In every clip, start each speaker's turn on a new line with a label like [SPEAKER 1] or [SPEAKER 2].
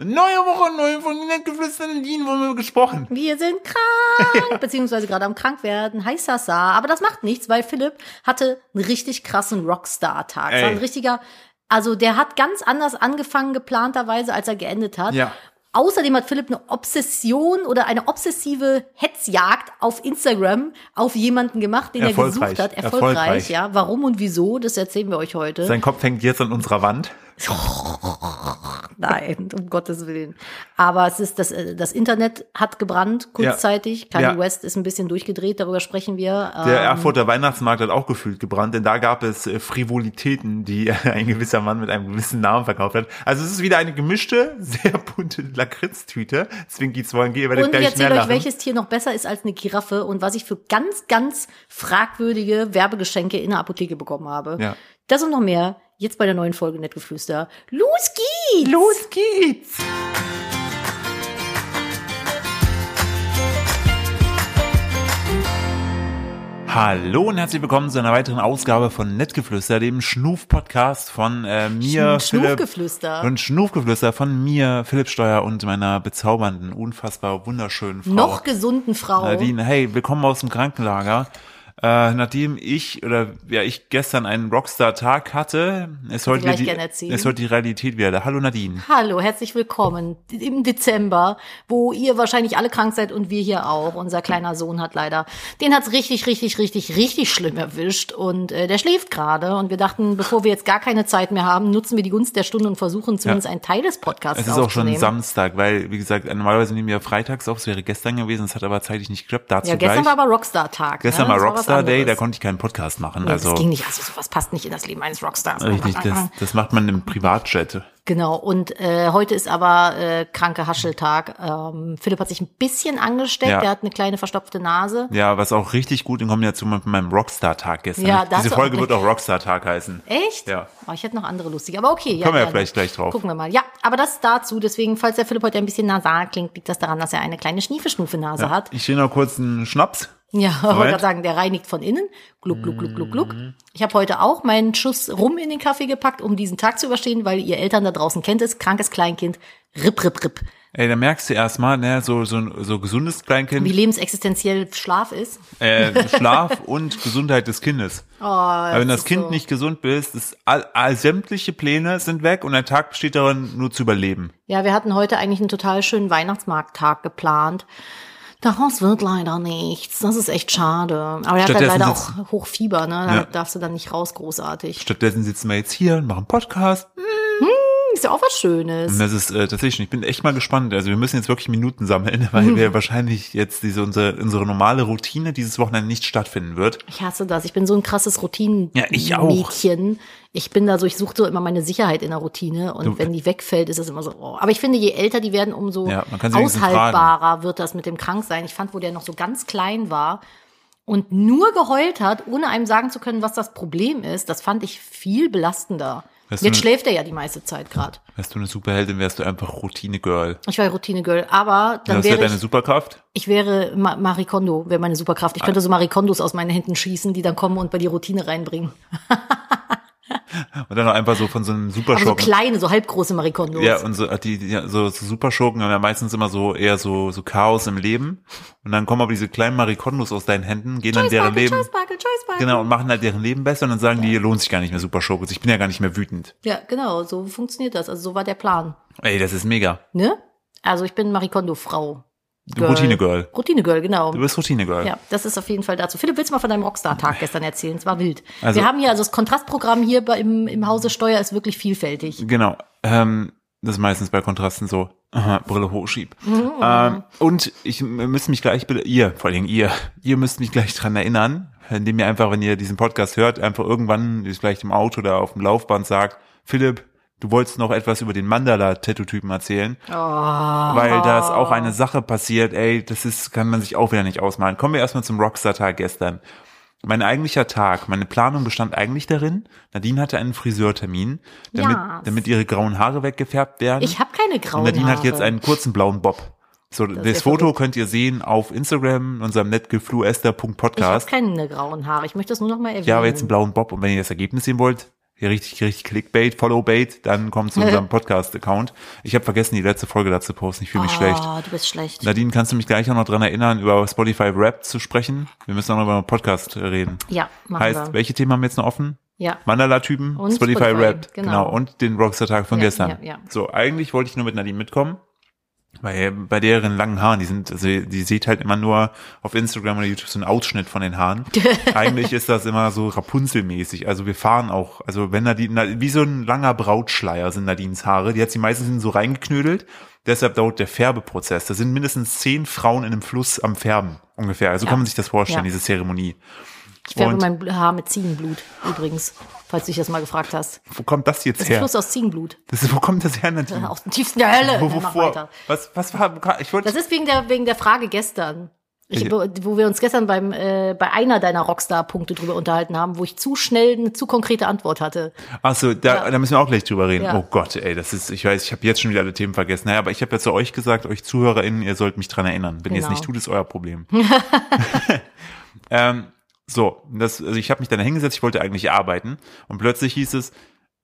[SPEAKER 1] Neue Woche, neu informiert geflüstert in Wien, wo wir gesprochen.
[SPEAKER 2] Wir sind krank, beziehungsweise gerade am krank werden. Hi Sasa. Aber das macht nichts, weil Philipp hatte einen richtig krassen Rockstar-Tag. Es war
[SPEAKER 1] Ey.
[SPEAKER 2] Ein richtiger, also der hat ganz anders angefangen geplanterweise, als er geendet hat.
[SPEAKER 1] Ja.
[SPEAKER 2] Außerdem hat Philipp eine Obsession oder eine obsessive Hetzjagd auf Instagram auf jemanden gemacht, den er
[SPEAKER 1] Erfolgreich.
[SPEAKER 2] gesucht hat.
[SPEAKER 1] Erfolgreich.
[SPEAKER 2] Erfolgreich, ja. Warum und wieso, das erzählen wir euch heute.
[SPEAKER 1] Sein Kopf hängt jetzt an unserer Wand.
[SPEAKER 2] Nein, um Gottes Willen. Aber es ist das, äh, das Internet hat gebrannt kurzzeitig. Kanye
[SPEAKER 1] Ja.
[SPEAKER 2] West ist ein bisschen durchgedreht, darüber sprechen wir.
[SPEAKER 1] Der
[SPEAKER 2] Ähm,
[SPEAKER 1] Erfurter Weihnachtsmarkt hat auch gefühlt gebrannt, denn da gab es äh, Frivolitäten, die ein gewisser Mann mit einem gewissen Namen verkauft hat. Also es ist wieder eine gemischte, sehr bunte Lakritztüte. Zwinky Zwangy, ihr werdet
[SPEAKER 2] und ich
[SPEAKER 1] gleich mehr
[SPEAKER 2] erzähle euch,
[SPEAKER 1] lachen.
[SPEAKER 2] welches Tier noch besser ist als eine Giraffe und was ich für ganz, ganz fragwürdige Werbegeschenke in der Apotheke bekommen habe.
[SPEAKER 1] Ja.
[SPEAKER 2] Das und noch mehr, jetzt bei der neuen Folge Nettgeflüster. Los geht's!
[SPEAKER 1] Los geht's! Hallo und herzlich willkommen zu einer weiteren Ausgabe von Nettgeflüster, dem Schnuf-Podcast von äh, mir,
[SPEAKER 2] Schn-
[SPEAKER 1] Philipp.
[SPEAKER 2] Schnufgeflüster.
[SPEAKER 1] Und Schnufgeflüster von mir, Philipp Steuer und meiner bezaubernden, unfassbar wunderschönen Frau.
[SPEAKER 2] Noch gesunden Frau.
[SPEAKER 1] Nadine, hey, willkommen aus dem Krankenlager. Äh, nachdem ich oder ja ich gestern einen Rockstar-Tag hatte, ist heute,
[SPEAKER 2] gleich
[SPEAKER 1] die,
[SPEAKER 2] gerne erzählen.
[SPEAKER 1] ist heute die Realität wieder. da. Hallo Nadine.
[SPEAKER 2] Hallo, herzlich willkommen im Dezember, wo ihr wahrscheinlich alle krank seid und wir hier auch. Unser kleiner Sohn hat leider, den hat's richtig, richtig, richtig, richtig schlimm erwischt und äh, der schläft gerade. Und wir dachten, bevor wir jetzt gar keine Zeit mehr haben, nutzen wir die Gunst der Stunde und versuchen zumindest einen Teil des Podcasts
[SPEAKER 1] Es ist auch schon
[SPEAKER 2] aufzunehmen.
[SPEAKER 1] Samstag, weil, wie gesagt, normalerweise nehmen wir freitags auf, es wäre gestern gewesen, es hat aber zeitlich nicht geklappt. Dazu
[SPEAKER 2] ja, gestern
[SPEAKER 1] gleich.
[SPEAKER 2] war aber Rockstar-Tag.
[SPEAKER 1] gestern
[SPEAKER 2] ne?
[SPEAKER 1] war
[SPEAKER 2] Das was
[SPEAKER 1] Rockstar Day, da
[SPEAKER 2] anderes.
[SPEAKER 1] konnte ich keinen Podcast machen.
[SPEAKER 2] Nee,
[SPEAKER 1] also
[SPEAKER 2] das ging nicht, also sowas passt nicht in das Leben eines Rockstars.
[SPEAKER 1] richtig, das, das macht man im Privatjet.
[SPEAKER 2] Genau, und äh, heute ist aber äh, kranke Hascheltag. Ähm, Philipp hat sich ein bisschen angesteckt,
[SPEAKER 1] Ja.
[SPEAKER 2] er hat eine kleine verstopfte Nase.
[SPEAKER 1] Ja, was auch richtig gut in Kombination mit meinem Rockstar-Tag gestern.
[SPEAKER 2] Ja, dazu
[SPEAKER 1] Diese
[SPEAKER 2] auch
[SPEAKER 1] Folge
[SPEAKER 2] gleich-
[SPEAKER 1] wird auch Rockstar-Tag heißen.
[SPEAKER 2] Echt?
[SPEAKER 1] Ja.
[SPEAKER 2] Oh, ich hätte noch andere lustige, aber okay.
[SPEAKER 1] Kommen wir ja
[SPEAKER 2] gerne.
[SPEAKER 1] vielleicht gleich drauf.
[SPEAKER 2] Gucken wir mal. Ja, aber das dazu. Deswegen, falls der Philipp heute ein bisschen nasal klingt, liegt das daran, dass er eine kleine Schniefe-Schnufe-Nase hat.
[SPEAKER 1] Ich stehe noch kurz einen Schnaps.
[SPEAKER 2] Ja, ich wollte
[SPEAKER 1] Moment.
[SPEAKER 2] gerade sagen, der reinigt von innen. Gluck, gluck, gluck, gluck, gluck. Ich habe heute auch meinen Schuss rum in den Kaffee gepackt, um diesen Tag zu überstehen, weil ihr Eltern da draußen kennt es, krankes Kleinkind, rip, rip, rip.
[SPEAKER 1] Ey, da merkst du erstmal, ne, so, so, ein- so gesundes Kleinkind,
[SPEAKER 2] Wie lebensexistenziell Schlaf ist.
[SPEAKER 1] äh, Schlaf und Gesundheit des Kindes. Weil wenn das Kind
[SPEAKER 2] Oh, so.
[SPEAKER 1] nicht gesund ist, ist all, all, sämtliche Pläne sind weg und ein Tag besteht darin, nur zu überleben.
[SPEAKER 2] Ja, wir hatten heute eigentlich einen total schönen Weihnachtsmarkttag geplant. Daraus wird leider nichts. Das ist echt schade. Aber er hat halt
[SPEAKER 1] Stattdessen
[SPEAKER 2] leider
[SPEAKER 1] sitzt-
[SPEAKER 2] auch Hochfieber, ne? Da
[SPEAKER 1] Ja.
[SPEAKER 2] darfst du dann nicht raus, großartig.
[SPEAKER 1] Stattdessen sitzen wir jetzt hier und machen Podcast.
[SPEAKER 2] Ist ja auch was
[SPEAKER 1] Und
[SPEAKER 2] Schönes.
[SPEAKER 1] das ist äh, tatsächlich, ich bin echt mal gespannt. Also wir müssen jetzt wirklich Minuten sammeln, weil wir wahrscheinlich jetzt diese unsere, unsere normale Routine dieses Wochenende nicht stattfinden wird.
[SPEAKER 2] Ich hasse das. Ich bin so ein krasses
[SPEAKER 1] Ja, ich auch.
[SPEAKER 2] Routinen-Mädchen. ich bin da so, ich suche so immer meine Sicherheit in der Routine. Und wenn die wegfällt, ist es immer so, oh. Aber ich finde, je älter die werden, umso
[SPEAKER 1] Ja, man kann sie wenigstens
[SPEAKER 2] aushaltbarer wird das mit dem Kranksein. Ich fand, wo der noch so ganz klein war und nur geheult hat, ohne einem sagen zu können, was das Problem ist, das fand ich viel belastender.
[SPEAKER 1] Weißt du,
[SPEAKER 2] Jetzt
[SPEAKER 1] ne-
[SPEAKER 2] schläft er ja die meiste Zeit gerade.
[SPEAKER 1] Wärst du eine Superheldin, wärst du einfach Routine-Girl.
[SPEAKER 2] Ich war ja Routine-Girl, aber dann
[SPEAKER 1] Das wäre
[SPEAKER 2] wäre
[SPEAKER 1] deine
[SPEAKER 2] ich,
[SPEAKER 1] Superkraft.
[SPEAKER 2] ich wäre Ma Marie Kondo, wäre meine Superkraft. Ich könnte so Marie Kondos aus meinen Händen schießen, die dann kommen und bei die Routine reinbringen.
[SPEAKER 1] Und dann auch einfach so von so einem
[SPEAKER 2] Aber so
[SPEAKER 1] Superschurken.
[SPEAKER 2] kleine, so halbgroße Marie Kondos.
[SPEAKER 1] Ja, und so, äh, die, die so, so Superschurken haben ja meistens immer so eher so, so Chaos im Leben. Und dann kommen aber diese kleinen Marikondos aus deinen Händen, gehen dann deren Leben.
[SPEAKER 2] Choice-Buckle, Choice-Buckle.
[SPEAKER 1] Genau, und machen halt deren Leben besser und dann sagen die, lohnt sich gar nicht mehr Superschurke. Ich bin ja gar nicht mehr wütend.
[SPEAKER 2] Ja, genau, so funktioniert das. Also so war der Plan.
[SPEAKER 1] Ey, das ist mega.
[SPEAKER 2] Ne? Also ich bin Marie Kondo-Frau.
[SPEAKER 1] Du Routine-Girl.
[SPEAKER 2] Routine-Girl, genau.
[SPEAKER 1] Du bist Routine-Girl.
[SPEAKER 2] Ja, das ist auf jeden Fall dazu. Philipp, willst du mal von deinem Rockstar-Tag gestern erzählen? Es war wild.
[SPEAKER 1] Also-
[SPEAKER 2] wir haben hier, also das Kontrastprogramm hier bei, im, im Hause Steuer ist wirklich vielfältig.
[SPEAKER 1] Genau. Ähm, das ist meistens bei Kontrasten so. Aha, Brille hochschieb. Ähm, und ich m- müsst mich gleich, bitte- ihr, vor allem ihr, ihr müsst mich gleich dran erinnern, indem ihr einfach, wenn ihr diesen Podcast hört, einfach irgendwann vielleicht im Auto oder auf dem Laufband sagt, Philipp, du wolltest noch etwas über den Mandala-Tattoo-Typen erzählen, weil da ist auch
[SPEAKER 2] Ah.
[SPEAKER 1] eine Sache passiert, ey, das ist, kann man sich auch wieder nicht ausmalen. Kommen wir erstmal zum Rockstar-Tag gestern. Mein eigentlicher Tag, meine Planung bestand eigentlich darin, Nadine hatte einen Friseurtermin, damit,
[SPEAKER 2] Yes.
[SPEAKER 1] damit ihre grauen Haare weggefärbt werden.
[SPEAKER 2] Ich habe keine
[SPEAKER 1] Und
[SPEAKER 2] grauen
[SPEAKER 1] Nadine
[SPEAKER 2] Haare.
[SPEAKER 1] hat jetzt einen kurzen blauen Bob. So, das,
[SPEAKER 2] ist ja
[SPEAKER 1] Foto könnt ihr sehen auf Instagram, unserem
[SPEAKER 2] ich habe
[SPEAKER 1] netgefluester.podcast.
[SPEAKER 2] keine grauen Haare. Ich möchte das nur noch mal erwähnen.
[SPEAKER 1] Ja, aber jetzt einen blauen Bob. Und wenn ihr das Ergebnis sehen wollt, hier richtig, richtig Clickbait, Followbait, dann kommt zu unserem Podcast-Account. Ich habe vergessen, die letzte Folge dazu posten. Ich fühle mich schlecht.
[SPEAKER 2] Ah, du bist schlecht.
[SPEAKER 1] Nadine, kannst du mich gleich auch noch dran erinnern, über Spotify Rap zu sprechen? Wir müssen auch noch über den Podcast reden.
[SPEAKER 2] Ja, machen
[SPEAKER 1] Heißt,
[SPEAKER 2] wir.
[SPEAKER 1] welche Themen haben wir jetzt noch offen?
[SPEAKER 2] Ja.
[SPEAKER 1] Mandala-Typen,
[SPEAKER 2] Und
[SPEAKER 1] Spotify,
[SPEAKER 2] Spotify,
[SPEAKER 1] Rap,
[SPEAKER 2] genau.
[SPEAKER 1] genau. Und den Rockstar-Tag von
[SPEAKER 2] Ja,
[SPEAKER 1] gestern.
[SPEAKER 2] ja, ja.
[SPEAKER 1] So, eigentlich wollte ich nur mit Nadine mitkommen. Bei, bei deren langen Haaren, die sind, also die sieht halt immer nur auf Instagram oder YouTube so einen Ausschnitt von den Haaren. Eigentlich ist das immer so Rapunzelmäßig. Also wir fahren auch, also wenn Nadine, na- wie so ein langer Brautschleier sind Nadines Haare. Die hat sie meistens so reingeknödelt. Deshalb dauert der Färbeprozess. Da sind mindestens zehn Frauen in einem Fluss am Färben ungefähr. Also kann man sich das vorstellen,
[SPEAKER 2] Ja.
[SPEAKER 1] diese Zeremonie.
[SPEAKER 2] Ich färbe
[SPEAKER 1] Und-
[SPEAKER 2] mein Bl- Haar mit Ziegenblut, übrigens, falls du dich das mal gefragt hast.
[SPEAKER 1] Wo kommt das jetzt
[SPEAKER 2] Das ist
[SPEAKER 1] her?
[SPEAKER 2] Fluss aus Ziegenblut.
[SPEAKER 1] Das ist, wo kommt das her, Nadine?
[SPEAKER 2] Aus dem tiefsten der
[SPEAKER 1] Hm.
[SPEAKER 2] Hölle.
[SPEAKER 1] Wo,
[SPEAKER 2] Na, mach
[SPEAKER 1] wovor?
[SPEAKER 2] weiter.
[SPEAKER 1] Was, was war, ich wollte,
[SPEAKER 2] Das ist wegen der, wegen der Frage gestern. Ich,
[SPEAKER 1] Welche?
[SPEAKER 2] wo wo wir uns gestern beim, äh, bei einer deiner Rockstar-Punkte drüber unterhalten haben, wo ich zu schnell eine zu konkrete Antwort hatte.
[SPEAKER 1] achso, da, da müssen wir auch gleich drüber reden.
[SPEAKER 2] Ja.
[SPEAKER 1] Oh Gott, ey, das ist, ich weiß, ich habe jetzt schon wieder alle Themen vergessen. Naja, aber ich habe ja zu euch gesagt, euch ZuhörerInnen, ihr sollt mich dran erinnern. Wenn ihr es
[SPEAKER 2] Genau.
[SPEAKER 1] nicht tut, ist euer Problem. ähm, so, das, also ich habe mich dann hingesetzt, ich wollte eigentlich arbeiten und plötzlich hieß es,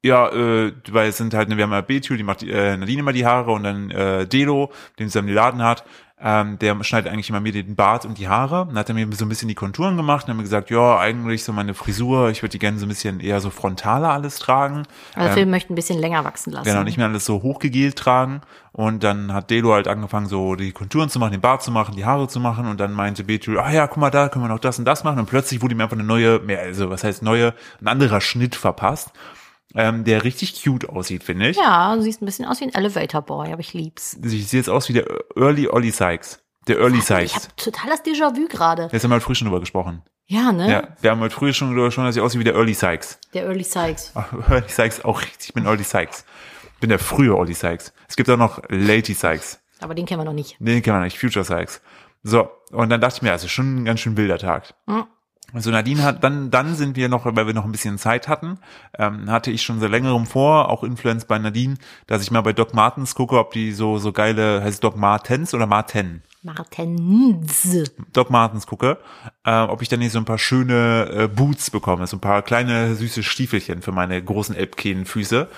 [SPEAKER 1] ja, äh, weil es sind halt, wir haben ja Betül, die macht äh, Nadine mal die Haare und dann äh, Delo, den sie den Laden hat, ähm, der schneidet eigentlich immer mir den Bart und die Haare. Dann hat er mir so ein bisschen die Konturen gemacht und hat mir gesagt, ja, eigentlich so meine Frisur, ich würde die gerne so ein bisschen eher so frontaler alles tragen.
[SPEAKER 2] Also Film möchte ein bisschen länger wachsen lassen.
[SPEAKER 1] Genau, nicht mehr alles so hochgegelt tragen. Und dann hat Delo halt angefangen, so die Konturen zu machen, den Bart zu machen, die Haare zu machen. Und dann meinte Betül, ah ja, guck mal, da können wir noch das und das machen. Und plötzlich wurde ihm einfach eine neue, mehr, also was heißt neue, ein anderer Schnitt verpasst, ähm, der richtig cute aussieht, finde ich.
[SPEAKER 2] Ja, du siehst ein bisschen aus wie ein Elevator Boy, aber ich lieb's.
[SPEAKER 1] Ich sehe jetzt aus wie der Early Ollie Sykes. Der Early
[SPEAKER 2] Ich
[SPEAKER 1] Sykes.
[SPEAKER 2] habe total das Déjà-vu gerade.
[SPEAKER 1] Jetzt haben wir heute früh schon drüber gesprochen.
[SPEAKER 2] Ja, ne?
[SPEAKER 1] Ja, wir haben heute früh schon drüber gesprochen, dass ich aussehe wie der Early Sykes.
[SPEAKER 2] Der Early Sykes.
[SPEAKER 1] Early Sykes auch richtig. Ich bin Early Sykes. Ich bin der frühe Ollie Sykes. Es gibt auch noch Lady Sykes.
[SPEAKER 2] Aber den kennen wir noch nicht.
[SPEAKER 1] Nee, den kann man nicht. Future Sykes. So, und dann dachte ich mir, das ist schon ein ganz schön wilder Tag.
[SPEAKER 2] Hm.
[SPEAKER 1] Also Nadine hat, dann, dann sind wir noch, weil wir noch ein bisschen Zeit hatten, ähm, hatte ich schon seit längerem vor, auch Influence bei Nadine, dass ich mal bei Doc Martens gucke, ob die so, so geile, heißt es Doc Martens oder Marten?
[SPEAKER 2] Martens.
[SPEAKER 1] Doc Martens gucke, äh, ob ich dann nicht so ein paar schöne äh, Boots bekomme, so ein paar kleine süße Stiefelchen für meine großen Elbkehlenfüße.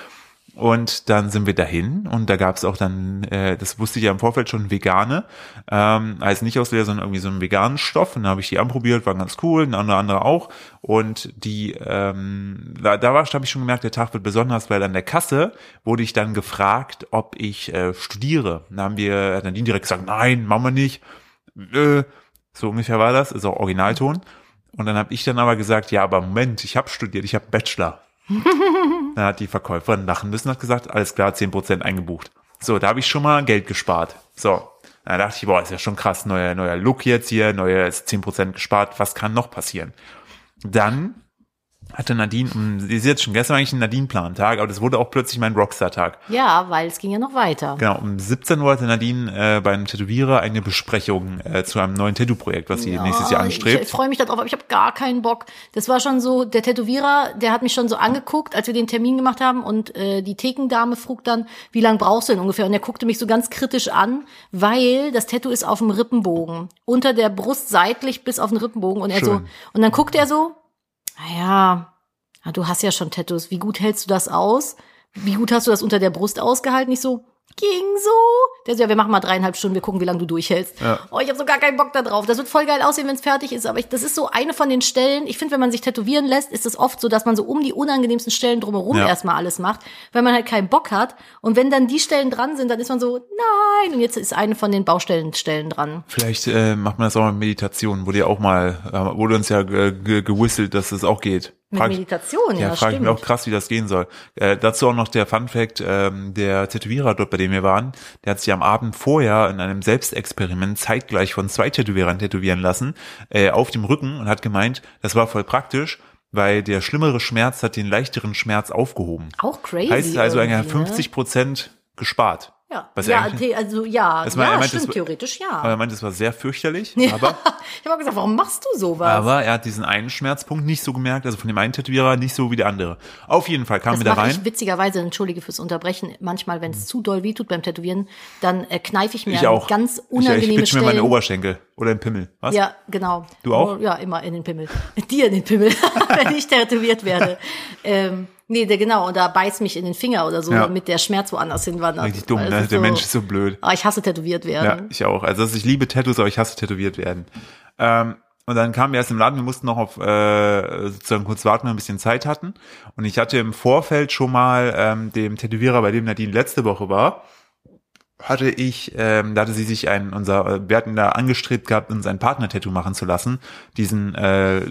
[SPEAKER 1] Und dann sind wir dahin und da gab es auch dann, äh, das wusste ich ja im Vorfeld schon, vegane, ähm, als nicht aus Leder, sondern irgendwie so einen veganen Stoff. Und dann habe ich die anprobiert, waren ganz cool, ein anderer andere auch. Und die, ähm, da, da war, habe ich schon gemerkt, der Tag wird besonders, weil an der Kasse wurde ich dann gefragt, ob ich äh, studiere. Dann haben wir, hat Nadine direkt gesagt, nein, machen wir nicht äh, so ungefähr war das, also Originalton. Und dann habe ich dann aber gesagt, ja, aber Moment, ich habe studiert, ich habe Bachelor. dann hat die Verkäuferin lachen müssen und hat gesagt, alles klar, 10% eingebucht. So, da habe ich schon mal Geld gespart. So, da dachte ich, boah, ist ja schon krass, neuer, neuer Look jetzt hier, neuer ist 10% gespart, was kann noch passieren? Dann hatte Nadine, um, sie ist jetzt schon gestern eigentlich ein Nadine-Plan-Tag, aber das wurde auch plötzlich mein Rockstar-Tag.
[SPEAKER 2] Ja, weil es ging ja noch weiter.
[SPEAKER 1] Genau, um 17 Uhr hatte Nadine äh, bei einem Tätowierer eine Besprechung äh, zu einem neuen Tattoo-Projekt, was sie nächstes Jahr
[SPEAKER 2] Ah,
[SPEAKER 1] anstrebt.
[SPEAKER 2] Ich, ich freue mich darauf, aber ich habe gar keinen Bock. Das war schon so, der Tätowierer, der hat mich schon so angeguckt, als wir den Termin gemacht haben und äh, die Thekendame frug dann, wie lange brauchst du denn ungefähr? Und er guckte mich so ganz kritisch an, weil das Tattoo ist auf dem Rippenbogen, unter der Brust seitlich bis auf den Rippenbogen und er so
[SPEAKER 1] Schön.
[SPEAKER 2] und dann guckt er so, naja, ja, du hast ja schon Tattoos, wie gut hältst du das aus? Wie gut hast du das unter der Brust ausgehalten? Ich so, ging so. Der so, ja, wir machen mal dreieinhalb Stunden, wir gucken, wie lange du durchhältst.
[SPEAKER 1] Ja.
[SPEAKER 2] Oh, ich habe so gar keinen Bock da drauf. Das wird voll geil aussehen, wenn es fertig ist. Aber ich, das ist so eine von den Stellen. Ich finde, wenn man sich tätowieren lässt, ist es oft so, dass man so um die unangenehmsten Stellen drumherum
[SPEAKER 1] Ja.
[SPEAKER 2] erstmal alles macht, weil man halt keinen Bock hat. Und wenn dann die Stellen dran sind, dann ist man so, nein. Und jetzt ist eine von den Baustellen Stellen dran.
[SPEAKER 1] Vielleicht äh, macht man das auch mit Meditation, wurde ja auch mal, äh, wurde uns ja ge ge gewistelt, dass das auch geht.
[SPEAKER 2] Mit
[SPEAKER 1] Frag-
[SPEAKER 2] Meditation,
[SPEAKER 1] Ja,
[SPEAKER 2] ja,
[SPEAKER 1] frage ich
[SPEAKER 2] stimmt.
[SPEAKER 1] mich auch krass, wie das gehen soll. Äh, dazu auch noch der Fun Fact, ähm, der Tätowierer dort, bei dem wir waren, der hat sich am Abend vorher in einem Selbstexperiment zeitgleich von zwei Tätowierern tätowieren lassen, äh, auf dem Rücken und hat gemeint, das war voll praktisch, weil der schlimmere Schmerz hat den leichteren Schmerz aufgehoben.
[SPEAKER 2] Auch crazy.
[SPEAKER 1] Heißt also
[SPEAKER 2] irgendwie,
[SPEAKER 1] eigentlich
[SPEAKER 2] ne?
[SPEAKER 1] 50 Prozent gespart.
[SPEAKER 2] Ja,
[SPEAKER 1] Was
[SPEAKER 2] ja
[SPEAKER 1] eigentlich-
[SPEAKER 2] the- also ja,
[SPEAKER 1] Das war- er
[SPEAKER 2] ja
[SPEAKER 1] meinte,
[SPEAKER 2] stimmt,
[SPEAKER 1] das war-
[SPEAKER 2] theoretisch
[SPEAKER 1] Aber
[SPEAKER 2] ja.
[SPEAKER 1] er meinte, es war sehr fürchterlich, aber,
[SPEAKER 2] Ich habe auch gesagt, warum machst du sowas?
[SPEAKER 1] aber er hat diesen einen Schmerzpunkt nicht so gemerkt, also von dem einen Tätowierer nicht so wie der andere. Auf jeden Fall kamen
[SPEAKER 2] das
[SPEAKER 1] wir da
[SPEAKER 2] mache
[SPEAKER 1] rein. Mhm.
[SPEAKER 2] ich witzigerweise, entschuldige fürs Unterbrechen, manchmal, wenn es zu doll wehtut beim Tätowieren, dann äh, kneife ich mir
[SPEAKER 1] ich auch.
[SPEAKER 2] ganz
[SPEAKER 1] ich,
[SPEAKER 2] unangenehme
[SPEAKER 1] ich pitch mir
[SPEAKER 2] Stellen.
[SPEAKER 1] meine Oberschenkel oder den Pimmel. Was?
[SPEAKER 2] Ja, genau.
[SPEAKER 1] Du auch?
[SPEAKER 2] Ja, immer in den Pimmel. Dir in den Pimmel, wenn ich tätowiert werde. ähm, Nee, der, genau, oder beißt mich in den Finger oder so,
[SPEAKER 1] Ja.
[SPEAKER 2] damit der Schmerz woanders hinwandert.
[SPEAKER 1] Richtig dumm,
[SPEAKER 2] Weil es
[SPEAKER 1] ne?
[SPEAKER 2] ist
[SPEAKER 1] Der
[SPEAKER 2] also so-
[SPEAKER 1] Mensch ist so blöd.
[SPEAKER 2] Ah, ich hasse tätowiert
[SPEAKER 1] Ja,
[SPEAKER 2] werden.
[SPEAKER 1] ich auch. Also also ich liebe Tattoos, aber ich hasse tätowiert werden. Ähm, und dann kamen wir erst im Laden, wir mussten noch auf äh, sozusagen kurz warten, weil wir ein bisschen Zeit hatten. Und ich hatte im Vorfeld schon mal ähm, dem Tätowierer, bei dem Nadine letzte Woche war, hatte ich, ähm, da hatte sie sich ein, unser, äh, wir hatten da angestrebt gehabt, uns ein Partner-Tattoo machen zu lassen, diesen äh,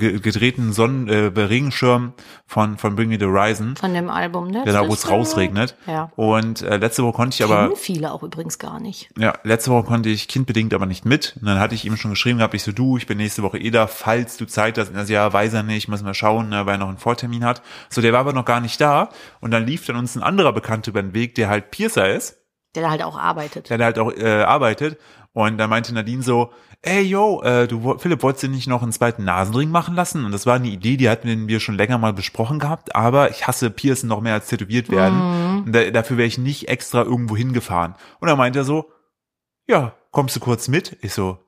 [SPEAKER 1] ge- gedrehten Sonnen, äh, Regenschirm von von Bring Me the Horizon,
[SPEAKER 2] Von dem Album, ne?
[SPEAKER 1] genau, wo es rausregnet.
[SPEAKER 2] Ja.
[SPEAKER 1] Und äh, letzte Woche konnte ich aber
[SPEAKER 2] Kennen viele auch übrigens gar nicht.
[SPEAKER 1] ja, letzte Woche konnte ich kindbedingt aber nicht mit. Und dann hatte ich ihm schon geschrieben gehabt, ich so, du, ich bin nächste Woche eh da, falls du Zeit hast. Und er so, ja, weiß er nicht, müssen wir schauen, ne, weil er noch einen Vortermin hat. So, der war aber noch gar nicht da. Und dann lief dann uns ein anderer Bekannter über den Weg, der halt Piercer ist
[SPEAKER 2] Der da halt auch arbeitet.
[SPEAKER 1] der da halt auch äh, arbeitet. Und da meinte Nadine so, ey yo, äh, du wo- Philipp, wolltest du nicht noch einen zweiten Nasenring machen lassen? Und das war eine Idee, die hatten wir schon länger mal besprochen gehabt, aber ich hasse Piercen noch mehr als tätowiert
[SPEAKER 2] Mhm.
[SPEAKER 1] werden. Und Da, dafür wäre ich nicht extra irgendwo hingefahren. Und dann meinte er so, ja, kommst du kurz mit? Ich so,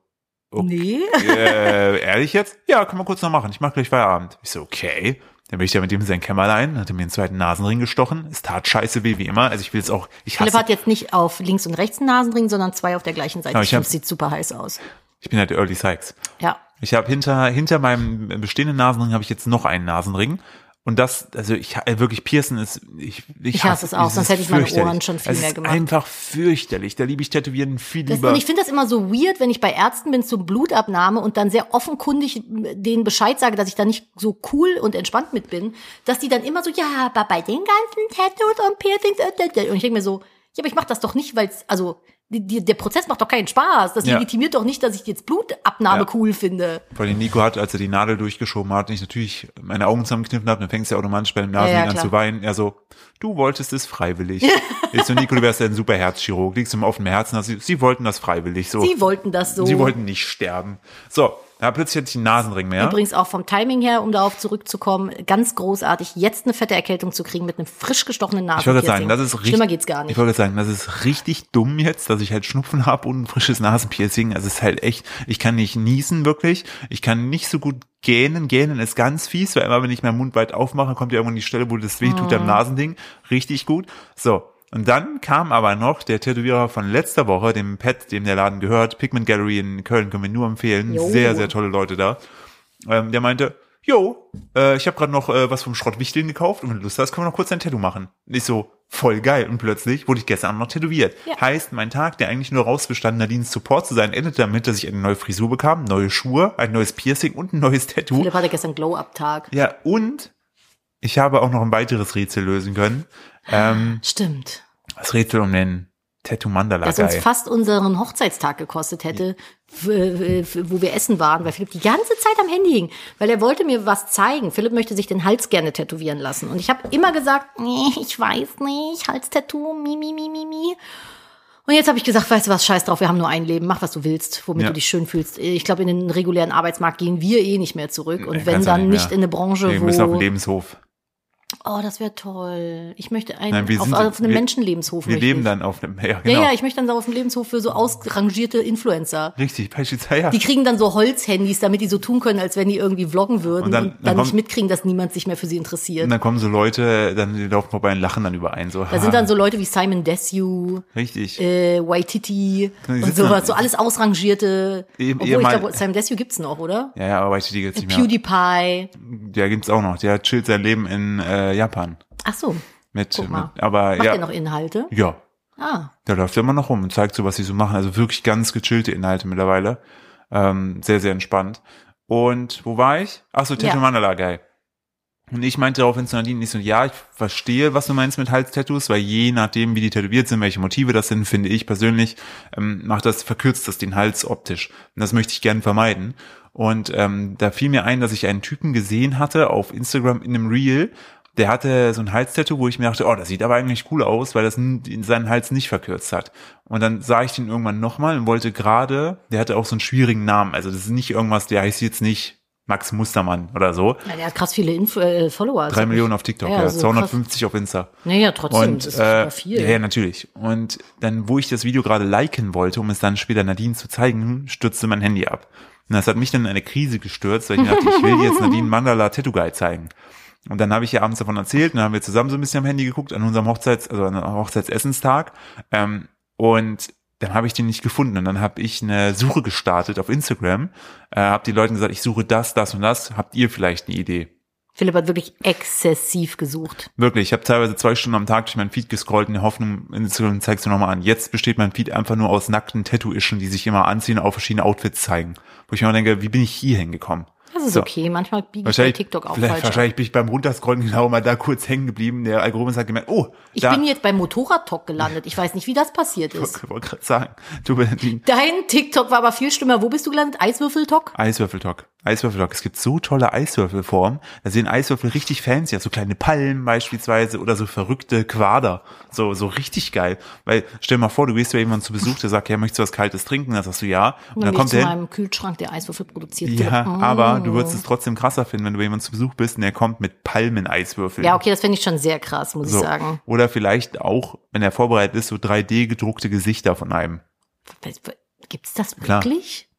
[SPEAKER 2] Nee.
[SPEAKER 1] äh, ehrlich jetzt? Ja, kann man kurz noch machen. Ich mach gleich Feierabend. Ich so, okay. Dann bin ich da mit ihm in sein Kämmerlein, hatte mir einen zweiten Nasenring gestochen. Es tat scheiße weh, wie immer. Also ich will jetzt auch, ich
[SPEAKER 2] Philipp
[SPEAKER 1] hasse
[SPEAKER 2] hat jetzt nicht auf links und rechts einen Nasenring, sondern zwei auf der gleichen Seite.
[SPEAKER 1] Ja, ich
[SPEAKER 2] Stimmt,
[SPEAKER 1] hab-
[SPEAKER 2] sieht super heiß aus.
[SPEAKER 1] Ich bin halt Early Sykes.
[SPEAKER 2] Ja.
[SPEAKER 1] Ich habe hinter, hinter meinem bestehenden Nasenring habe ich jetzt noch einen Nasenring. Und das, also ich äh, wirklich piercen ist, ich, ich,
[SPEAKER 2] Ich hasse es auch,
[SPEAKER 1] ist
[SPEAKER 2] sonst hätte ich meine Ohren
[SPEAKER 1] fürchterlich.
[SPEAKER 2] schon viel
[SPEAKER 1] es
[SPEAKER 2] mehr
[SPEAKER 1] ist
[SPEAKER 2] gemacht.
[SPEAKER 1] Einfach fürchterlich. Da liebe ich Tätowieren viel
[SPEAKER 2] Das,
[SPEAKER 1] lieber.
[SPEAKER 2] und ich finde das immer so weird, wenn ich bei Ärzten bin zur Blutabnahme und dann sehr offenkundig äh, denen Bescheid sage, dass ich da nicht so cool und entspannt mit bin, dass die dann immer so, ja, aber bei den ganzen Tattoos und Piercings äh, äh, äh. und ich denke mir so, ja, aber ich mache das doch nicht, weil also die, die, der Prozess macht doch keinen Spaß. Das
[SPEAKER 1] Ja.
[SPEAKER 2] legitimiert doch nicht, dass ich jetzt Blutabnahme
[SPEAKER 1] Ja.
[SPEAKER 2] cool finde.
[SPEAKER 1] Vor allem Nico hat, als er die Nadel durchgeschoben hat, und ich natürlich meine Augen zusammengekniffen habe, dann fängst du ja automatisch bei dem Nasenring
[SPEAKER 2] Ja, ja,
[SPEAKER 1] an
[SPEAKER 2] klar.
[SPEAKER 1] zu weinen. Er so, du wolltest es freiwillig. ich so, Nico, du wärst ja ein super Herzchirurg, liegst im offenen Herzen. Also, sie, sie wollten das freiwillig, so.
[SPEAKER 2] Sie wollten das so.
[SPEAKER 1] Sie wollten nicht sterben. So, da plötzlich hatte ich einen Nasenring mehr.
[SPEAKER 2] Übrigens auch vom Timing her, um darauf zurückzukommen, ganz großartig, jetzt eine fette Erkältung zu kriegen mit einem frisch gestochenen
[SPEAKER 1] Ich wollte
[SPEAKER 2] Nasenpiercing.
[SPEAKER 1] gerade sagen, das ist richtig.
[SPEAKER 2] Schlimmer geht's gar
[SPEAKER 1] Ich
[SPEAKER 2] nicht.
[SPEAKER 1] wollte gerade sagen, das ist richtig dumm jetzt, dass ich halt Schnupfen habe und ein frisches Nasenpiercing. Also es ist halt echt, ich kann nicht niesen wirklich. Ich kann nicht so gut gähnen. Gähnen ist ganz fies, weil immer wenn ich meinen Mund weit aufmache, kommt ja irgendwann die Stelle, wo das weh tut
[SPEAKER 2] Ah.
[SPEAKER 1] am Nasending. Richtig gut. So. Und dann kam aber noch der Tätowierer von letzter Woche, dem Pet, dem der Laden gehört, Pigment Gallery in Köln, können wir nur empfehlen.
[SPEAKER 2] Jo.
[SPEAKER 1] Sehr, sehr tolle Leute da. Ähm, der meinte, jo, äh, ich habe gerade noch äh, was vom Schrottwichteln gekauft und wenn du Lust hast, können wir noch kurz ein Tattoo machen. Und ich so, voll geil. Und plötzlich wurde ich gestern Abend noch tätowiert.
[SPEAKER 2] Ja.
[SPEAKER 1] Heißt, mein Tag, der eigentlich nur rausbestand, Nadines Support zu sein, endete damit, dass ich eine neue Frisur bekam, neue Schuhe, ein neues Piercing und ein neues Tattoo.
[SPEAKER 2] Philipp hatte gestern Glow-Up-Tag.
[SPEAKER 1] Ja, und ich habe auch noch ein weiteres Rätsel lösen können. Ähm,
[SPEAKER 2] Stimmt.
[SPEAKER 1] das Rätsel um den Tattoo Mandala
[SPEAKER 2] Das uns
[SPEAKER 1] Guy.
[SPEAKER 2] fast unseren Hochzeitstag gekostet hätte, w- w- wo wir essen waren, weil Philipp die ganze Zeit am Handy hing, weil er wollte mir was zeigen. Philipp möchte sich den Hals gerne tätowieren lassen. Und ich habe immer gesagt, nee, ich weiß nicht, Halstattoo, mi, mi, mi, mi, mi. Und jetzt habe ich gesagt, weißt du was, scheiß drauf, wir haben nur ein Leben, mach was du willst, womit
[SPEAKER 1] Ja.
[SPEAKER 2] du dich schön fühlst. Ich glaube, in den regulären Arbeitsmarkt gehen wir eh nicht mehr zurück. Und
[SPEAKER 1] Nee,
[SPEAKER 2] wenn
[SPEAKER 1] kannst du
[SPEAKER 2] dann
[SPEAKER 1] nicht
[SPEAKER 2] nicht
[SPEAKER 1] mehr.
[SPEAKER 2] in eine Branche,
[SPEAKER 1] Wir
[SPEAKER 2] wo.
[SPEAKER 1] müssen auf den Lebenshof.
[SPEAKER 2] oh, das wäre toll. Ich möchte einen
[SPEAKER 1] Nein, wir
[SPEAKER 2] auf,
[SPEAKER 1] sind-
[SPEAKER 2] auf einem
[SPEAKER 1] wir-
[SPEAKER 2] Menschenlebenshof
[SPEAKER 1] Wir
[SPEAKER 2] möchte
[SPEAKER 1] leben
[SPEAKER 2] ich.
[SPEAKER 1] dann auf einem, ja, genau.
[SPEAKER 2] Ja, ja, ich möchte dann so auf dem Lebenshof für so ausrangierte Influencer.
[SPEAKER 1] Richtig, beispielsweise, ja.
[SPEAKER 2] Die kriegen dann so Holzhandys, damit die so tun können, als wenn die irgendwie vloggen würden und
[SPEAKER 1] Und
[SPEAKER 2] dann,
[SPEAKER 1] dann- dann
[SPEAKER 2] nicht
[SPEAKER 1] kommt-
[SPEAKER 2] mitkriegen, dass niemand sich mehr für sie
[SPEAKER 1] Und
[SPEAKER 2] interessiert.
[SPEAKER 1] dann kommen so Leute, dann die laufen vorbei und lachen dann über einen. So,
[SPEAKER 2] Da sind dann so Leute wie Simon Desue,
[SPEAKER 1] Richtig.
[SPEAKER 2] äh, Waititi
[SPEAKER 1] Genau, Die
[SPEAKER 2] und
[SPEAKER 1] sitzen
[SPEAKER 2] sowas,
[SPEAKER 1] dann-
[SPEAKER 2] so alles ausrangierte.
[SPEAKER 1] Eben-
[SPEAKER 2] obwohl ich
[SPEAKER 1] ehemal-
[SPEAKER 2] glaube, Simon Desue gibt's noch, oder?
[SPEAKER 1] ja, ja, aber weißt du, die gibt's
[SPEAKER 2] äh,
[SPEAKER 1] nicht mehr.
[SPEAKER 2] PewDiePie.
[SPEAKER 1] Der gibt's auch noch. Der chillt sein Leben in äh, Japan.
[SPEAKER 2] Ach so,
[SPEAKER 1] Mit,
[SPEAKER 2] Guck mal.
[SPEAKER 1] mit ne, aber
[SPEAKER 2] macht
[SPEAKER 1] ja.
[SPEAKER 2] er noch Inhalte?
[SPEAKER 1] Ja.
[SPEAKER 2] Ah,
[SPEAKER 1] Der läuft immer noch rum und zeigt so, was sie so machen. Also wirklich ganz gechillte Inhalte mittlerweile. Ähm, sehr, sehr entspannt. Und wo war ich? Ach so, Tattoo
[SPEAKER 2] Ja.
[SPEAKER 1] Mandala Guy. Und ich meinte daraufhin zu Nadine, ich so, ja, ich verstehe, was du meinst mit Halstattoos, weil je nachdem, wie die tätowiert sind, welche Motive das sind, finde ich persönlich, ähm, macht das, verkürzt das den Hals optisch. Und das möchte ich gerne vermeiden. Und ähm, da fiel mir ein, dass ich einen Typen gesehen hatte auf Instagram in einem Reel, der hatte so ein Halstattoo, wo ich mir dachte, oh, das sieht aber eigentlich cool aus, weil das n- in seinen Hals nicht verkürzt hat. Und dann sah ich den irgendwann nochmal und wollte gerade, der hatte auch so einen schwierigen Namen. Also das ist nicht irgendwas, der heißt jetzt nicht Max Mustermann oder so.
[SPEAKER 2] Ah, ja, der hat krass viele Info äh, Follower.
[SPEAKER 1] Drei Millionen auf TikTok,
[SPEAKER 2] Ja,
[SPEAKER 1] ja,
[SPEAKER 2] also
[SPEAKER 1] 250 auf Insta.
[SPEAKER 2] Naja, trotzdem,
[SPEAKER 1] Und
[SPEAKER 2] das ist
[SPEAKER 1] äh,
[SPEAKER 2] super viel.
[SPEAKER 1] ja, ja, natürlich. Und dann, wo ich das Video gerade liken wollte, um es dann später Nadine zu zeigen, stürzte mein Handy ab. Und das hat mich dann in eine Krise gestürzt, weil ich mir dachte, ich will jetzt Nadine Mandala Tattoo Guy zeigen. Und dann habe ich ihr abends davon erzählt, und dann haben wir zusammen so ein bisschen am Handy geguckt an unserem Hochzeits, also an einem Hochzeitsessenstag. Ähm, und dann habe ich den nicht gefunden. Und dann habe ich eine Suche gestartet auf Instagram, äh, habe den Leuten gesagt, ich suche das, das und das. Habt ihr vielleicht eine Idee?
[SPEAKER 2] Philipp hat wirklich exzessiv gesucht.
[SPEAKER 1] Wirklich, ich habe teilweise zwei Stunden am Tag durch meinen Feed gescrollt in der Hoffnung, Instagram zeigst du nochmal an. Jetzt besteht mein Feed einfach nur aus nackten Tattoo-Ischen, die sich immer anziehen und auf verschiedene Outfits zeigen. Wo ich mir immer denke, wie bin ich hier hingekommen?
[SPEAKER 2] Das ist
[SPEAKER 1] So.
[SPEAKER 2] okay. Manchmal biege ich bei
[SPEAKER 1] Wahrscheinlich,
[SPEAKER 2] TikTok auch
[SPEAKER 1] vielleicht-
[SPEAKER 2] falsch. ab.
[SPEAKER 1] wahrscheinlich bin ich beim Runterscrollen genau mal da kurz hängen geblieben. Der Algorithmus hat gemerkt, oh,
[SPEAKER 2] Ich
[SPEAKER 1] da,
[SPEAKER 2] bin jetzt beim Motorrad-Talk gelandet. Ich weiß nicht, wie das passiert ist.
[SPEAKER 1] ich wollte gerade sagen, du bist
[SPEAKER 2] Dein TikTok war aber viel schlimmer. Wo bist du gelandet? Eiswürfel-Talk?
[SPEAKER 1] Eiswürfeltalk. Eiswürfeltalk. Es gibt so tolle Eiswürfelformen. Da sehen Eiswürfel richtig fancy aus. So kleine Palmen beispielsweise oder so verrückte Quader. So, so richtig geil. Weil, stell dir mal vor, du gehst bei jemandem zu Besuch, der sagt, ja, möchtest du was Kaltes trinken? Dann sagst du ja. Und dann
[SPEAKER 2] gehe ich
[SPEAKER 1] kommt
[SPEAKER 2] Oh, zu
[SPEAKER 1] der hin.
[SPEAKER 2] meinem Kühlschrank, der Eiswürfel produziert.
[SPEAKER 1] Ja,
[SPEAKER 2] wird. Mm.
[SPEAKER 1] aber du würdest es trotzdem krasser finden, wenn du bei jemandem zu Besuch bist und der kommt mit Palmen-Eiswürfeln.
[SPEAKER 2] Mm. Ja, okay, das fände ich schon sehr krass, muss ich
[SPEAKER 1] So.
[SPEAKER 2] sagen.
[SPEAKER 1] Oder vielleicht auch, wenn er vorbereitet ist, so 3D-gedruckte Gesichter von einem.
[SPEAKER 2] Gibt's das
[SPEAKER 1] Klar.
[SPEAKER 2] wirklich?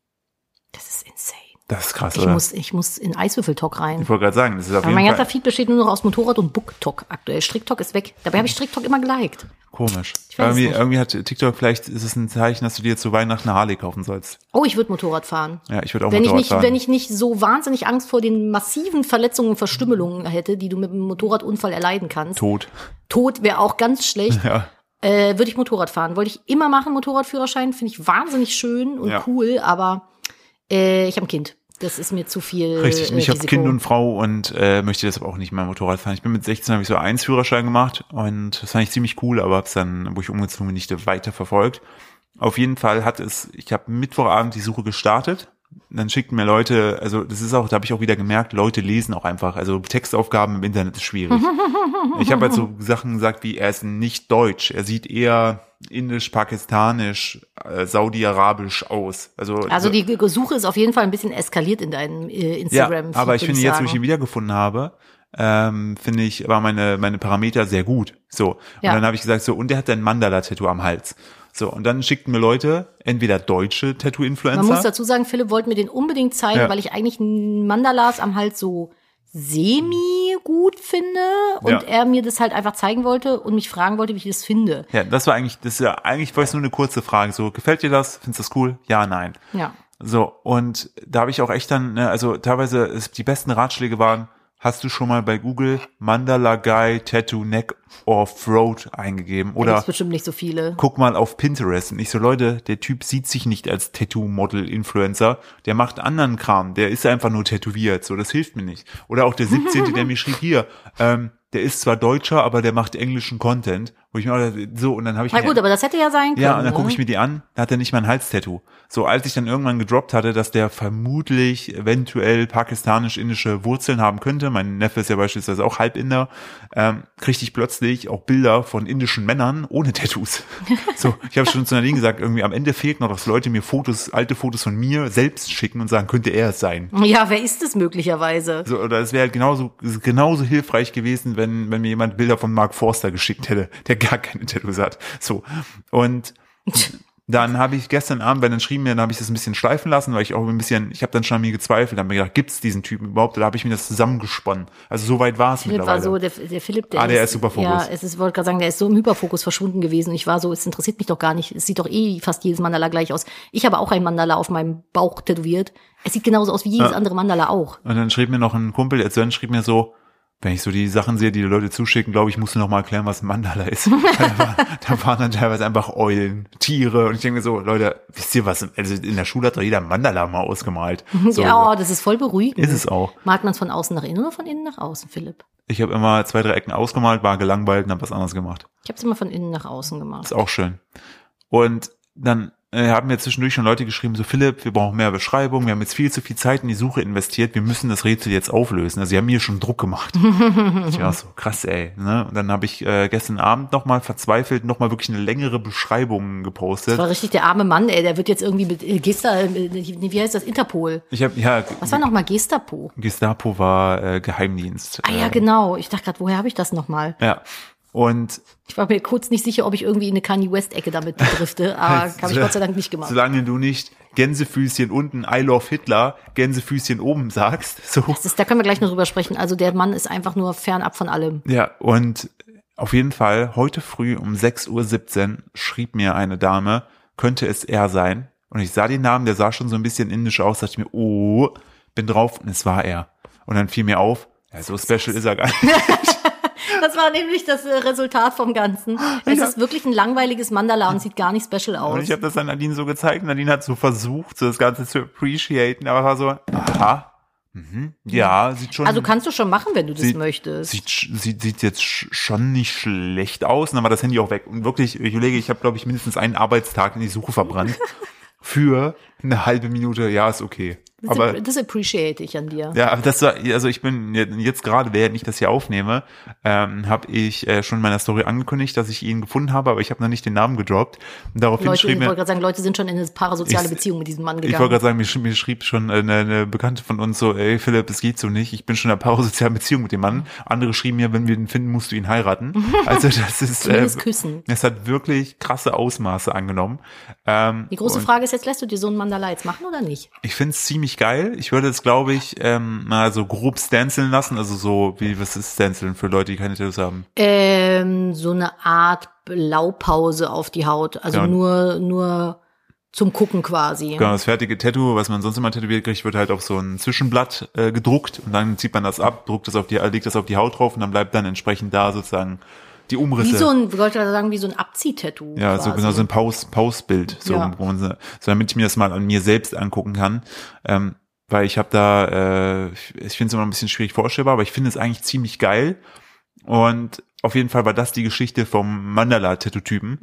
[SPEAKER 2] Das ist insane.
[SPEAKER 1] Das ist krass,
[SPEAKER 2] Ich
[SPEAKER 1] oder?
[SPEAKER 2] muss, ich muss in Eiswürfel-Talk rein.
[SPEAKER 1] ich wollte gerade sagen, das ist auf
[SPEAKER 2] Aber
[SPEAKER 1] jeden
[SPEAKER 2] mein
[SPEAKER 1] Fall
[SPEAKER 2] ganzer Feed besteht nur noch aus Motorrad und Book-Talk aktuell. Strick-Talk ist weg. Dabei habe ich Strick-Talk immer geliked.
[SPEAKER 1] komisch.
[SPEAKER 2] Ich weiß es
[SPEAKER 1] Irgendwie,
[SPEAKER 2] nicht.
[SPEAKER 1] irgendwie hat TikTok, vielleicht ist es ein Zeichen, dass du dir zu Weihnachten eine Harley kaufen sollst.
[SPEAKER 2] Oh, ich würde Motorrad fahren.
[SPEAKER 1] Ja, ich würde auch
[SPEAKER 2] Wenn ich,
[SPEAKER 1] Motorrad
[SPEAKER 2] nicht,
[SPEAKER 1] fahren.
[SPEAKER 2] wenn ich nicht so wahnsinnig Angst vor den massiven Verletzungen und Verstümmelungen hätte, die du mit einem Motorradunfall erleiden kannst.
[SPEAKER 1] Tot.
[SPEAKER 2] Tod wäre auch ganz schlecht.
[SPEAKER 1] Ja.
[SPEAKER 2] Äh, würde ich Motorrad fahren. Wollte ich immer machen, Motorradführerschein. Finde ich wahnsinnig schön und
[SPEAKER 1] Ja.
[SPEAKER 2] cool, aber äh, ich habe ein Kind. Das ist mir zu viel.
[SPEAKER 1] Richtig,
[SPEAKER 2] äh,
[SPEAKER 1] und ich habe
[SPEAKER 2] Risiko.
[SPEAKER 1] Kind und Frau und äh, möchte deshalb auch nicht mehr Motorrad fahren. Ich bin mit 16, habe ich so eins Führerschein gemacht und das fand ich ziemlich cool, aber habe es dann, wo ich umgezogen bin, nicht weiter verfolgt. Auf jeden Fall hat es, ich habe Mittwochabend die Suche gestartet. Dann schickten mir Leute, also das ist auch, da habe ich auch wieder gemerkt, Leute lesen auch einfach. Also Textaufgaben im Internet ist schwierig. Ich habe halt so Sachen gesagt wie, er ist nicht deutsch, er sieht eher indisch, pakistanisch, äh, saudi-arabisch aus. Also,
[SPEAKER 2] Also
[SPEAKER 1] so-
[SPEAKER 2] die G- Suche ist auf jeden Fall ein bisschen eskaliert in deinem äh,
[SPEAKER 1] ja,
[SPEAKER 2] instagram feed
[SPEAKER 1] aber ich
[SPEAKER 2] würd
[SPEAKER 1] finde jetzt, wo
[SPEAKER 2] sagen.
[SPEAKER 1] ich ihn wiedergefunden habe, ähm, finde ich, war meine, meine Parameter sehr gut. So. Und
[SPEAKER 2] Ja.
[SPEAKER 1] dann habe ich gesagt, so, und der hat ein Mandala-Tattoo am Hals. So, und dann schickten mir Leute, entweder deutsche
[SPEAKER 2] Man muss
[SPEAKER 1] Tattoo-Influencer.
[SPEAKER 2] dazu sagen, Philipp wollte mir den unbedingt zeigen,
[SPEAKER 1] Ja.
[SPEAKER 2] weil ich eigentlich Mandalas am Hals so semi gut finde und
[SPEAKER 1] Ja.
[SPEAKER 2] er mir das halt einfach zeigen wollte und mich fragen wollte, wie ich das finde.
[SPEAKER 1] Ja, das war eigentlich, das ist ja eigentlich war es nur eine kurze Frage. So, gefällt dir das? Findest du das cool? Ja, nein.
[SPEAKER 2] Ja.
[SPEAKER 1] So, und da habe ich auch echt dann, ne, also teilweise ist, die besten Ratschläge waren, hast du schon mal bei Google Mandala Guy Tattoo Neck Off-Road eingegeben?
[SPEAKER 2] Da
[SPEAKER 1] Oder
[SPEAKER 2] gibt's bestimmt nicht so viele.
[SPEAKER 1] guck mal auf Pinterest. Und ich so, Leute, der Typ sieht sich nicht als Tattoo-Model-Influencer. Der macht anderen Kram. Der ist einfach nur tätowiert. So, das hilft mir nicht. Oder auch der 17., der mir schrieb, hier, ähm, der ist zwar Deutscher, aber der macht englischen Content. Wo ich mir auch dachte, so, und dann habe ich
[SPEAKER 2] Na
[SPEAKER 1] mir-
[SPEAKER 2] gut, aber das hätte ja sein können.
[SPEAKER 1] ja, und dann
[SPEAKER 2] ne?
[SPEAKER 1] gucke ich mir die an, da hat er nicht mal ein Halstattoo. So, als ich dann irgendwann gedroppt hatte, dass der vermutlich eventuell pakistanisch-indische Wurzeln haben könnte, mein Neffe ist ja beispielsweise auch Halbinder, ähm, kriegte ich plötzlich auch Bilder von indischen Männern ohne Tattoos. So, ich habe schon zu Nadine gesagt, irgendwie am Ende fehlt noch, dass Leute mir Fotos, alte Fotos von mir selbst schicken und sagen, könnte er es sein.
[SPEAKER 2] ja, wer ist es möglicherweise?
[SPEAKER 1] So, oder es wäre halt genauso, genauso hilfreich gewesen, wenn, wenn mir jemand Bilder von Mark Forster geschickt hätte, der gar keine Tattoos hat. So. Und dann habe ich gestern Abend, weil dann schrieben mir, dann habe ich das ein bisschen schleifen lassen, weil ich auch ein bisschen, ich habe dann schon an mir gezweifelt, habe mir gedacht, gibt's diesen Typen überhaupt? Oder habe ich mir das zusammengesponnen? Also so weit war es
[SPEAKER 2] Philipp war
[SPEAKER 1] mittlerweile.
[SPEAKER 2] so, der, der Philipp, der
[SPEAKER 1] Ah, der ist Superfokus.
[SPEAKER 2] Ja, es ist, wollte gerade sagen, der ist so im Hyperfokus verschwunden gewesen. Und ich war so, es interessiert mich doch gar nicht. Es sieht doch eh fast jedes Mandala gleich aus. Ich habe auch ein Mandala auf meinem Bauch tätowiert. Es sieht genauso aus wie
[SPEAKER 1] Ah.
[SPEAKER 2] jedes andere Mandala auch.
[SPEAKER 1] Und dann schrieb mir noch ein Kumpel, der Sven schrieb mir so, wenn ich so die Sachen sehe, die die Leute zuschicken, glaube ich, musst du noch mal erklären, was ein Mandala ist. Weil da, waren, da waren dann teilweise einfach Eulen, Tiere. Und ich denke mir so, Leute, wisst ihr was? Also in der Schule hat doch jeder ein Mandala mal ausgemalt. So,
[SPEAKER 2] ja, oh, das ist voll beruhigend.
[SPEAKER 1] Ist es auch.
[SPEAKER 2] Malt man es von außen nach innen oder von innen nach außen, Philipp?
[SPEAKER 1] Ich habe immer zwei, drei Ecken ausgemalt, war gelangweilt und habe was anderes gemacht.
[SPEAKER 2] Ich habe es immer von innen nach außen gemacht.
[SPEAKER 1] Ist auch schön. Und dann äh, haben mir zwischendurch schon Leute geschrieben, so Philipp, wir brauchen mehr Beschreibung, wir haben jetzt viel zu viel Zeit in die Suche investiert, wir müssen das Rätsel jetzt auflösen. Also sie haben mir schon Druck gemacht. ich war so, krass, ey. Ne? Und dann habe ich äh, gestern Abend nochmal verzweifelt, nochmal wirklich eine längere Beschreibung gepostet.
[SPEAKER 2] Das war richtig der arme Mann, ey, der wird jetzt irgendwie mit äh, Gesta, äh, wie heißt das, Interpol.
[SPEAKER 1] Ich habe, ja,
[SPEAKER 2] Was war nochmal Gestapo?
[SPEAKER 1] Gestapo war äh, Geheimdienst.
[SPEAKER 2] Ah ja, genau. Ich dachte gerade, woher habe ich das nochmal?
[SPEAKER 1] Ja. Und
[SPEAKER 2] Ich war mir kurz nicht sicher, ob ich irgendwie in eine Kanye West-Ecke damit bedrifte, aber habe ich Gott sei Dank nicht gemacht.
[SPEAKER 1] solange du nicht Gänsefüßchen unten, I love Hitler, Gänsefüßchen oben sagst, so.
[SPEAKER 2] Das ist, da können wir gleich noch drüber sprechen. Also der Mann ist einfach nur fernab von allem.
[SPEAKER 1] Ja, und auf jeden Fall, heute früh um 6.17 Uhr schrieb mir eine Dame, könnte es er sein? Und ich sah den Namen, der sah schon so ein bisschen indisch aus, dachte ich mir, oh, bin drauf und es war er. Und dann fiel mir auf, ja, so special ist er gar nicht.
[SPEAKER 2] Das war nämlich das äh, Resultat vom Ganzen. Es ist wirklich ein langweiliges Mandala und sieht gar nicht special
[SPEAKER 1] Und
[SPEAKER 2] aus.
[SPEAKER 1] ich habe das dann Nadine so gezeigt. Nadine hat so versucht, so das Ganze zu appreciaten, aber war so, aha, mhm, ja, sieht schon.
[SPEAKER 2] Also kannst du schon machen, wenn du das
[SPEAKER 1] Sie-
[SPEAKER 2] möchtest.
[SPEAKER 1] sieht, sch- sieht, sieht jetzt sch- schon nicht schlecht aus. Und dann war das Handy auch weg. Und wirklich, ich überlege, ich habe, glaube ich, mindestens einen Arbeitstag in die Suche verbrannt. für eine halbe Minute, ja, ist okay.
[SPEAKER 2] Das,
[SPEAKER 1] Aber
[SPEAKER 2] das appreciate ich an dir.
[SPEAKER 1] ja, aber das war, also ich bin je- jetzt gerade, während ich das hier aufnehme, ähm, habe ich äh, schon in meiner Story angekündigt, dass ich ihn gefunden habe, aber ich habe noch nicht den Namen gedroppt. Und daraufhin
[SPEAKER 2] Leute, ich
[SPEAKER 1] schrieb
[SPEAKER 2] wollte
[SPEAKER 1] mir,
[SPEAKER 2] gerade sagen, Leute sind schon in eine parasoziale
[SPEAKER 1] Ich-
[SPEAKER 2] Beziehung mit diesem Mann
[SPEAKER 1] ich wollte
[SPEAKER 2] gegangen.
[SPEAKER 1] gerade sagen, mir, sch- mir schrieb schon eine, eine Bekannte von uns so, ey Philipp, es geht so nicht, ich bin schon in einer parasozialen Beziehung mit dem Mann. Andere schrieben mir, wenn wir den finden, musst du ihn heiraten. Also das ist, äh,
[SPEAKER 2] Zumindest küssen.
[SPEAKER 1] es hat wirklich krasse Ausmaße angenommen. Ähm,
[SPEAKER 2] Die große
[SPEAKER 1] und
[SPEAKER 2] Frage ist jetzt, lässt du dir so einen Mandala jetzt machen oder nicht?
[SPEAKER 1] Ich finde es ziemlich geil. Ich würde es, glaube ich, ähm, mal so grob stenciln lassen. Also so, wie, was ist stenciln für Leute, die keine Tattoos haben?
[SPEAKER 2] Ähm, so eine Art Blaupause auf die Haut. Also
[SPEAKER 1] Ja.
[SPEAKER 2] nur, nur zum Gucken quasi.
[SPEAKER 1] Genau, das fertige Tattoo, was man sonst immer tätowiert kriegt, wird halt auf so ein Zwischenblatt äh, gedruckt und dann zieht man das ab, druckt das auf die, legt das auf die Haut drauf und dann bleibt dann entsprechend da sozusagen die Umrisse.
[SPEAKER 2] Wie so ein, ich wollte gerade sagen, wie so ein Abziehtattoo.
[SPEAKER 1] ja, so,
[SPEAKER 2] quasi.
[SPEAKER 1] genau, so ein Paus, Pausbild, so,
[SPEAKER 2] Ja.
[SPEAKER 1] wo man so, so, damit ich mir das mal an mir selbst angucken kann. Ähm, weil ich habe da, äh, ich, ich finde es immer ein bisschen schwierig vorstellbar, aber ich finde es eigentlich ziemlich geil. Und auf jeden Fall war das die Geschichte vom Mandala-Tattoo-Typen.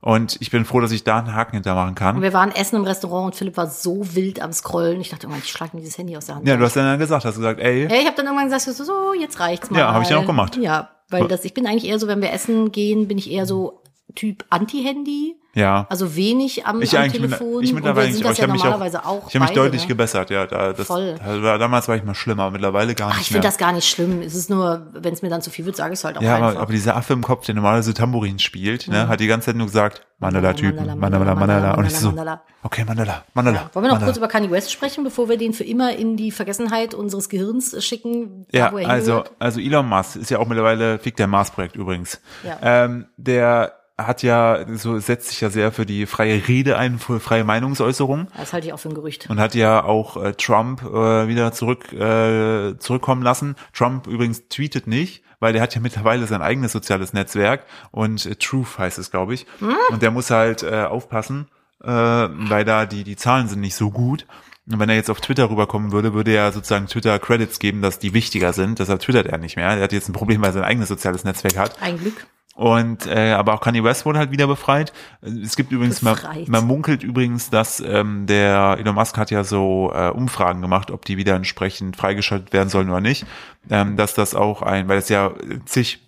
[SPEAKER 1] Und ich bin froh, dass ich da einen Haken hintermachen kann.
[SPEAKER 2] Und Hm. wir waren essen im Restaurant und Philipp war so wild am Scrollen. Ich dachte, irgendwann, ich schlage mir dieses Handy aus der Hand.
[SPEAKER 1] Ja, du hast dann gesagt, hast gesagt, ey,
[SPEAKER 2] Ja, ich habe dann irgendwann gesagt, so, so, jetzt reicht's mal.
[SPEAKER 1] Ja, hab ich ja auch gemacht.
[SPEAKER 2] Ja, weil das, ich bin eigentlich eher so, wenn wir essen gehen, bin ich eher so Typ Anti-Handy.
[SPEAKER 1] ja.
[SPEAKER 2] Also wenig am,
[SPEAKER 1] Ich
[SPEAKER 2] am
[SPEAKER 1] eigentlich mit-
[SPEAKER 2] Telefon.
[SPEAKER 1] ich
[SPEAKER 2] Und
[SPEAKER 1] mittlerweile
[SPEAKER 2] wir
[SPEAKER 1] nicht,
[SPEAKER 2] sind
[SPEAKER 1] aber ich
[SPEAKER 2] das ja
[SPEAKER 1] habe mich auch,
[SPEAKER 2] normalerweise auch.
[SPEAKER 1] ich habe mich
[SPEAKER 2] beide,
[SPEAKER 1] deutlich
[SPEAKER 2] ne?
[SPEAKER 1] gebessert, ja, da, das,
[SPEAKER 2] Voll.
[SPEAKER 1] da war- damals war ich mal schlimmer, mittlerweile gar
[SPEAKER 2] Ach,
[SPEAKER 1] nicht
[SPEAKER 2] ich
[SPEAKER 1] mehr.
[SPEAKER 2] finde das gar nicht schlimm. Es ist nur, wenn es mir dann zu viel wird, sage ich es halt auch
[SPEAKER 1] ja, aber,
[SPEAKER 2] einfach. Mhm.
[SPEAKER 1] aber dieser Affe im Kopf, der normalerweise Tambourin spielt, ne, hat die ganze Zeit nur gesagt, Mandala-Typen, Mandala, Mandala, Mandala, und ich so,
[SPEAKER 2] Mandala.
[SPEAKER 1] okay, Mandala, Mandala,
[SPEAKER 2] Wollen wir noch
[SPEAKER 1] Mandala.
[SPEAKER 2] kurz über Kanye West sprechen, bevor wir den für immer in die Vergessenheit unseres Gehirns schicken? da,
[SPEAKER 1] Ja,
[SPEAKER 2] wo er
[SPEAKER 1] also,
[SPEAKER 2] hingehört?
[SPEAKER 1] also Elon Musk ist ja auch mittlerweile, fickt der Mars-Projekt übrigens.
[SPEAKER 2] Ja.
[SPEAKER 1] Ähm, der hat ja, so setzt sich ja sehr für die freie Rede ein, für freie Meinungsäußerung.
[SPEAKER 2] Das halte ich auch für ein Gerücht.
[SPEAKER 1] und hat ja auch äh, Trump äh, wieder zurück äh, zurückkommen lassen. Trump übrigens tweetet nicht, weil der hat ja mittlerweile sein eigenes soziales Netzwerk und äh, Truth heißt es, glaube ich. Und der muss halt äh, aufpassen, äh, weil da die die Zahlen sind nicht so gut. Und wenn er jetzt auf Twitter rüberkommen würde, würde er sozusagen Twitter Credits geben, dass die wichtiger sind. Deshalb twittert er nicht mehr. Er hat jetzt ein Problem, weil er sein eigenes soziales Netzwerk hat.
[SPEAKER 2] Ein Glück.
[SPEAKER 1] Und äh, aber auch Kanye West wurde halt wieder befreit. Es gibt übrigens man,
[SPEAKER 2] Befreit.
[SPEAKER 1] man munkelt übrigens, dass ähm, der Elon Musk hat ja so äh, Umfragen gemacht, ob die wieder entsprechend freigeschaltet werden sollen oder nicht.
[SPEAKER 2] Mhm.
[SPEAKER 1] Ähm, dass das auch ein, weil es ja zig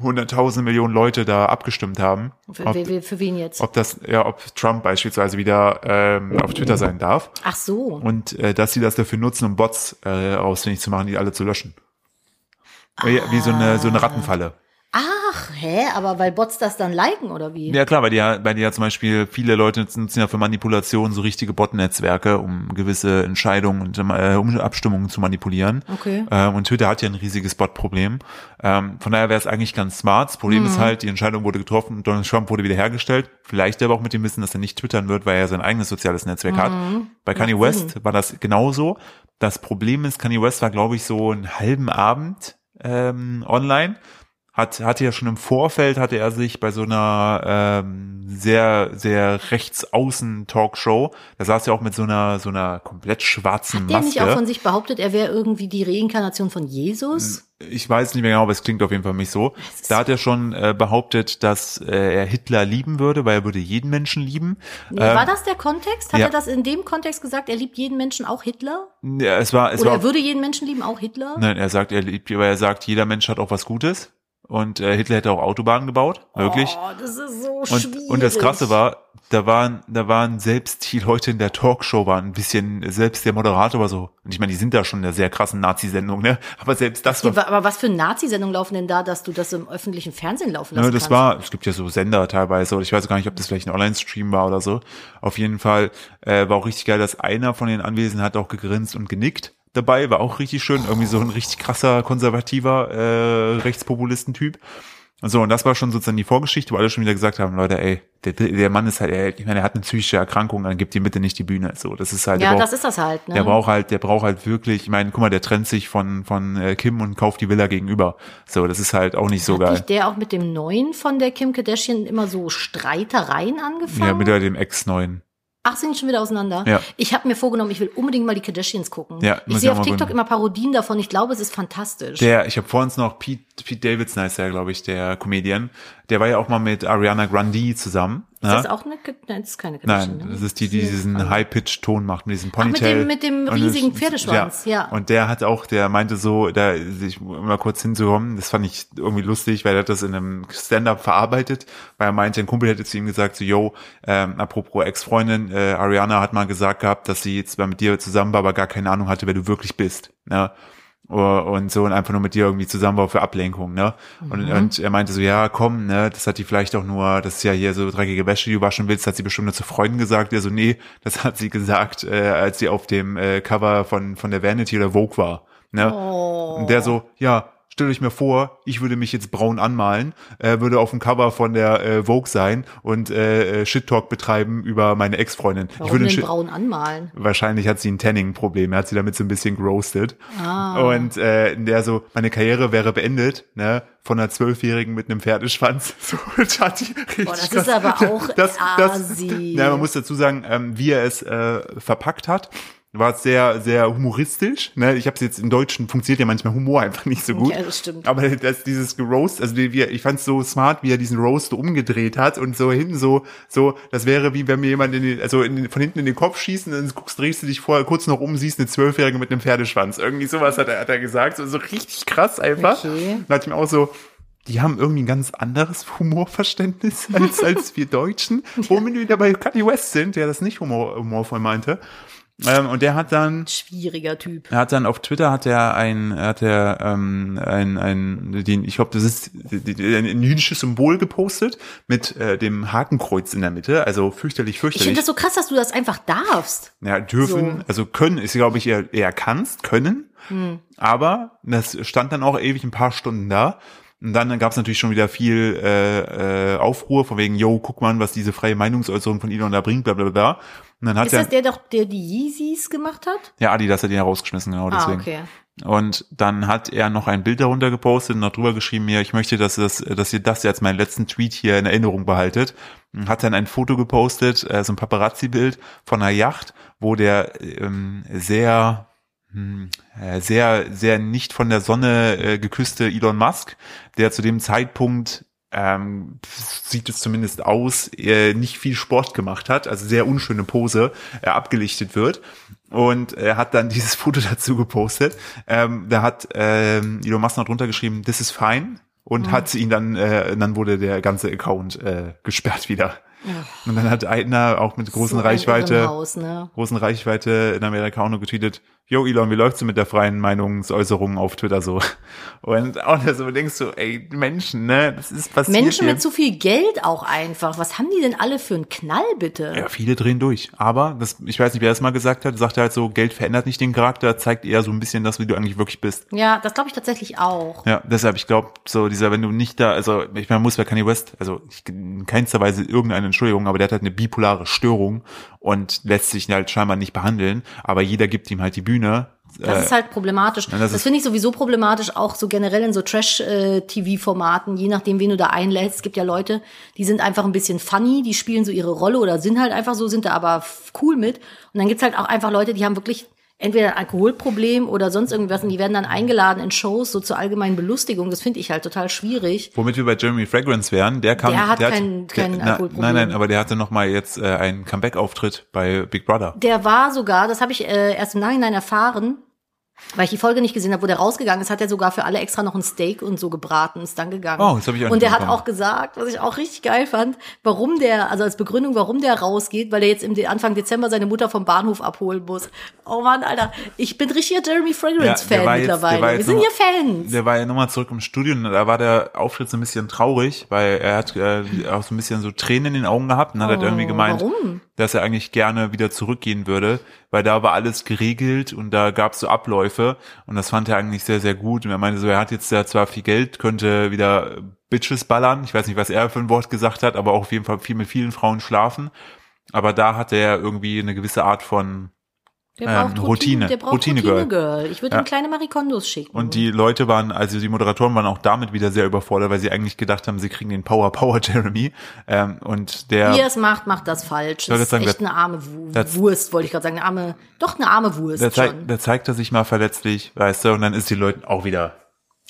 [SPEAKER 1] hunderttausend Millionen Leute da abgestimmt haben,
[SPEAKER 2] Für,
[SPEAKER 1] ob,
[SPEAKER 2] wer- wer- für wen jetzt?
[SPEAKER 1] ob das ja ob Trump beispielsweise wieder ähm, auf Twitter sein darf
[SPEAKER 2] Ach so.
[SPEAKER 1] und äh, dass sie das dafür nutzen, um Bots äh, ausfindig zu machen, die alle zu löschen. Wie, wie so eine
[SPEAKER 2] Ah.
[SPEAKER 1] so eine Rattenfalle.
[SPEAKER 2] Ach, hä? Aber weil Bots das dann liken oder wie?
[SPEAKER 1] Ja klar, weil die ja, weil die ja zum Beispiel viele Leute nutzen ja für Manipulation so richtige Bot-Netzwerke, um gewisse Entscheidungen und äh, um Abstimmungen zu manipulieren.
[SPEAKER 2] Okay.
[SPEAKER 1] Ähm, und Twitter hat ja ein riesiges Bot-Problem. Ähm, von daher wäre es eigentlich ganz smart. Das Problem
[SPEAKER 2] Mhm.
[SPEAKER 1] ist halt, die Entscheidung wurde getroffen und Donald Trump wurde wiederhergestellt. Vielleicht aber auch mit dem Wissen, dass er nicht twittern wird, weil er sein eigenes soziales Netzwerk hat.
[SPEAKER 2] Mhm.
[SPEAKER 1] Bei Kanye West war das genauso. Das Problem ist, Kanye West war, glaube ich, so einen halben Abend ähm, online hat, hatte ja schon im Vorfeld, hatte er sich bei so einer ähm, sehr, sehr rechtsaußen Talkshow, da saß er auch mit so einer, so einer komplett schwarzen
[SPEAKER 2] Hat der nicht
[SPEAKER 1] Maske.
[SPEAKER 2] auch von sich behauptet, er wäre irgendwie die Reinkarnation von Jesus?
[SPEAKER 1] ich weiß nicht mehr genau, aber es klingt auf jeden Fall nicht so.
[SPEAKER 2] ist-
[SPEAKER 1] Da hat er schon äh, behauptet, dass äh, er Hitler lieben würde, weil er würde jeden Menschen lieben. Ähm,
[SPEAKER 2] War das der Kontext? Hat
[SPEAKER 1] ja.
[SPEAKER 2] er das in dem Kontext gesagt, er liebt jeden Menschen, auch Hitler?
[SPEAKER 1] Ähm, ja, es war, es
[SPEAKER 2] Oder
[SPEAKER 1] war,
[SPEAKER 2] er würde jeden Menschen lieben, auch Hitler?
[SPEAKER 1] Nein, er sagt, er liebt, weil er sagt, jeder Mensch hat auch was Gutes. Und äh, Hitler hätte auch Autobahnen gebaut, wirklich.
[SPEAKER 2] Oh, das ist so
[SPEAKER 1] Und,
[SPEAKER 2] schwierig.
[SPEAKER 1] und das Krasse war, da waren, da waren selbst die Leute in der Talkshow waren ein bisschen, selbst der Moderator war so, und ich meine, die sind da schon in der sehr krassen Nazi-Sendung, ne? Aber selbst das war.
[SPEAKER 2] Ja, wa- aber was für Nazi-Sendungen laufen denn da, dass du das im öffentlichen Fernsehen laufen lassen
[SPEAKER 1] Ne, das
[SPEAKER 2] kannst?
[SPEAKER 1] war, es gibt ja so Sender teilweise, oder ich weiß gar nicht, ob das vielleicht ein Online-Stream war oder so. Auf jeden Fall äh, war auch richtig geil, dass einer von den Anwesenden hat auch gegrinst und genickt dabei, war auch richtig schön, irgendwie so ein richtig krasser, konservativer äh, Rechtspopulistentyp. So, und das war schon sozusagen die Vorgeschichte, wo alle schon wieder gesagt haben, Leute, ey, der, der Mann ist halt, ey, ich meine, er hat eine psychische Erkrankung, dann gibt ihm bitte nicht die Bühne. So, das ist halt
[SPEAKER 2] ja,
[SPEAKER 1] der
[SPEAKER 2] das
[SPEAKER 1] braucht-
[SPEAKER 2] ist das halt. Ne?
[SPEAKER 1] der braucht halt, der braucht halt wirklich, ich meine, guck mal, der trennt sich von, von äh, Kim und kauft die Villa gegenüber. So, das ist halt auch nicht so
[SPEAKER 2] Hat
[SPEAKER 1] geil.
[SPEAKER 2] nicht der auch mit dem Neuen von der Kim Kardashian immer so Streitereien angefangen?
[SPEAKER 1] Ja, mit der- dem Ex-Neuen.
[SPEAKER 2] Ach, sind die schon wieder auseinander?
[SPEAKER 1] Ja.
[SPEAKER 2] Ich habe mir vorgenommen, ich will unbedingt mal die Kardashians gucken.
[SPEAKER 1] Ja, muss
[SPEAKER 2] ich
[SPEAKER 1] ich
[SPEAKER 2] sehe
[SPEAKER 1] auch
[SPEAKER 2] auf
[SPEAKER 1] mal
[SPEAKER 2] TikTok
[SPEAKER 1] gucken.
[SPEAKER 2] immer Parodien davon. Ich glaube, es ist fantastisch.
[SPEAKER 1] Der, ich habe vorhin noch Pete, Pete Davidson heißt der, glaube ich, der Comedian. Der war ja auch mal mit Ariana Grande zusammen.
[SPEAKER 2] ist
[SPEAKER 1] ne?
[SPEAKER 2] das auch eine Ka- Nein, das ist keine Kardashian.
[SPEAKER 1] Nein,
[SPEAKER 2] ne?
[SPEAKER 1] das ist die, die diesen High-Pitch-Ton macht, mit diesem Ponytail.
[SPEAKER 2] dem- mit dem
[SPEAKER 1] Und das-
[SPEAKER 2] riesigen Pferdeschwanz, ja.
[SPEAKER 1] Und der hat auch, der meinte so, da, ich, um mal kurz hinzukommen, das fand ich irgendwie lustig, weil er hat das in einem Stand-Up verarbeitet, weil er meinte, ein Kumpel hätte zu ihm gesagt, so, yo, ähm, apropos Ex-Freundin, äh, Ariana hat mal gesagt gehabt, dass sie jetzt mit dir zusammen war, aber gar keine Ahnung hatte, wer du wirklich bist, ne? und so und einfach nur mit dir irgendwie zusammen war für Ablenkung, ne? Und, und er meinte so, ja, komm, ne, das hat die vielleicht auch nur, das ist ja hier so dreckige Wäsche, die du waschen willst, hat sie bestimmt nur zu Freunden gesagt. Er so, nee, das hat sie gesagt, äh, als sie auf dem äh, Cover von, von der Vanity oder Vogue war, ne? Und der so, ja, stell euch mir vor, ich würde mich jetzt braun anmalen, äh, würde auf dem Cover von der äh, Vogue sein und äh, äh, Shit-Talk betreiben über meine Ex-Freundin. Ich
[SPEAKER 2] Warum
[SPEAKER 1] würde
[SPEAKER 2] den
[SPEAKER 1] Shit-
[SPEAKER 2] braun anmalen?
[SPEAKER 1] wahrscheinlich hat sie ein Tanning-Problem. Er hat sie damit so ein bisschen groasted.
[SPEAKER 2] Ah.
[SPEAKER 1] Und äh, der so, meine Karriere wäre beendet, ne? Von einer Zwölfjährigen mit einem Pferdeschwanz. So, das hat die richtig
[SPEAKER 2] das
[SPEAKER 1] krass-
[SPEAKER 2] ist aber auch assi.
[SPEAKER 1] Ja, man muss dazu sagen, ähm, wie er es äh, verpackt hat. War sehr, sehr humoristisch. Ne? Ich habe es jetzt im Deutschen funktioniert ja manchmal Humor einfach nicht so gut.
[SPEAKER 2] Ja, das stimmt.
[SPEAKER 1] Aber das, dieses Roast, also wie, wie- ich fand es so smart, wie er diesen Roast so umgedreht hat und so hinten so, so, das wäre wie wenn mir jemand in den, also in, den- von hinten in den Kopf schießt und dann guckst, drehst du dich vorher kurz noch um, siehst eine Zwölfjährige mit einem Pferdeschwanz. Irgendwie sowas hat er, hat er gesagt, so, so richtig krass einfach.
[SPEAKER 2] Okay.
[SPEAKER 1] Da dachte ich mir auch so, die haben irgendwie ein ganz anderes Humorverständnis als, als wir Deutschen. Womit wir wieder bei Kanye West sind, der das nicht humor, humorvoll meinte. Ähm, und der hat dann
[SPEAKER 2] Schwieriger Typ.
[SPEAKER 1] er hat dann auf Twitter hat er ein, hat er ähm, ein, ein den, ich glaube, das ist die- die- ein, ein jüdisches Symbol gepostet mit äh, dem Hakenkreuz in der Mitte, also fürchterlich,
[SPEAKER 2] Ich finde
[SPEAKER 1] fürchterlich.
[SPEAKER 2] das so krass, dass du das einfach darfst.
[SPEAKER 1] ja, dürfen,
[SPEAKER 2] so. Hm.
[SPEAKER 1] also können ist, glaube ich, eher, eher kannst, können. Aber das stand dann auch ewig ein paar Stunden da. Und dann gab es natürlich schon wieder viel äh, äh, Aufruhr von wegen, yo, guck mal, was diese freie Meinungsäußerung von Elon da bringt, bla bla bla. Und dann hat
[SPEAKER 2] Ist
[SPEAKER 1] er,
[SPEAKER 2] das der doch, der die Yeezys gemacht hat?
[SPEAKER 1] ja, Adidas hat ihn ja rausgeschmissen, genau deswegen.
[SPEAKER 2] Ah, okay.
[SPEAKER 1] Und dann hat er noch ein Bild darunter gepostet und noch drüber geschrieben, ja, ich möchte, dass, das, dass ihr das jetzt meinen letzten Tweet hier in Erinnerung behaltet. Und Hat dann ein Foto gepostet, äh, so ein Paparazzi-Bild von einer Yacht, wo der ähm, sehr, hm, äh, sehr, sehr nicht von der Sonne äh, geküsste Elon Musk, der zu dem Zeitpunkt ähm, sieht es zumindest aus, äh, nicht viel Sport gemacht hat, also sehr unschöne Pose, äh, abgelichtet wird. Und er hat dann dieses Foto dazu gepostet. Ähm, da hat ähm, Elon Musk noch drunter geschrieben, this is fine. Und hat ihn dann, äh, dann wurde der ganze Account äh, gesperrt wieder. Und dann hat einer auch mit großen
[SPEAKER 2] so
[SPEAKER 1] Reichweite
[SPEAKER 2] Haus, ne?
[SPEAKER 1] großen Reichweite in Amerika auch nur getweetet, yo Elon, wie läuft's denn mit der freien Meinungsäußerung auf Twitter so? Und auch da so denkst du, ey, Menschen, ne, das ist passiert
[SPEAKER 2] Menschen
[SPEAKER 1] hier.
[SPEAKER 2] mit zu viel Geld auch einfach. Was haben die denn alle für einen Knall, bitte?
[SPEAKER 1] ja, viele drehen durch. Aber das, ich weiß nicht, wer das mal gesagt hat, sagt halt so, Geld verändert nicht den Charakter, zeigt eher so ein bisschen das, wie du eigentlich wirklich bist.
[SPEAKER 2] Ja, das glaube ich tatsächlich auch.
[SPEAKER 1] Ja, deshalb, ich glaube, so dieser, wenn du nicht da, also ich meine, muss bei Kanye West, also ich, in keinster Weise irgendeine Entschuldigung, aber der hat halt eine bipolare Störung und lässt sich halt scheinbar nicht behandeln, aber jeder gibt ihm halt die Bühne.
[SPEAKER 2] Das ist halt problematisch.
[SPEAKER 1] Äh, das
[SPEAKER 2] Das,
[SPEAKER 1] ist-
[SPEAKER 2] finde ich sowieso problematisch, auch so generell in so Trash-TV-Formaten, je nachdem, wen du da einlädst. Es gibt ja Leute, die sind einfach ein bisschen funny, die spielen so ihre Rolle oder sind halt einfach so, sind da aber f- cool mit. Und dann gibt's halt auch einfach Leute, die haben wirklich entweder ein Alkoholproblem oder sonst irgendwas und die werden dann eingeladen in Shows, so zur allgemeinen Belustigung. Das finde ich halt total schwierig.
[SPEAKER 1] Womit wir bei Jeremy Fragrance wären, der kam.
[SPEAKER 2] Der hat kein- kein
[SPEAKER 1] der, na,
[SPEAKER 2] Alkoholproblem.
[SPEAKER 1] Nein, nein, aber der hatte nochmal jetzt äh, einen Comeback-Auftritt bei Big Brother.
[SPEAKER 2] Der war sogar, das habe ich äh, erst im Nachhinein erfahren, Weil ich die Folge nicht gesehen habe, wo der rausgegangen ist, hat er sogar für alle extra noch ein Steak und so gebraten, ist dann gegangen.
[SPEAKER 1] Oh, das hab ich auch
[SPEAKER 2] und
[SPEAKER 1] nicht
[SPEAKER 2] der hat
[SPEAKER 1] mitbekommen.
[SPEAKER 2] auch gesagt, was ich auch richtig geil fand, warum der, also als Begründung, warum der rausgeht, weil er jetzt im De- Anfang Dezember seine Mutter vom Bahnhof abholen muss. Oh Mann, Alter, ich bin richtiger Jeremy Fragrance-Fan
[SPEAKER 1] war jetzt- der
[SPEAKER 2] mittlerweile.
[SPEAKER 1] war
[SPEAKER 2] Wir
[SPEAKER 1] jetzt
[SPEAKER 2] sind
[SPEAKER 1] noch-
[SPEAKER 2] hier Fans.
[SPEAKER 1] Der war ja nochmal zurück im Studio und da war der Auftritt so ein bisschen traurig, weil er hat äh, auch so ein bisschen so Tränen in den Augen gehabt und hat halt irgendwie gemeint,
[SPEAKER 2] Oh, warum?
[SPEAKER 1] dass er eigentlich gerne wieder zurückgehen würde, weil da war alles geregelt und da gab es so Abläufe und das fand er eigentlich sehr, sehr gut. Und er meinte so, er hat jetzt ja zwar viel Geld, könnte wieder Bitches ballern, ich weiß nicht, was er für ein Wort gesagt hat, aber auch auf jeden Fall viel mit vielen Frauen schlafen. Aber da hatte er irgendwie eine gewisse Art von
[SPEAKER 2] Der
[SPEAKER 1] ähm, Routine.
[SPEAKER 2] der braucht Routine,
[SPEAKER 1] Routine
[SPEAKER 2] Girl.
[SPEAKER 1] Girl.
[SPEAKER 2] Ich würde ihm kleine Marikondos schicken.
[SPEAKER 1] Und die Leute waren, also die Moderatoren waren auch damit wieder sehr überfordert, weil sie eigentlich gedacht haben, sie kriegen den Power Power Jeremy. Ähm, und der,
[SPEAKER 2] Wie er es macht, macht das falsch.
[SPEAKER 1] wollte
[SPEAKER 2] Das ist
[SPEAKER 1] sagen,
[SPEAKER 2] echt
[SPEAKER 1] das-
[SPEAKER 2] eine arme Wu-
[SPEAKER 1] das-
[SPEAKER 2] Wurst, wollte ich gerade sagen. Eine arme, doch eine arme Wurst
[SPEAKER 1] der, zeig,
[SPEAKER 2] schon.
[SPEAKER 1] der zeigt er sich mal verletzlich, weißt du, und dann ist die Leuten auch wieder.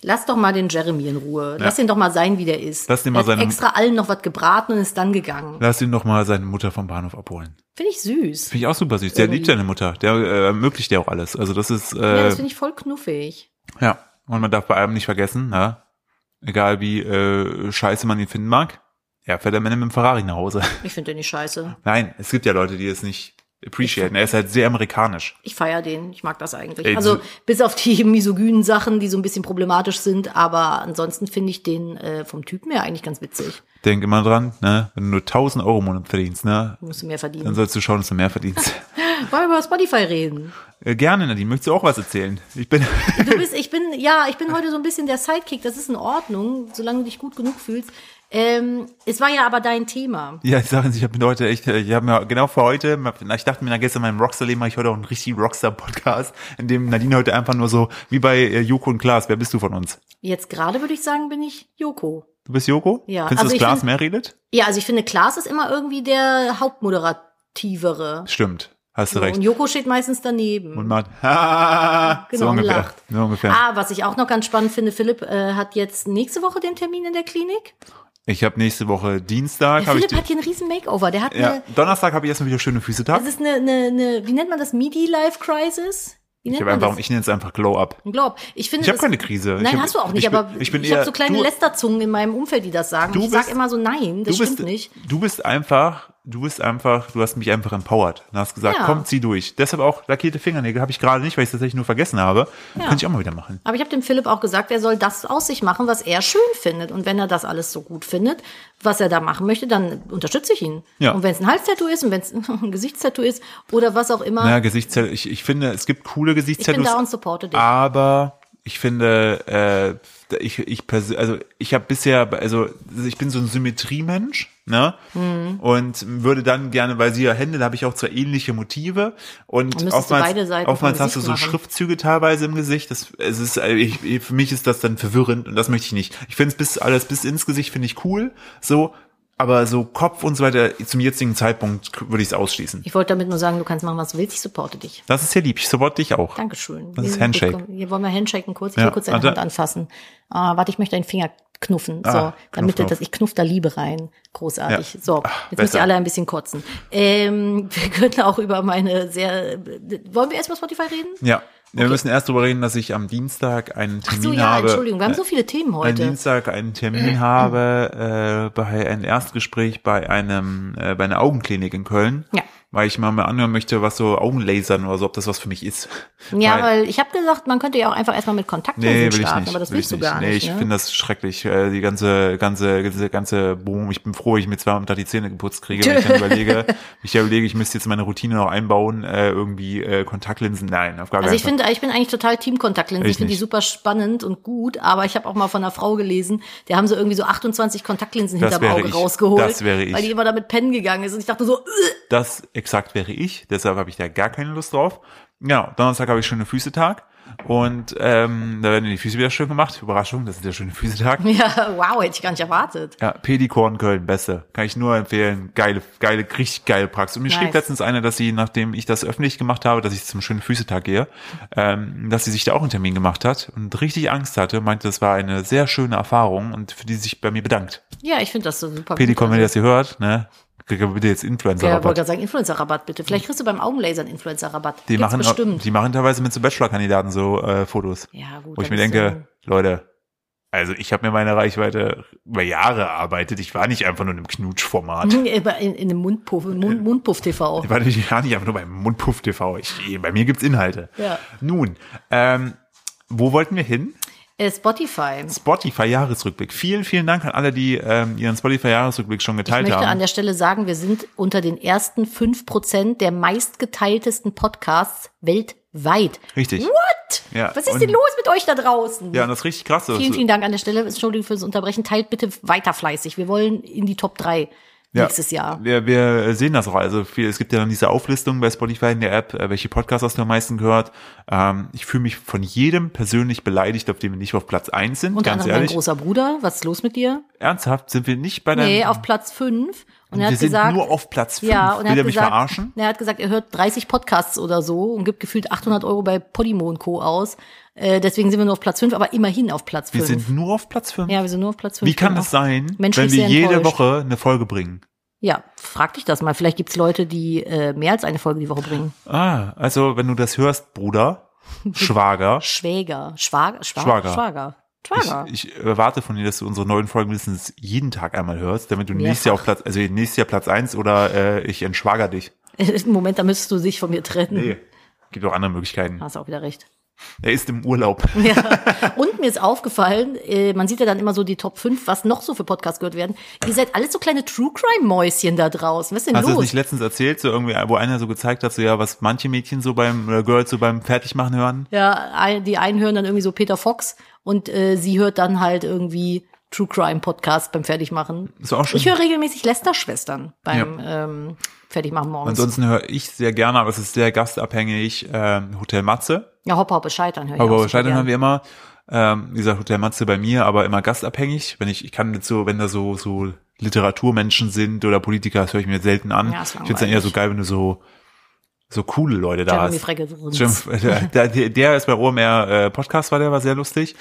[SPEAKER 2] Lass doch mal den Jeremy in Ruhe. Lass ihn doch mal sein, wie der ist.
[SPEAKER 1] Lass den mal
[SPEAKER 2] Er hat
[SPEAKER 1] seine-
[SPEAKER 2] extra allen noch was gebraten und ist dann gegangen.
[SPEAKER 1] Lass ihn doch mal seine Mutter vom Bahnhof abholen.
[SPEAKER 2] Finde ich süß.
[SPEAKER 1] Finde ich auch super süß. Der liebt seine Mutter. Der äh, ermöglicht ja auch alles. Also das ist,
[SPEAKER 2] Ja,
[SPEAKER 1] äh,
[SPEAKER 2] das finde ich voll knuffig.
[SPEAKER 1] ja. Und man darf bei allem nicht vergessen, na, egal wie äh, scheiße man ihn finden mag, er fährt am Ende mit dem Ferrari nach Hause.
[SPEAKER 2] Ich finde den nicht scheiße.
[SPEAKER 1] Nein, es gibt ja Leute, die es nicht appreciaten. Er ist halt sehr amerikanisch.
[SPEAKER 2] Ich feiere den. Ich mag das eigentlich.
[SPEAKER 1] Ey,
[SPEAKER 2] also
[SPEAKER 1] so-
[SPEAKER 2] bis auf die misogynen Sachen, die so ein bisschen problematisch sind. Aber ansonsten finde ich den äh, vom Typen her eigentlich ganz witzig.
[SPEAKER 1] Denk immer dran, ne? wenn du nur 1000 Euro im Monat verdienst, ne?
[SPEAKER 2] Musst du mehr
[SPEAKER 1] dann
[SPEAKER 2] verdienen.
[SPEAKER 1] sollst du schauen, dass du mehr verdienst.
[SPEAKER 2] Wollen wir über Spotify reden?
[SPEAKER 1] äh, gerne, Nadine, möchtest du auch was erzählen? Ich bin,
[SPEAKER 2] Du bist, ich bin, ja, ich bin heute so ein bisschen der Sidekick. Das ist in Ordnung, solange du dich gut genug fühlst. Ähm, es war ja aber dein Thema.
[SPEAKER 1] ja, ich sage es, ich bin heute echt, ich habe mir genau für heute, ich dachte mir dann gestern meinem Rockstar-Leben mache ich heute auch einen richtigen Rockstar-Podcast, in dem Nadine heute einfach nur so, wie bei äh, Joko und Klaas, wer bist du von uns?
[SPEAKER 2] Jetzt gerade würde ich sagen, bin ich Joko.
[SPEAKER 1] Du bist Joko?
[SPEAKER 2] Ja,
[SPEAKER 1] Findest
[SPEAKER 2] also
[SPEAKER 1] du,
[SPEAKER 2] ich
[SPEAKER 1] dass Klaas
[SPEAKER 2] find-
[SPEAKER 1] mehr redet?
[SPEAKER 2] Ja, also ich finde, Klaas ist immer irgendwie der Hauptmoderativere.
[SPEAKER 1] Stimmt, hast du
[SPEAKER 2] So,
[SPEAKER 1] recht.
[SPEAKER 2] und Joko steht meistens daneben.
[SPEAKER 1] Und macht,
[SPEAKER 2] Genau,
[SPEAKER 1] so
[SPEAKER 2] und
[SPEAKER 1] ungefähr.
[SPEAKER 2] lacht.
[SPEAKER 1] So ungefähr.
[SPEAKER 2] ah, was ich auch noch ganz spannend finde, Philipp äh, hat jetzt nächste Woche den Termin in der Klinik.
[SPEAKER 1] Ich habe nächste Woche Dienstag,
[SPEAKER 2] Der
[SPEAKER 1] habe ich,
[SPEAKER 2] Philipp
[SPEAKER 1] den-
[SPEAKER 2] hat hier einen riesen Makeover. Der hat
[SPEAKER 1] ja,
[SPEAKER 2] eine,
[SPEAKER 1] Donnerstag habe ich erstmal wieder schöne Füße Tag.
[SPEAKER 2] das ist eine, eine, eine, wie nennt man das? Midi-Life-Crisis? Wie
[SPEAKER 1] Ich
[SPEAKER 2] nennt
[SPEAKER 1] habe
[SPEAKER 2] man
[SPEAKER 1] einfach,
[SPEAKER 2] das?
[SPEAKER 1] ich nenne es einfach Glow Up.
[SPEAKER 2] Ein Glaub. Ich finde,
[SPEAKER 1] Ich habe
[SPEAKER 2] das-
[SPEAKER 1] keine Krise.
[SPEAKER 2] Nein,
[SPEAKER 1] ich hab,
[SPEAKER 2] hast du auch nicht,
[SPEAKER 1] ich bin,
[SPEAKER 2] aber
[SPEAKER 1] ich bin
[SPEAKER 2] ich
[SPEAKER 1] eher,
[SPEAKER 2] habe so kleine
[SPEAKER 1] du,
[SPEAKER 2] Lästerzungen in meinem Umfeld, die das sagen.
[SPEAKER 1] Du
[SPEAKER 2] ich sag
[SPEAKER 1] bist-
[SPEAKER 2] immer so, nein, das
[SPEAKER 1] du bist,
[SPEAKER 2] stimmt nicht.
[SPEAKER 1] Du bist einfach, du bist einfach, du hast mich einfach empowered und hast gesagt,
[SPEAKER 2] Ja.
[SPEAKER 1] komm, zieh durch. Deshalb auch lackierte Fingernägel habe ich gerade nicht, weil ich es tatsächlich nur vergessen habe.
[SPEAKER 2] Ja.
[SPEAKER 1] Kann ich auch mal wieder machen.
[SPEAKER 2] Aber ich habe dem Philipp auch gesagt, er soll das aus sich machen, was er schön findet. Und wenn er das alles so gut findet, was er da machen möchte, dann unterstütze ich ihn.
[SPEAKER 1] Ja.
[SPEAKER 2] Und wenn es ein Halstattoo ist und wenn es ein Gesichtstattoo ist oder was auch immer,
[SPEAKER 1] Naja, Gesichtszell, ich, ich finde, es gibt coole
[SPEAKER 2] ich bin da und
[SPEAKER 1] Gesichtszellen,
[SPEAKER 2] supporte dich.
[SPEAKER 1] Ah. aber ich finde, äh, ich, ich persönlich, also ich habe bisher, also ich bin so ein Symmetriemensch, ne?
[SPEAKER 2] Hm.
[SPEAKER 1] Und würde dann gerne, weil sie ja Hände, da habe ich auch zwei ähnliche Motive und
[SPEAKER 2] müsstest du
[SPEAKER 1] oftmals,
[SPEAKER 2] beide Seiten vom
[SPEAKER 1] oftmals hast du
[SPEAKER 2] Gesicht
[SPEAKER 1] so
[SPEAKER 2] machen.
[SPEAKER 1] Schriftzüge teilweise im Gesicht. Das, es ist, äh, ich, ich- für mich ist das dann verwirrend und das möchte ich nicht. Ich finde es bis alles bis ins Gesicht finde ich cool, so, aber so Kopf und so weiter zum jetzigen Zeitpunkt k- würde ich es ausschließen.
[SPEAKER 2] Ich wollte damit nur sagen, du kannst machen, was du willst, ich supporte dich.
[SPEAKER 1] Das ist ja lieb. Ich support dich auch.
[SPEAKER 2] Dankeschön.
[SPEAKER 1] Das
[SPEAKER 2] Wir
[SPEAKER 1] ist
[SPEAKER 2] sind
[SPEAKER 1] Handshake.
[SPEAKER 2] gut- Hier wollen wir handshaken kurz. Ich
[SPEAKER 1] Ja,
[SPEAKER 2] will kurz deine
[SPEAKER 1] warte.
[SPEAKER 2] Hand anfassen. Ah, warte, ich möchte deinen Finger knuffen. So,
[SPEAKER 1] Ah,
[SPEAKER 2] damit
[SPEAKER 1] knuff,
[SPEAKER 2] du
[SPEAKER 1] knuff.
[SPEAKER 2] das, ich knuff da Liebe rein. Großartig.
[SPEAKER 1] Ja.
[SPEAKER 2] So,
[SPEAKER 1] Ah,
[SPEAKER 2] jetzt müsst
[SPEAKER 1] besser.
[SPEAKER 2] ihr alle ein bisschen kotzen. Ähm, wir können auch über meine sehr, wollen wir erst über Spotify reden?
[SPEAKER 1] Ja. Wir müssen erst darüber reden, dass ich am Dienstag einen Termin
[SPEAKER 2] So, ja,
[SPEAKER 1] habe.
[SPEAKER 2] Entschuldigung, wir haben so viele Themen
[SPEAKER 1] am
[SPEAKER 2] heute.
[SPEAKER 1] Dienstag einen Termin habe äh, bei ein Erstgespräch bei einem äh, bei einer Augenklinik in Köln.
[SPEAKER 2] Ja.
[SPEAKER 1] Weil ich mal mir anhören möchte, was so Augenlasern oder so, ob das was für mich ist.
[SPEAKER 2] Ja, weil ich habe gesagt, man könnte ja auch einfach erstmal mit Kontaktlinsen
[SPEAKER 1] Nee, will ich
[SPEAKER 2] starten,
[SPEAKER 1] nicht.
[SPEAKER 2] aber das
[SPEAKER 1] will ich
[SPEAKER 2] willst du gar
[SPEAKER 1] Nee,
[SPEAKER 2] nicht.
[SPEAKER 1] ich
[SPEAKER 2] ne?
[SPEAKER 1] finde das schrecklich. äh, Die ganze, ganze, ganze, ganze Boom. Ich bin froh, ich mir zweimal am Tag die Zähne geputzt kriege, wenn ich dann überlege, wenn ich ja überlege, ich müsste jetzt meine Routine noch einbauen, äh, irgendwie äh, Kontaktlinsen. Nein, auf gar
[SPEAKER 2] Also
[SPEAKER 1] keinen
[SPEAKER 2] ich
[SPEAKER 1] Fall.
[SPEAKER 2] finde, ich bin eigentlich total Team Kontaktlinsen. Ich
[SPEAKER 1] Ich
[SPEAKER 2] finde die
[SPEAKER 1] nicht.
[SPEAKER 2] super spannend und gut, aber ich habe auch mal von einer Frau gelesen, der haben so irgendwie so 28 Kontaktlinsen
[SPEAKER 1] Das
[SPEAKER 2] hinterm
[SPEAKER 1] wäre
[SPEAKER 2] Auge
[SPEAKER 1] ich.
[SPEAKER 2] rausgeholt,
[SPEAKER 1] Das wäre ich.
[SPEAKER 2] weil die immer damit pennen gegangen ist und ich dachte so, äh,
[SPEAKER 1] Das exakt wäre ich, deshalb habe ich da gar keine Lust drauf. Genau, Donnerstag habe ich schöne Füße-Tag und ähm, da werden die Füße wieder schön gemacht. Überraschung, das ist der schöne Füße-Tag.
[SPEAKER 2] ja, wow, hätte ich gar nicht erwartet.
[SPEAKER 1] Ja, Pedikorn Köln, beste. Kann ich nur empfehlen. Geile, geile, richtig geile Praxis. Und mir
[SPEAKER 2] Nice.
[SPEAKER 1] schrieb letztens eine, dass sie, nachdem ich das öffentlich gemacht habe, dass ich zum schönen Füßetag gehe, ähm, dass sie sich da auch einen Termin gemacht hat und richtig Angst hatte, meinte, das war eine sehr schöne Erfahrung und für die sie sich bei mir bedankt.
[SPEAKER 2] Ja, ich finde das so super.
[SPEAKER 1] Pedikorn,
[SPEAKER 2] gut.
[SPEAKER 1] wenn ihr das hier hört, ne? bitte jetzt
[SPEAKER 2] Ja, ich wollte
[SPEAKER 1] Influencer-Rabatt.
[SPEAKER 2] gerade sagen, Influencer-Rabatt bitte. Vielleicht kriegst du beim Augenlasern Influencer-Rabatt.
[SPEAKER 1] die,
[SPEAKER 2] Gibt's
[SPEAKER 1] machen,
[SPEAKER 2] bestimmt.
[SPEAKER 1] die machen teilweise mit so Bachelor-Kandidaten so äh, Fotos.
[SPEAKER 2] ja, gut.
[SPEAKER 1] Wo ich
[SPEAKER 2] dann
[SPEAKER 1] mir
[SPEAKER 2] ist
[SPEAKER 1] denke, Leute, also ich habe mir meine Reichweite über Jahre erarbeitet. Ich war nicht einfach nur in einem Knutschformat.
[SPEAKER 2] ja- Aber in, in einem Mundpuff, in Mund, Mundpuff-TV.
[SPEAKER 1] Ich war nicht war nicht einfach nur beim Mundpuff TV. Ich, bei mir gibt's Inhalte.
[SPEAKER 2] Ja.
[SPEAKER 1] Nun, ähm, wo wollten wir hin?
[SPEAKER 2] Äh, Spotify.
[SPEAKER 1] Spotify-Jahresrückblick. Vielen, vielen Dank an alle, die ähm, ihren Spotify-Jahresrückblick schon
[SPEAKER 2] Ich
[SPEAKER 1] geteilt
[SPEAKER 2] möchte an
[SPEAKER 1] haben.
[SPEAKER 2] der Stelle sagen, wir sind unter den ersten 5% der meistgeteiltesten Podcasts weltweit.
[SPEAKER 1] Richtig.
[SPEAKER 2] What?
[SPEAKER 1] Ja,
[SPEAKER 2] Was ist
[SPEAKER 1] und-
[SPEAKER 2] denn los mit euch da draußen?
[SPEAKER 1] Ja, also und das ist richtig krass.
[SPEAKER 2] Vielen, vielen Dank an der Stelle. Entschuldigung fürs Unterbrechen. Teilt bitte weiter fleißig. Wir wollen in die Top 3
[SPEAKER 1] ja,
[SPEAKER 2] nächstes Jahr.
[SPEAKER 1] Wir, wir sehen das auch. Also viel, es gibt ja dann diese Auflistung bei Spotify in der App, äh, welche Podcasts hast du am meisten gehört. Ähm, ich fühle mich von jedem persönlich beleidigt, auf dem wir nicht auf Platz eins sind.
[SPEAKER 2] Unter
[SPEAKER 1] ganz
[SPEAKER 2] anderem mein
[SPEAKER 1] ehrlich.
[SPEAKER 2] großer Bruder. Was ist los mit dir?
[SPEAKER 1] Ernsthaft sind wir nicht bei deinem.
[SPEAKER 2] Nee, auf Platz 5. Und er
[SPEAKER 1] wir
[SPEAKER 2] hat
[SPEAKER 1] sind
[SPEAKER 2] gesagt,
[SPEAKER 1] nur auf Platz fünf.
[SPEAKER 2] ja, und
[SPEAKER 1] Will
[SPEAKER 2] er
[SPEAKER 1] er
[SPEAKER 2] hat,
[SPEAKER 1] mich
[SPEAKER 2] gesagt,
[SPEAKER 1] verarschen?
[SPEAKER 2] er hat gesagt, er hört 30 Podcasts oder so und gibt gefühlt 800 Euro bei Podimo und Co. aus. Äh, deswegen sind wir nur auf Platz 5, aber immerhin auf Platz 5.
[SPEAKER 1] Wir sind nur auf Platz fünf.
[SPEAKER 2] ja, wir sind nur auf Platz 5.
[SPEAKER 1] Wie kann das sein,
[SPEAKER 2] Menschlich
[SPEAKER 1] wenn wir
[SPEAKER 2] sehr
[SPEAKER 1] jede
[SPEAKER 2] enttäuscht.
[SPEAKER 1] Woche eine Folge bringen?
[SPEAKER 2] Ja, frag dich das mal. Vielleicht gibt's Leute, die äh, mehr als eine Folge die Woche bringen.
[SPEAKER 1] Ah, also wenn du das hörst, Bruder, Schwager,
[SPEAKER 2] Schwäger, Schwager, Schwager,
[SPEAKER 1] Schwager.
[SPEAKER 2] Schwager. Schwager.
[SPEAKER 1] ich, ich erwarte von dir, dass du unsere neuen Folgen mindestens jeden Tag einmal hörst, damit du
[SPEAKER 2] Mehrfach.
[SPEAKER 1] nächstes Jahr auf Platz, also nächstes Jahr Platz eins oder äh, ich entschwager dich.
[SPEAKER 2] Moment, da müsstest du dich von mir trennen.
[SPEAKER 1] Nee. Gibt auch andere Möglichkeiten.
[SPEAKER 2] Hast auch wieder recht.
[SPEAKER 1] Er ist im Urlaub.
[SPEAKER 2] Ja. Und mir ist aufgefallen, äh, man sieht ja dann immer so die Top 5, was noch so für Podcasts gehört werden. Ihr seid alles so kleine True Crime Mäuschen da draußen. Was ist denn
[SPEAKER 1] Hast du das
[SPEAKER 2] los?
[SPEAKER 1] nicht letztens erzählt, so irgendwie, wo einer so gezeigt hat, so ja, was manche Mädchen so beim oder Girls so beim Fertigmachen hören?
[SPEAKER 2] Ja, ein- die einen hören dann irgendwie so Peter Fox und äh, sie hört dann halt irgendwie True Crime Podcast beim Fertigmachen.
[SPEAKER 1] Ist auch schön.
[SPEAKER 2] Ich höre regelmäßig Lester Schwestern beim ähm, Fertigmachen morgens.
[SPEAKER 1] Ansonsten höre ich sehr gerne, aber es ist sehr gastabhängig, ähm, Hotel Matze.
[SPEAKER 2] ja, Hopper Bescheitern höre ich auch
[SPEAKER 1] Aber
[SPEAKER 2] super
[SPEAKER 1] Scheitern
[SPEAKER 2] gern.
[SPEAKER 1] haben wir immer, ähm, wie gesagt, Hotel Matze bei mir, aber immer gastabhängig. Wenn ich, ich kann jetzt so, wenn da so, so Literaturmenschen sind oder Politiker, das höre ich mir selten an.
[SPEAKER 2] Ja,
[SPEAKER 1] ich
[SPEAKER 2] ist
[SPEAKER 1] finde es dann eher so
[SPEAKER 2] langweilig.
[SPEAKER 1] geil, wenn du so, so coole Leute da
[SPEAKER 2] Jeremy
[SPEAKER 1] hast.
[SPEAKER 2] Frecke drin's.
[SPEAKER 1] Jeremy- der, der, der ist bei OMR äh, Podcast, war der, war sehr lustig.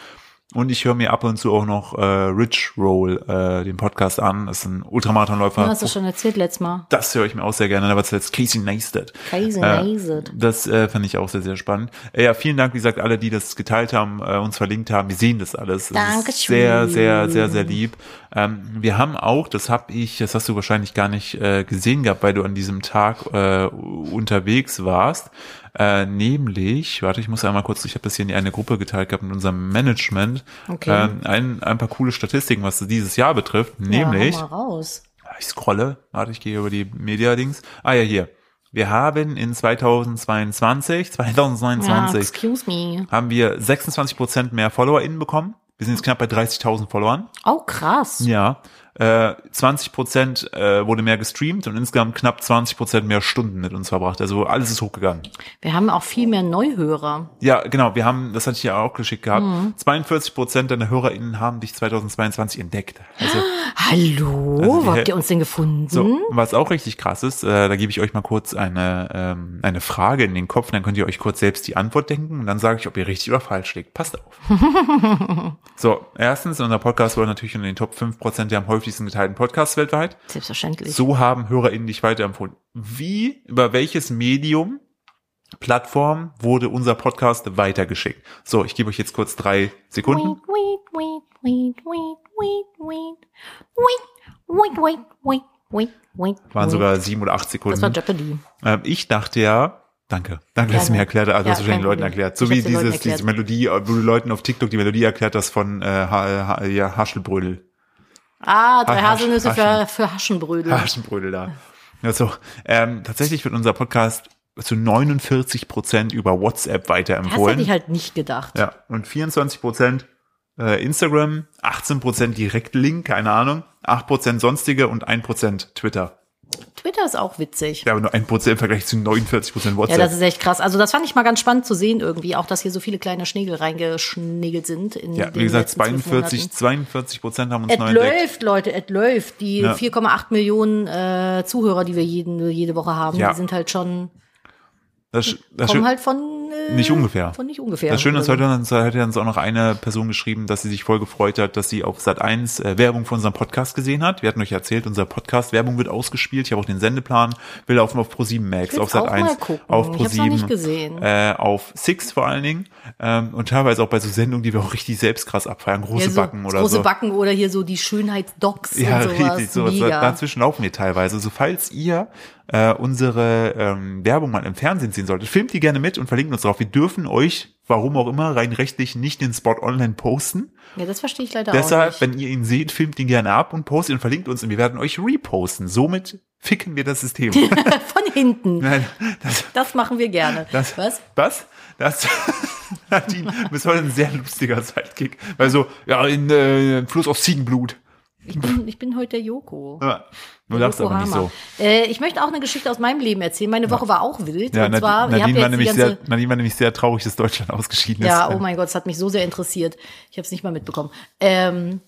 [SPEAKER 1] Und ich höre mir ab und zu auch noch äh, Rich Roll, äh, den Podcast an. Das ist ein Ultramarathonläufer.
[SPEAKER 2] Ja, hast du schon erzählt letztes Mal.
[SPEAKER 1] Das höre ich mir auch sehr gerne. Da war zuletzt Casey Neistat.
[SPEAKER 2] Casey
[SPEAKER 1] Äh,
[SPEAKER 2] Neistat.
[SPEAKER 1] Das äh, fand ich auch sehr, sehr spannend. Äh, ja, vielen Dank, wie gesagt, alle, die das geteilt haben, äh, uns verlinkt haben. Wir sehen das alles. Das Ist
[SPEAKER 2] Dankeschön.
[SPEAKER 1] sehr, sehr, sehr, sehr lieb. Ähm, wir haben auch, das habe ich, das hast du wahrscheinlich gar nicht äh, gesehen gehabt, weil du an diesem Tag äh, unterwegs warst. Äh, nämlich, warte, ich muss einmal kurz, ich habe das hier in eine Gruppe geteilt gehabt mit unserem Management.
[SPEAKER 2] Okay.
[SPEAKER 1] Ähm, ein, ein paar coole Statistiken, was dieses Jahr betrifft. Nämlich,
[SPEAKER 2] Ja, hau mal raus.
[SPEAKER 1] Ah, ich scrolle, warte, ich gehe über die Media-Dings. Ah ja, hier. Wir haben in 2022,
[SPEAKER 2] Ja,
[SPEAKER 1] 2022
[SPEAKER 2] excuse me.
[SPEAKER 1] haben wir 26% mehr FollowerInnen bekommen. Wir sind jetzt knapp bei 30.000 Followern.
[SPEAKER 2] Oh, krass.
[SPEAKER 1] Ja. Äh, 20% äh, wurde mehr gestreamt und insgesamt knapp 20% mehr Stunden mit uns verbracht. Also alles ist hochgegangen.
[SPEAKER 2] Wir haben auch viel mehr Neuhörer.
[SPEAKER 1] Ja, genau, wir haben, das hatte ich ja auch geschickt gehabt, 42% deiner HörerInnen haben dich 2022 entdeckt. Also
[SPEAKER 2] Hallo,
[SPEAKER 1] Also die
[SPEAKER 2] wo
[SPEAKER 1] Hel-
[SPEAKER 2] habt ihr uns denn gefunden?
[SPEAKER 1] So, und was auch richtig krass ist, äh, da gebe ich euch mal kurz eine, ähm, eine Frage in den Kopf, dann könnt ihr euch kurz selbst die Antwort denken und dann sage ich, ob ihr richtig oder falsch liegt. Passt auf. so, erstens, unser Podcast wurde natürlich in den Top 5% der am häufigsten geteilten Podcasts weltweit.
[SPEAKER 2] Selbstverständlich.
[SPEAKER 1] So haben HörerInnen dich weiterempfohlen. Wie, über welches Medium, Plattform wurde unser Podcast weitergeschickt? So, ich gebe euch jetzt kurz drei Sekunden.
[SPEAKER 3] Wait, wait, wait, wait, wait, wait, wait, wait, wait, wait, wait, wait.
[SPEAKER 1] Waren sogar sieben oder acht Sekunden.
[SPEAKER 2] Das war Jeopardy.
[SPEAKER 1] Ähm, ich dachte ja, danke, danke, dass du
[SPEAKER 2] Gerne.
[SPEAKER 1] mir erklärt hast, also
[SPEAKER 2] Ja,
[SPEAKER 1] hast du schon den
[SPEAKER 2] kein
[SPEAKER 1] Leuten
[SPEAKER 2] Problem.
[SPEAKER 1] erklärt. So
[SPEAKER 2] Ich
[SPEAKER 1] wie
[SPEAKER 2] hab's den Leuten
[SPEAKER 1] dieses, diese
[SPEAKER 2] erklärt.
[SPEAKER 1] Melodie, äh, wo du Leuten auf TikTok die Melodie erklärt hast von äh, ha, ha, ja, Haschelbrödel.
[SPEAKER 2] Ah, drei
[SPEAKER 1] Ah,
[SPEAKER 2] Haselnüsse
[SPEAKER 1] Haschen.
[SPEAKER 2] für, für Haschenbrödel.
[SPEAKER 1] Haschenbrödel da. Also, ähm, tatsächlich wird unser Podcast zu 49 Prozent über WhatsApp
[SPEAKER 2] Das hätte ich
[SPEAKER 1] weiterempfohlen.
[SPEAKER 2] halt nicht gedacht.
[SPEAKER 1] Ja, und 24 Prozent äh, Instagram, 18 Prozent Direktlink, keine Ahnung, 8 Prozent sonstige und 1 Prozent Twitter.
[SPEAKER 2] Twitter ist auch witzig.
[SPEAKER 1] Ja, aber nur 1 Prozent im Vergleich zu 49 Prozent
[SPEAKER 2] Ja,
[SPEAKER 1] WhatsApp.
[SPEAKER 2] das ist echt krass. Also das fand ich mal ganz spannend zu sehen irgendwie, auch dass hier so viele kleine Schnägel reingeschnägelt sind. In
[SPEAKER 1] Ja,
[SPEAKER 2] den
[SPEAKER 1] wie gesagt,
[SPEAKER 2] letzten zwölf
[SPEAKER 1] 42,
[SPEAKER 2] Monaten.
[SPEAKER 1] 42 Prozent haben uns
[SPEAKER 2] Es
[SPEAKER 1] neu entdeckt.
[SPEAKER 2] läuft, Leute, es läuft. Die
[SPEAKER 1] Ja.
[SPEAKER 2] 4,8 Millionen äh, Zuhörer, die wir jeden, jede Woche haben,
[SPEAKER 1] Ja.
[SPEAKER 2] die sind halt schon,
[SPEAKER 1] Das, das
[SPEAKER 2] kommen
[SPEAKER 1] schön,
[SPEAKER 2] halt von äh, äh,
[SPEAKER 1] Nicht ungefähr.
[SPEAKER 2] Von nicht ungefähr. Also,
[SPEAKER 1] Das Schöne ist, halt, heute hat heute hat uns auch noch eine Person geschrieben, dass sie sich voll gefreut hat, dass sie auf Sat1 äh, Werbung für unseren Podcast gesehen hat. Wir hatten euch erzählt, unser Podcast Werbung wird ausgespielt. Ich habe auch den Sendeplan. Wir laufen auf Pro7 Max,
[SPEAKER 2] Ich
[SPEAKER 1] auf
[SPEAKER 2] will's auch mal
[SPEAKER 1] Sat1,
[SPEAKER 2] gucken.
[SPEAKER 1] auf
[SPEAKER 2] Ich hab's noch nicht
[SPEAKER 1] Pro7,
[SPEAKER 2] gesehen.
[SPEAKER 1] äh, auf Six vor allen Dingen ähm, und teilweise auch bei so Sendungen, die wir auch richtig selbst krass abfeiern, große
[SPEAKER 2] Ja, so
[SPEAKER 1] Backen oder
[SPEAKER 2] große
[SPEAKER 1] so.
[SPEAKER 2] Backen oder hier so die Schönheitsdocs
[SPEAKER 1] Ja,
[SPEAKER 2] und sowas.
[SPEAKER 1] richtig. So, so,
[SPEAKER 2] Mega.
[SPEAKER 1] dazwischen laufen wir teilweise. Also falls ihr äh, unsere ähm, Werbung mal im Fernsehen sehen solltet, filmt die gerne mit und verlinkt uns drauf. Wir dürfen euch, warum auch immer, rein rechtlich nicht den Spot online posten.
[SPEAKER 2] ja, das verstehe ich leider
[SPEAKER 1] Deshalb,
[SPEAKER 2] auch nicht.
[SPEAKER 1] wenn ihr ihn seht, filmt ihn gerne ab und postet ihn und verlinkt uns und wir werden euch reposten. Somit ficken wir das System.
[SPEAKER 2] Von hinten.
[SPEAKER 1] Nein, das,
[SPEAKER 2] Das machen wir gerne.
[SPEAKER 1] das,
[SPEAKER 2] Was?
[SPEAKER 1] Was? Das Nadine, das war ein sehr lustiger Sidekick. Weil so, ja, in äh, Fluss auf Ziegenblut.
[SPEAKER 2] Ich bin, ich bin heute der Joko.
[SPEAKER 1] Ja, du darfst aber nicht
[SPEAKER 2] Yokohama.
[SPEAKER 1] so.
[SPEAKER 2] Äh, ich möchte auch eine Geschichte aus meinem Leben erzählen. Meine Woche war auch wild.
[SPEAKER 1] Ja,
[SPEAKER 2] und
[SPEAKER 1] Nad-
[SPEAKER 2] zwar, ihr habt
[SPEAKER 1] Nadine, war
[SPEAKER 2] ja jetzt die
[SPEAKER 1] nämlich
[SPEAKER 2] ganze,
[SPEAKER 1] sehr, Nadine war nämlich sehr traurig, dass Deutschland ausgeschieden
[SPEAKER 2] ja,
[SPEAKER 1] ist.
[SPEAKER 2] oh mein Gott, es hat mich so sehr interessiert. Ich habe es nicht mal mitbekommen. Ähm,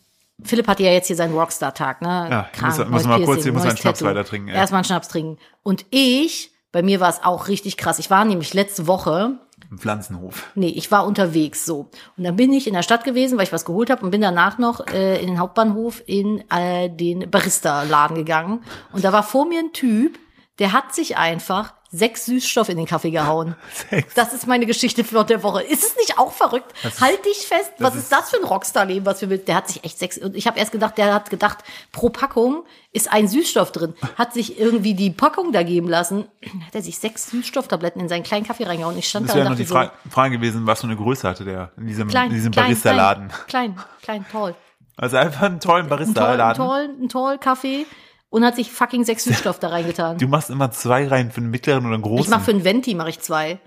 [SPEAKER 2] Philipp hatte ja jetzt hier seinen Rockstar-Tag, ne?
[SPEAKER 1] Ja, ich muss- muss
[SPEAKER 2] neues
[SPEAKER 1] mal kurz-
[SPEAKER 2] Piercing,
[SPEAKER 1] hier muss man
[SPEAKER 2] neues
[SPEAKER 1] einen Schnaps
[SPEAKER 2] Tattoo.
[SPEAKER 1] weiter trinken, ja.
[SPEAKER 2] Erstmal einen Schnaps trinken. Und ich, bei mir war es auch richtig krass. Ich war nämlich letzte Woche,
[SPEAKER 1] Im Pflanzenhof.
[SPEAKER 2] Nee, ich war unterwegs so. Und dann bin ich in der Stadt gewesen, weil ich was geholt habe und bin danach noch äh, in den Hauptbahnhof in äh, den Barista-Laden gegangen. Und da war vor mir ein Typ, der hat sich einfach sechs Süßstoff in den Kaffee gehauen.
[SPEAKER 1] Sechs.
[SPEAKER 2] Das ist meine Geschichte für der Woche. Ist es nicht auch verrückt? halt dich fest. Was ist,
[SPEAKER 1] ist-
[SPEAKER 2] das für ein Rockstar-Leben, was wir mit? Der hat sich echt sechs. Und ich habe erst gedacht, der hat gedacht, pro Packung ist ein Süßstoff drin. Hat sich irgendwie die Packung da geben lassen. Hat er sich sechs Süßstofftabletten in seinen kleinen Kaffee reingehauen. Ich stand
[SPEAKER 1] Das
[SPEAKER 2] da und
[SPEAKER 1] wäre noch die
[SPEAKER 2] dachte
[SPEAKER 1] Fra
[SPEAKER 2] so,
[SPEAKER 1] Frage gewesen, was für eine Größe hatte der in diesem,
[SPEAKER 2] klein,
[SPEAKER 1] in diesem
[SPEAKER 2] klein,
[SPEAKER 1] Barista-Laden.
[SPEAKER 2] Klein, klein, klein, toll.
[SPEAKER 1] Also einfach einen tollen
[SPEAKER 2] Ein toll, ein
[SPEAKER 1] Barista-Laden.
[SPEAKER 2] toll, ein toll Kaffee und hat sich fucking sechs Süßstoff da reingetan.
[SPEAKER 1] Du machst immer zwei Reihen für einen mittleren oder einen großen.
[SPEAKER 2] Ich mach für einen Venti mache ich zwei.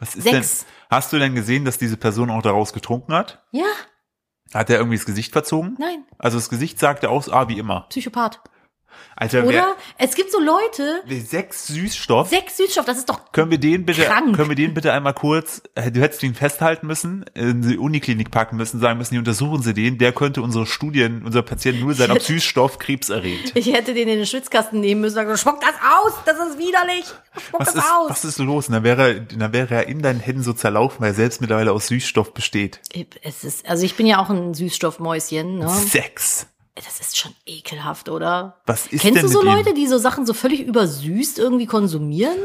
[SPEAKER 1] was ist
[SPEAKER 2] sechs.
[SPEAKER 1] denn? Hast du denn gesehen, dass diese Person auch daraus getrunken hat?
[SPEAKER 2] Ja,
[SPEAKER 1] Hat er irgendwie das Gesicht verzogen?
[SPEAKER 2] nein,
[SPEAKER 1] Also das Gesicht sagte aus, ah, wie immer.
[SPEAKER 2] Psychopath.
[SPEAKER 1] Alter,
[SPEAKER 2] Oder?
[SPEAKER 1] wer,
[SPEAKER 2] Es gibt so Leute,
[SPEAKER 1] wer sechs Süßstoff.
[SPEAKER 2] sechs Süßstoff, das ist doch
[SPEAKER 1] Können wir den bitte,
[SPEAKER 2] Krank.
[SPEAKER 1] können wir den bitte einmal kurz, äh, du hättest ihn festhalten müssen, in die Uniklinik packen müssen, sagen müssen, die untersuchen sie den, der könnte unsere Studien, unser Patient nur sein, ob Süßstoff Krebs erregt.
[SPEAKER 2] ich hätte den in den Schwitzkasten nehmen müssen und sagen, spuck das aus, das ist widerlich. Spuck
[SPEAKER 1] Was
[SPEAKER 2] das
[SPEAKER 1] ist,
[SPEAKER 2] aus.
[SPEAKER 1] was ist los? Und dann wäre, er- dann wäre er in deinen Händen so zerlaufen, weil er selbst mittlerweile aus Süßstoff besteht.
[SPEAKER 2] Es ist, also ich bin ja auch ein Süßstoffmäuschen, ne?
[SPEAKER 1] Sex.
[SPEAKER 2] Das ist schon ekelhaft, oder?
[SPEAKER 1] Was ist
[SPEAKER 2] Kennst
[SPEAKER 1] denn
[SPEAKER 2] du so
[SPEAKER 1] mit ihm?
[SPEAKER 2] Leute, die so Sachen so völlig übersüßt irgendwie konsumieren?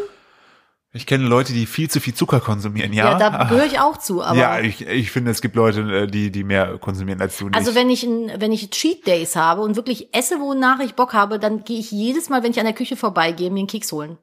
[SPEAKER 1] Ich kenne Leute, die viel zu viel Zucker konsumieren, ja. Ah,
[SPEAKER 2] Ja, da gehöre ich auch zu, aber.
[SPEAKER 1] ja, ich, ich finde, es gibt Leute, äh, die, die mehr konsumieren als du nicht.
[SPEAKER 2] Also wenn ich, ein, wenn ich Cheat Days habe und wirklich esse, wonach ich Bock habe, dann gehe ich jedes Mal, wenn ich an der Küche vorbeigehe, mir einen Keks holen.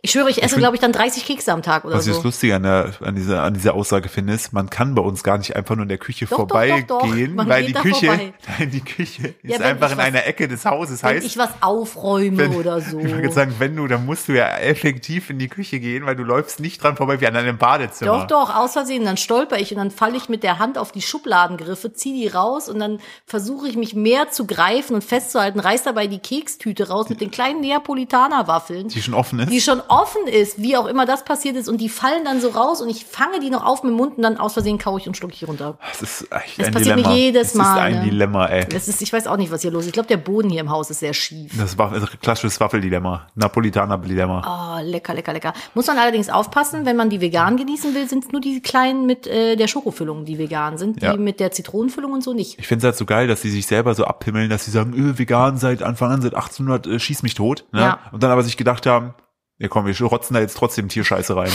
[SPEAKER 2] Ich schwöre, ich esse,
[SPEAKER 1] find-
[SPEAKER 2] glaube ich, dann 30 Kekse am Tag oder
[SPEAKER 1] Was ich
[SPEAKER 2] so.
[SPEAKER 1] das Lustige an, der, an, dieser, an dieser Aussage finde, ist, man kann bei uns gar nicht einfach nur in der Küche
[SPEAKER 2] Doch, doch,
[SPEAKER 1] vorbeigehen,
[SPEAKER 2] doch, doch. Man
[SPEAKER 1] weil
[SPEAKER 2] geht
[SPEAKER 1] die
[SPEAKER 2] da
[SPEAKER 1] Küche,
[SPEAKER 2] vorbei.
[SPEAKER 1] nein, die Küche
[SPEAKER 2] Ja,
[SPEAKER 1] ist
[SPEAKER 2] wenn
[SPEAKER 1] einfach
[SPEAKER 2] ich
[SPEAKER 1] in
[SPEAKER 2] was-
[SPEAKER 1] einer Ecke des Hauses.
[SPEAKER 2] Wenn
[SPEAKER 1] Heißt,
[SPEAKER 2] ich was aufräume
[SPEAKER 1] wenn-
[SPEAKER 2] oder so.
[SPEAKER 1] ich würde sagen, wenn du, dann musst du ja effektiv in die Küche gehen, weil du läufst nicht dran vorbei wie an einem Badezimmer.
[SPEAKER 2] Doch, doch, aus Versehen. Dann stolper ich und dann falle ich mit der Hand auf die Schubladengriffe, ziehe die raus und dann versuche ich mich mehr zu greifen und festzuhalten, reiß dabei die Kekstüte raus mit den kleinen Neapolitaner-Waffeln.
[SPEAKER 1] Die schon offen ist.
[SPEAKER 2] die schon offen ist, wie auch immer das passiert ist, und die fallen dann so raus und ich fange die noch auf mit dem Mund und dann aus Versehen kaue ich und schlucke ich runter.
[SPEAKER 1] das ist echt
[SPEAKER 2] Das
[SPEAKER 1] ein
[SPEAKER 2] passiert mir
[SPEAKER 1] Dilemma.
[SPEAKER 2] jedes
[SPEAKER 1] das
[SPEAKER 2] Mal,
[SPEAKER 1] ist ein
[SPEAKER 2] ne?
[SPEAKER 1] Dilemma, ey.
[SPEAKER 2] Das ist, ich weiß auch nicht, was hier los ist. Ich glaube, der Boden hier im Haus ist sehr schief.
[SPEAKER 1] Das war ein klassisches Waffeldilemma. Napolitaner-Dilemma.
[SPEAKER 2] Oh, lecker, lecker, lecker. Muss man allerdings aufpassen, wenn man die vegan genießen will, sind es nur die kleinen mit äh, der Schokofüllung, die vegan sind, die
[SPEAKER 1] Ja.
[SPEAKER 2] mit der Zitronenfüllung und so nicht.
[SPEAKER 1] Ich finde es halt so geil, dass sie sich selber so abhimmeln, dass sie sagen, öh, vegan seit Anfang an, seit 1800, äh, schieß mich tot. Ne?
[SPEAKER 2] Ja.
[SPEAKER 1] Und dann aber sich gedacht haben, ja komm, wir rotzen da jetzt trotzdem Tierscheiße rein.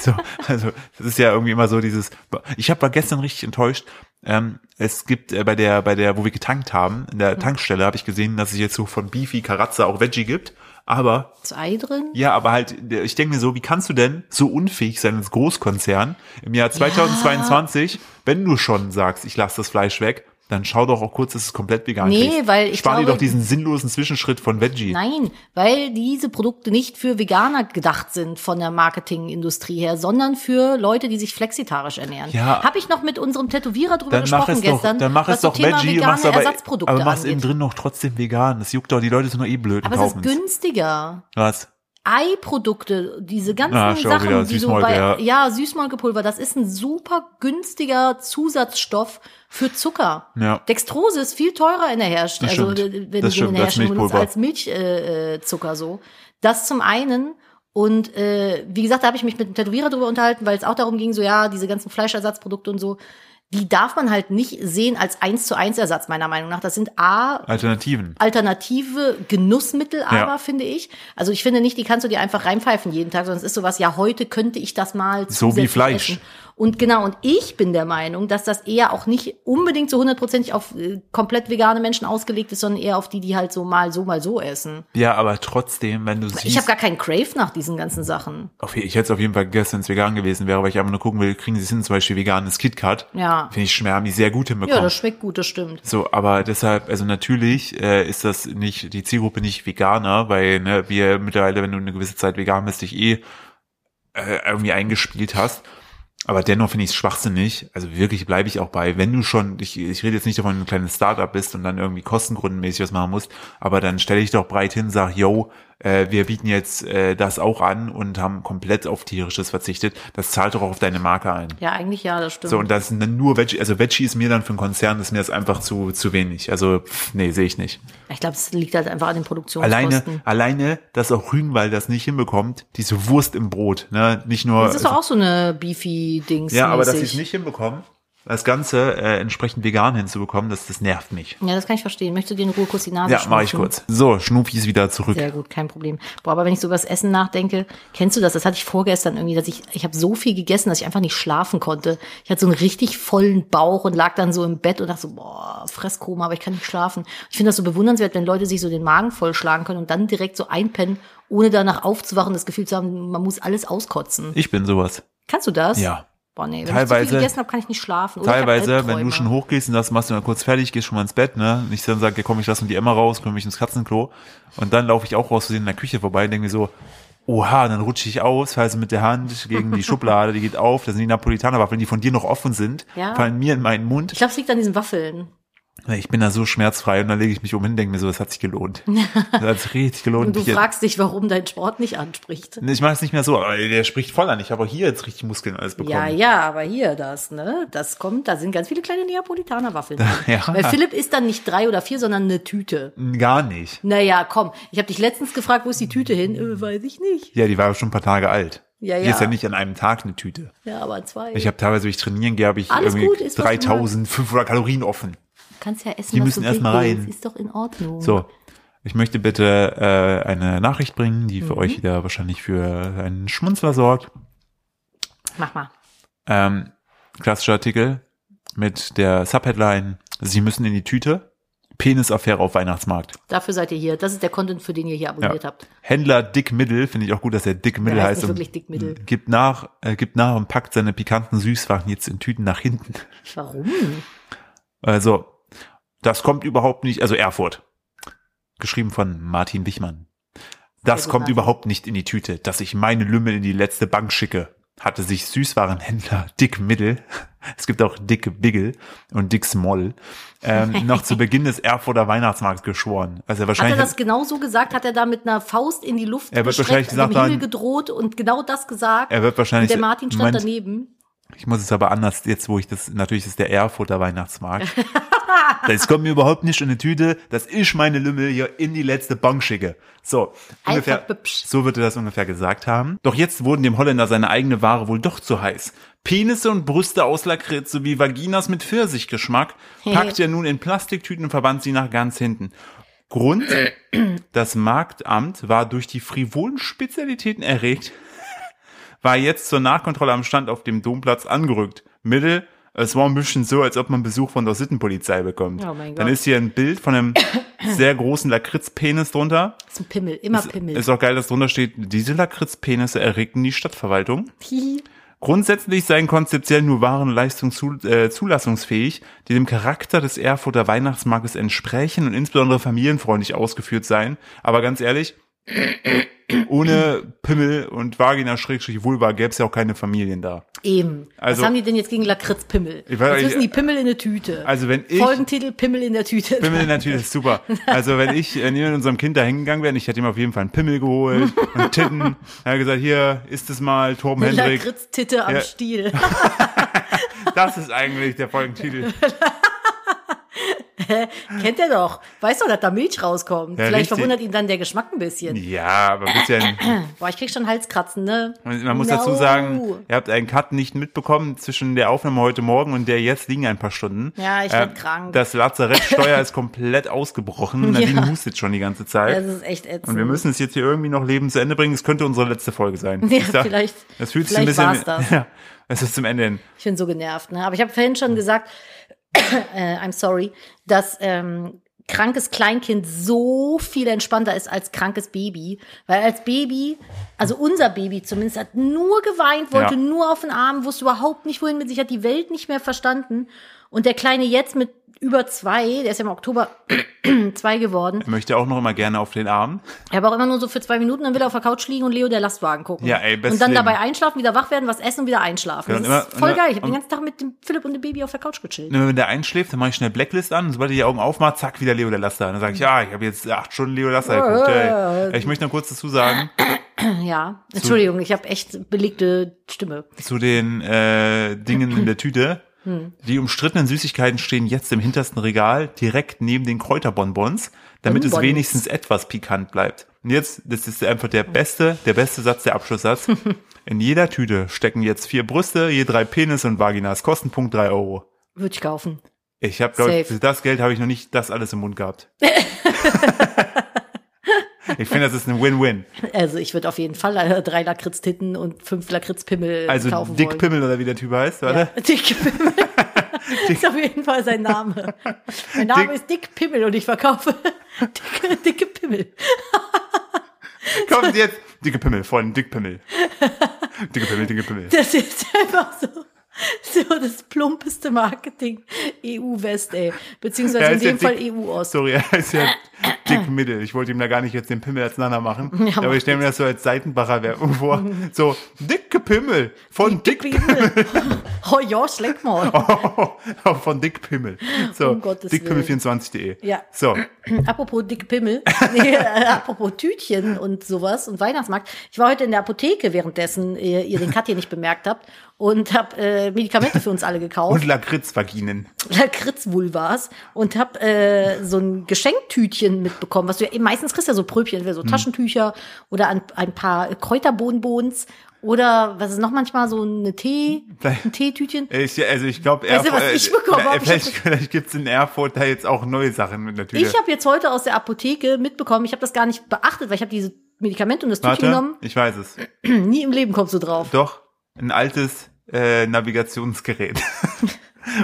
[SPEAKER 1] so, also das ist ja irgendwie immer so dieses, ich hab- war gestern richtig enttäuscht, ähm, es gibt äh, bei der, bei der, wo wir getankt haben, in der Tankstelle habe ich gesehen, dass es jetzt so von Beefy, Karatza auch Veggie gibt, aber
[SPEAKER 2] Das Ei drin?
[SPEAKER 1] ja, aber halt, der- ich denke mir so, wie kannst du denn so unfähig sein als Großkonzern im Jahr 2022, wenn du schon sagst, ich lasse das Fleisch weg, dann schau doch auch kurz, dass es komplett vegan
[SPEAKER 2] Nee,
[SPEAKER 1] kriegst.
[SPEAKER 2] weil ich
[SPEAKER 1] Spar dir
[SPEAKER 2] glaube-
[SPEAKER 1] doch diesen sinnlosen Zwischenschritt von Veggie.
[SPEAKER 2] Nein, weil diese Produkte nicht für Veganer gedacht sind von der Marketingindustrie her, sondern für Leute, die sich flexitarisch ernähren.
[SPEAKER 1] Ja.
[SPEAKER 2] Habe ich noch mit unserem Tätowierer drüber
[SPEAKER 1] Dann mach
[SPEAKER 2] gesprochen
[SPEAKER 1] es doch,
[SPEAKER 2] gestern.
[SPEAKER 1] dann mach
[SPEAKER 2] was
[SPEAKER 1] es doch
[SPEAKER 2] zum Thema
[SPEAKER 1] Veggie,
[SPEAKER 2] vegane
[SPEAKER 1] mach's aber,
[SPEAKER 2] Ersatzprodukte
[SPEAKER 1] aber mach's innen
[SPEAKER 2] angeht.
[SPEAKER 1] drin noch trotzdem vegan. Das juckt doch, die Leute sind doch eh blöd und
[SPEAKER 2] Aber es
[SPEAKER 1] kaufen
[SPEAKER 2] ist
[SPEAKER 1] es.
[SPEAKER 2] günstiger.
[SPEAKER 1] Was?
[SPEAKER 2] Eiprodukte, diese ganzen
[SPEAKER 1] Ah, schon
[SPEAKER 2] Sachen,
[SPEAKER 1] wieder
[SPEAKER 2] die du
[SPEAKER 1] Süßmolke,
[SPEAKER 2] bei
[SPEAKER 1] ja.
[SPEAKER 2] ja. Süßmolkepulver, das ist ein super günstiger Zusatzstoff für Zucker.
[SPEAKER 1] Ja.
[SPEAKER 2] Dextrose ist viel teurer in der Herstellung,
[SPEAKER 1] Das
[SPEAKER 2] also
[SPEAKER 1] stimmt.
[SPEAKER 2] äh, wenn
[SPEAKER 1] Das
[SPEAKER 2] du den in
[SPEAKER 1] stimmt,
[SPEAKER 2] der
[SPEAKER 1] als
[SPEAKER 2] Herstellung benutzt
[SPEAKER 1] Milchpulver.
[SPEAKER 2] als Milchzucker äh, Zucker so. Das zum einen Und äh, wie gesagt, da habe ich mich mit dem Tätowierer drüber unterhalten, weil es auch darum ging, so ja, diese ganzen Fleischersatzprodukte und so, die darf man halt nicht sehen als eins zu eins Ersatz, meiner Meinung nach. Das sind A,
[SPEAKER 1] Alternativen.
[SPEAKER 2] alternative Genussmittel aber,
[SPEAKER 1] Ja.
[SPEAKER 2] finde ich. Also ich finde nicht, die kannst du dir einfach reinpfeifen jeden Tag, sondern es ist sowas, ja, heute könnte ich das mal
[SPEAKER 1] So wie
[SPEAKER 2] zusätzlich
[SPEAKER 1] Fleisch.
[SPEAKER 2] essen. Und genau, und ich bin der Meinung, dass das eher auch nicht unbedingt so hundertprozentig auf äh, komplett vegane Menschen ausgelegt ist, sondern eher auf die, die halt so mal so, mal so essen.
[SPEAKER 1] Ja, aber trotzdem, wenn du siehst.
[SPEAKER 2] Ich habe gar keinen Crave nach diesen ganzen Sachen.
[SPEAKER 1] auf, ich hätte es auf jeden Fall gegessen, wenn es vegan gewesen wäre, weil ich einfach nur gucken will, kriegen sie es hin, zum Beispiel veganes KitKat.
[SPEAKER 2] Ja.
[SPEAKER 1] Finde ich, schwer, haben die sehr gut
[SPEAKER 2] Ja,
[SPEAKER 1] hinbekommen.
[SPEAKER 2] das schmeckt gut, das stimmt.
[SPEAKER 1] so, aber deshalb, also natürlich äh, ist das nicht, die Zielgruppe nicht Veganer, weil ne, wir mittlerweile, wenn du eine gewisse Zeit vegan bist, dich eh äh, irgendwie eingespielt hast. Aber dennoch finde ich es schwachsinnig. Also wirklich bleibe ich auch bei, wenn du schon, ich, ich rede jetzt nicht davon, wenn du ein kleines Startup bist und dann irgendwie kostengrundenmäßig was machen musst, aber dann stelle ich doch breit hin, sag, yo, äh, wir bieten jetzt äh, das auch an und haben komplett auf tierisches verzichtet. Das zahlt doch auch auf deine Marke ein.
[SPEAKER 2] Ja, eigentlich ja, das stimmt.
[SPEAKER 1] So, und das sind dann nur Veggie, also Veggie ist mir dann für einen Konzern, ist mir das einfach zu, zu wenig. Also, pff, nee, sehe ich nicht.
[SPEAKER 2] ich glaube, es liegt halt einfach an den Produktionskosten.
[SPEAKER 1] Alleine, alleine, dass auch Rügenwald das nicht hinbekommt, diese Wurst im Brot, ne, nicht nur.
[SPEAKER 2] Das ist doch auch so eine Beefy-Dings.
[SPEAKER 1] ja, aber dass sie es
[SPEAKER 2] mäßig.
[SPEAKER 1] nicht hinbekommen, das Ganze äh, entsprechend vegan hinzubekommen, das, das nervt mich.
[SPEAKER 2] Ja, das kann ich verstehen. Möchtest du dir in Ruhe kurz die Nase
[SPEAKER 1] Ja, mache ich
[SPEAKER 2] Also
[SPEAKER 1] kurz.
[SPEAKER 2] schnupfen?
[SPEAKER 1] So, Schnupi ist wieder zurück.
[SPEAKER 2] Sehr gut, kein Problem. Boah, aber wenn ich so über das Essen nachdenke, kennst du das? Das hatte ich vorgestern irgendwie, dass ich, ich habe so viel gegessen, dass ich einfach nicht schlafen konnte. Ich hatte so einen richtig vollen Bauch und lag dann so im Bett und dachte so, boah, Fresskoma, aber ich kann nicht schlafen. Ich finde das so bewundernswert, wenn Leute sich so den Magen vollschlagen können und dann direkt so einpennen, ohne danach aufzuwachen, das Gefühl zu haben, man muss alles auskotzen.
[SPEAKER 1] Ich bin sowas.
[SPEAKER 2] Kannst du das?
[SPEAKER 1] Ja.
[SPEAKER 2] Boah, nee, wenn ich zu
[SPEAKER 1] Teilweise-
[SPEAKER 2] viel gegessen habe, kann ich nicht schlafen. Oder ich hab
[SPEAKER 1] Teilweise, wenn du
[SPEAKER 2] Albträume.
[SPEAKER 1] schon hochgehst und das machst du dann kurz fertig, gehst schon mal ins Bett, ne? Und ich dann sage, ja, komm, ich lass mal die Emma raus, kümmere mich ins Katzenklo. Und dann laufe ich auch raus zu denen in der Küche vorbei und denke mir so, oha, dann rutsche ich aus, falle so mit der Hand gegen die Schublade, die geht auf, da sind die Napolitanerwaffeln, die von dir noch offen sind,
[SPEAKER 2] Ja.
[SPEAKER 1] fallen mir in meinen Mund.
[SPEAKER 2] Ich glaube, es liegt an diesen Waffeln.
[SPEAKER 1] Ich bin da so schmerzfrei und dann lege ich mich um hin, denke mir so, das hat sich gelohnt. Das hat sich richtig gelohnt.
[SPEAKER 2] Und du
[SPEAKER 1] Hier-
[SPEAKER 2] fragst dich, warum dein Sport nicht anspricht.
[SPEAKER 1] Nee, ich mache es nicht mehr so, aber der spricht voll an. Ich habe auch hier jetzt richtig Muskeln alles bekommen.
[SPEAKER 2] Ja, ja, aber hier das, ne? Das kommt, da sind ganz viele kleine Neapolitaner-Waffeln. drin.
[SPEAKER 1] ja.
[SPEAKER 2] Weil Philipp ist dann nicht drei oder vier, sondern eine Tüte.
[SPEAKER 1] Gar nicht.
[SPEAKER 2] Naja, komm, ich habe dich letztens gefragt, wo ist die Tüte hin? Äh, weiß ich nicht.
[SPEAKER 1] Ja, die war schon ein paar Tage alt.
[SPEAKER 2] Ja,
[SPEAKER 1] Die ist ja
[SPEAKER 2] ja.
[SPEAKER 1] nicht an einem Tag eine Tüte.
[SPEAKER 2] Ja, aber zwei.
[SPEAKER 1] Ich habe teilweise, wenn ich trainieren gehe, habe ich
[SPEAKER 2] Alles
[SPEAKER 1] irgendwie
[SPEAKER 2] gut, ist, was du
[SPEAKER 1] 3500 Kalorien offen.
[SPEAKER 2] Kannst ja essen,
[SPEAKER 1] die
[SPEAKER 2] was
[SPEAKER 1] müssen
[SPEAKER 2] du
[SPEAKER 1] erst mal
[SPEAKER 2] willst.
[SPEAKER 1] rein.
[SPEAKER 2] Ist doch in Ordnung.
[SPEAKER 1] So, ich möchte bitte äh, eine Nachricht bringen, die
[SPEAKER 2] Mhm.
[SPEAKER 1] für euch wieder wahrscheinlich für einen Schmunzler sorgt.
[SPEAKER 2] Mach mal.
[SPEAKER 1] Ähm, klassischer Artikel mit der Subheadline, Sie müssen in die Tüte, Penisaffäre auf Weihnachtsmarkt.
[SPEAKER 2] Dafür seid ihr hier. Das ist der Content, für den ihr hier abonniert habt.
[SPEAKER 1] Händler Dick Middel, finde ich auch gut, dass er Dick Middel heißt.
[SPEAKER 2] heißt nicht
[SPEAKER 1] und
[SPEAKER 2] wirklich Dick Middel.
[SPEAKER 1] Gibt nach, äh, gibt nach und packt seine pikanten Süßwaren jetzt in Tüten nach hinten.
[SPEAKER 2] Warum?
[SPEAKER 1] Also, das kommt überhaupt nicht, also Erfurt. Geschrieben von Martin Wichmann. Das
[SPEAKER 2] Sehr gut,
[SPEAKER 1] kommt
[SPEAKER 2] Martin.
[SPEAKER 1] überhaupt nicht in die Tüte, dass ich meine Lümmel in die letzte Bank schicke, hatte sich Süßwarenhändler Dick Middel, es gibt auch Dick Bigel und Dick Smoll, ähm, noch zu Beginn des Erfurter Weihnachtsmarkts geschworen. Also
[SPEAKER 2] Hat er
[SPEAKER 1] wahrscheinlich,
[SPEAKER 2] das genau so gesagt? Hat er da mit einer Faust in die Luft
[SPEAKER 1] Er wird
[SPEAKER 2] gestreckt,
[SPEAKER 1] wahrscheinlich gesagt
[SPEAKER 2] dem Himmel
[SPEAKER 1] haben-
[SPEAKER 2] gedroht und genau das gesagt?
[SPEAKER 1] er wird wahrscheinlich,
[SPEAKER 2] und der Martin stand
[SPEAKER 1] Moment,
[SPEAKER 2] daneben.
[SPEAKER 1] ich muss es aber anders, jetzt wo ich das, natürlich ist der Erfurter Weihnachtsmarkt. Das kommt mir überhaupt nicht in die Tüte, dass ich meine Lümmel hier in die letzte Bank schicke. So, ungefähr,
[SPEAKER 2] Einfach hübsch.
[SPEAKER 1] so wird er das ungefähr gesagt haben. Doch jetzt wurden dem Holländer seine eigene Ware wohl doch zu heiß. Penisse und Brüste aus Lakritz sowie Vaginas mit Pfirsichgeschmack packt er nun in Plastiktüten und verband sie nach ganz hinten. Grund, das Marktamt war durch die frivolen Spezialitäten erregt, war jetzt zur Nachkontrolle am Stand auf dem Domplatz angerückt. Mittel, es war ein bisschen so, als ob man Besuch von der Sittenpolizei bekommt.
[SPEAKER 2] Oh mein
[SPEAKER 1] Dann
[SPEAKER 2] Gott.
[SPEAKER 1] ist hier ein Bild von einem sehr großen Lakritzpenis drunter.
[SPEAKER 2] Das ist ein Pimmel, immer Pimmel.
[SPEAKER 1] Ist auch geil, dass drunter steht, diese Lakritzpenisse erregten die Stadtverwaltung.
[SPEAKER 2] Hihi.
[SPEAKER 1] Grundsätzlich seien konzeptiell nur Waren und Leistungen zu, äh, zulassungsfähig, die dem Charakter des Erfurter Weihnachtsmarktes entsprechen und insbesondere familienfreundlich ausgeführt seien. Aber ganz ehrlich, ohne Pimmel und Vagina-Vulva gäbe es ja auch keine Familien da.
[SPEAKER 2] Eben.
[SPEAKER 1] Also-
[SPEAKER 2] Was haben die denn jetzt gegen Lakritz-Pimmel?
[SPEAKER 1] Ich weiß
[SPEAKER 2] Jetzt
[SPEAKER 1] nicht, äh,
[SPEAKER 2] müssen die Pimmel in der Tüte.
[SPEAKER 1] Also wenn ich...
[SPEAKER 2] Folgentitel Pimmel in der Tüte.
[SPEAKER 1] Pimmel natürlich ist super. Also wenn ich äh, neben unserem Kind da hingegangen wäre, ich hätte ihm auf jeden Fall einen Pimmel geholt und Titten. Er hat gesagt, hier, ist es mal, Torben Hendrik.
[SPEAKER 2] Lakritz-Titte am
[SPEAKER 1] Ja.
[SPEAKER 2] Stiel.
[SPEAKER 1] Das ist eigentlich der Folgentitel.
[SPEAKER 2] Hä? Kennt er doch. Weiß doch, dass da Milch rauskommt.
[SPEAKER 1] Ja,
[SPEAKER 2] Vielleicht
[SPEAKER 1] richtig.
[SPEAKER 2] verwundert ihn dann der Geschmack ein bisschen.
[SPEAKER 1] Ja, aber ein bisschen.
[SPEAKER 2] Boah, ich krieg schon Halskratzen, ne? oh.
[SPEAKER 1] Man muss dazu
[SPEAKER 2] No.
[SPEAKER 1] sagen, ihr habt einen Cut nicht mitbekommen zwischen der Aufnahme heute Morgen und der jetzt liegen ein paar Stunden. Ähm,
[SPEAKER 2] Ja, ich werd krank.
[SPEAKER 1] Das Lazarettsteuer ist komplett ausgebrochen. Nadine
[SPEAKER 2] Ja. Also
[SPEAKER 1] hustet schon die ganze Zeit.
[SPEAKER 2] Das ist echt ätzend.
[SPEAKER 1] und wir müssen es jetzt hier irgendwie noch Leben zu Ende bringen. Es könnte unsere letzte Folge sein.
[SPEAKER 2] Ja,
[SPEAKER 1] Ich sag,
[SPEAKER 2] vielleicht-
[SPEAKER 1] Das fühlt sich ein
[SPEAKER 2] vielleicht
[SPEAKER 1] bisschen.
[SPEAKER 2] war's das.
[SPEAKER 1] Ja, es ist zum Ende hin.
[SPEAKER 2] Ich bin so genervt, ne? Aber ich habe vorhin schon gesagt, äh, I'm sorry, dass ähm, krankes Kleinkind so viel entspannter ist als krankes Baby. Weil als Baby, also unser Baby zumindest, hat nur geweint, wollte
[SPEAKER 1] Ja.
[SPEAKER 2] nur auf den Arm, wusste überhaupt nicht, wohin mit sich, hat die Welt nicht mehr verstanden. Und der Kleine jetzt mit über zwei, der ist ja im Oktober zwei geworden,
[SPEAKER 1] Ich möchte auch noch immer gerne auf den Arm.
[SPEAKER 2] er aber auch immer nur so für zwei Minuten, dann will er auf der Couch liegen und Leo der Lastwagen gucken.
[SPEAKER 1] Ja, ey, bestes
[SPEAKER 2] Und dann
[SPEAKER 1] Leben.
[SPEAKER 2] dabei einschlafen, wieder wach werden, was essen und wieder einschlafen.
[SPEAKER 1] Genau,
[SPEAKER 2] das
[SPEAKER 1] und
[SPEAKER 2] ist
[SPEAKER 1] immer- Ne?
[SPEAKER 2] voll
[SPEAKER 1] und-
[SPEAKER 2] geil. Ich habe den
[SPEAKER 1] und-
[SPEAKER 2] ganzen Tag mit dem Philipp und dem Baby auf der Couch gechillt.
[SPEAKER 1] Und wenn der einschläft, dann mache ich schnell Blacklist an. Und sobald er die Augen aufmacht, zack, wieder Leo der Laster. Und dann sage ich, ja, ich habe jetzt acht Stunden Leo Laster geguckt.
[SPEAKER 2] Oh.
[SPEAKER 1] Ey. Ich möchte noch kurz dazu sagen,
[SPEAKER 2] Ja, Entschuldigung, ich habe echt belegte Stimme.
[SPEAKER 1] zu den äh, Dingen in der Tüte.
[SPEAKER 2] Hm.
[SPEAKER 1] Die umstrittenen Süßigkeiten stehen jetzt im hintersten Regal, direkt neben den Kräuterbonbons, damit es
[SPEAKER 2] Bonbons.
[SPEAKER 1] wenigstens etwas pikant bleibt. Und jetzt, das ist einfach der beste, der beste Satz, der Abschlusssatz. In jeder Tüte stecken jetzt vier Brüste, je drei Penis und Vaginas. Kostenpunkt drei Euro.
[SPEAKER 2] Würde ich kaufen.
[SPEAKER 1] Ich habe, glaube ich,
[SPEAKER 2] Safe.
[SPEAKER 1] für das Geld habe ich noch nicht das alles im Mund gehabt. ich finde, das ist ein Win-Win.
[SPEAKER 2] Also ich würde auf jeden Fall äh, drei Lakritztitten und fünf Lakritzpimmel
[SPEAKER 1] Also
[SPEAKER 2] kaufen
[SPEAKER 1] Dick
[SPEAKER 2] wollen.
[SPEAKER 1] Pimmel oder wie der Typ heißt, warte.
[SPEAKER 2] Ja, Dick Pimmel. ist auf jeden Fall sein Name. Mein Name
[SPEAKER 1] Dick-
[SPEAKER 2] ist Dick Pimmel und ich verkaufe dicke, dicke Pimmel.
[SPEAKER 1] Kommt jetzt. Dicke Pimmel von Dick Pimmel. Dicke Pimmel, dicke Pimmel.
[SPEAKER 2] Das ist einfach so, so das plumpeste Marketing EU-West, ey. Beziehungsweise
[SPEAKER 1] Ja,
[SPEAKER 2] in
[SPEAKER 1] ist ja
[SPEAKER 2] dem Fall E
[SPEAKER 1] dick.
[SPEAKER 2] EU-Ost.
[SPEAKER 1] Sorry, er ist ja Dick Mittel. Ich wollte ihm da gar nicht jetzt den Pimmel als Nana machen.
[SPEAKER 2] Ja,
[SPEAKER 1] aber
[SPEAKER 2] macht
[SPEAKER 1] ich stelle mir das so als Seitenbacher Werbung vor. So, dicke Pimmel von Dick, Oh,
[SPEAKER 2] Oh ja, schleck mal.
[SPEAKER 1] von Dick Pimmel. So,
[SPEAKER 2] Um Gottes
[SPEAKER 1] dickpimmel24.de.
[SPEAKER 2] Ja.
[SPEAKER 1] So,
[SPEAKER 2] Apropos dicke Pimmel, nee, äh, apropos Tütchen und sowas und Weihnachtsmarkt. Ich war heute in der Apotheke, währenddessen äh, ihr, ihr den Cut hier nicht bemerkt habt und habe äh, Medikamente für uns alle
[SPEAKER 1] und
[SPEAKER 2] gekauft,
[SPEAKER 1] Lakritzvaginen.
[SPEAKER 2] Lakritzvulvas und habe äh, so ein Geschenktütchen mitbekommen, was du ja meistens kriegst ja so Pröbchen, entweder
[SPEAKER 1] Hm.
[SPEAKER 2] so Taschentücher oder ein, ein paar Kräuterbohnenbons oder was ist noch manchmal so eine Tee,
[SPEAKER 1] Vielleicht-
[SPEAKER 2] ein Teetütchen.
[SPEAKER 1] Ich, also ich glaube,
[SPEAKER 2] Weißt du, was ich bekommen hab? Ich
[SPEAKER 1] vielleicht,
[SPEAKER 2] hab-
[SPEAKER 1] vielleicht gibt's in Erfurt da jetzt auch neue Sachen mit natürlich.
[SPEAKER 2] Ich habe jetzt heute aus der Apotheke mitbekommen, ich habe das gar nicht beachtet, weil ich habe diese Medikamente und das Tütchen
[SPEAKER 1] Warte,
[SPEAKER 2] genommen.
[SPEAKER 1] ich weiß es.
[SPEAKER 2] Nie im Leben kommst du drauf.
[SPEAKER 1] Doch, ein altes äh, Navigationsgerät.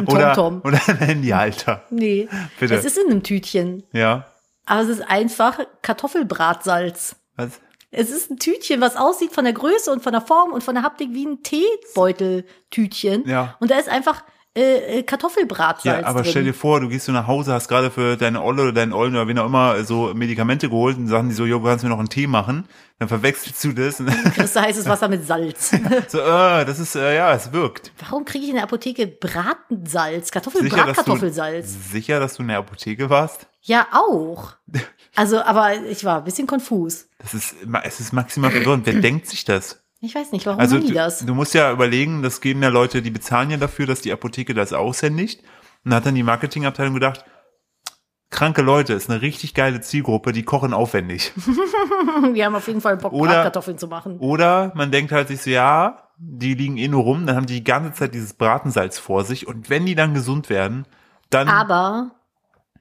[SPEAKER 1] oder,
[SPEAKER 2] TomTom.
[SPEAKER 1] oder ein Handyhalter.
[SPEAKER 2] Nee.
[SPEAKER 1] Bitte.
[SPEAKER 2] Es ist in einem Tütchen.
[SPEAKER 1] Ja.
[SPEAKER 2] Aber es ist einfach Kartoffelbratsalz.
[SPEAKER 1] Was?
[SPEAKER 2] Es ist ein Tütchen, was aussieht von der Größe und von der Form und von der Haptik wie ein Teebeuteltütchen.
[SPEAKER 1] Ja.
[SPEAKER 2] Und da ist einfach äh, äh, Kartoffelbratsalz
[SPEAKER 1] Ja, aber
[SPEAKER 2] drin.
[SPEAKER 1] stell dir vor, du gehst so nach Hause, hast gerade für deine Olle oder deinen Ollen oder wen auch immer äh, so Medikamente geholt und sagen die so, jo, kannst du mir noch einen Tee machen? Dann verwechselst du das und
[SPEAKER 2] Kriegst du heißes Wasser mit Salz.
[SPEAKER 1] so, äh, das ist, äh, ja, es wirkt.
[SPEAKER 2] Warum kriege ich in der Apotheke Bratensalz?
[SPEAKER 1] Sicher, dass du,
[SPEAKER 2] Kartoffelbratkartoffelsalz.
[SPEAKER 1] sicher, dass du in der Apotheke warst?
[SPEAKER 2] Ja, auch. Also, aber ich war ein bisschen konfus.
[SPEAKER 1] Das ist, ma- es ist maximal verwirrend. Wer denkt sich das?
[SPEAKER 2] Ich weiß nicht, warum
[SPEAKER 1] Also
[SPEAKER 2] machen die
[SPEAKER 1] du,
[SPEAKER 2] das?
[SPEAKER 1] du musst ja überlegen, das geben ja Leute, die bezahlen ja dafür, dass die Apotheke das aushändigt. Und hat dann die Marketingabteilung gedacht, kranke Leute ist eine richtig geile Zielgruppe, die kochen aufwendig.
[SPEAKER 2] Wir haben auf jeden Fall Bock,
[SPEAKER 1] Oder-
[SPEAKER 2] Bratkartoffeln zu machen.
[SPEAKER 1] Oder man denkt halt sich so, ja, die liegen eh nur rum, dann haben die die ganze Zeit dieses Bratensalz vor sich und wenn die dann gesund werden, dann
[SPEAKER 2] Aber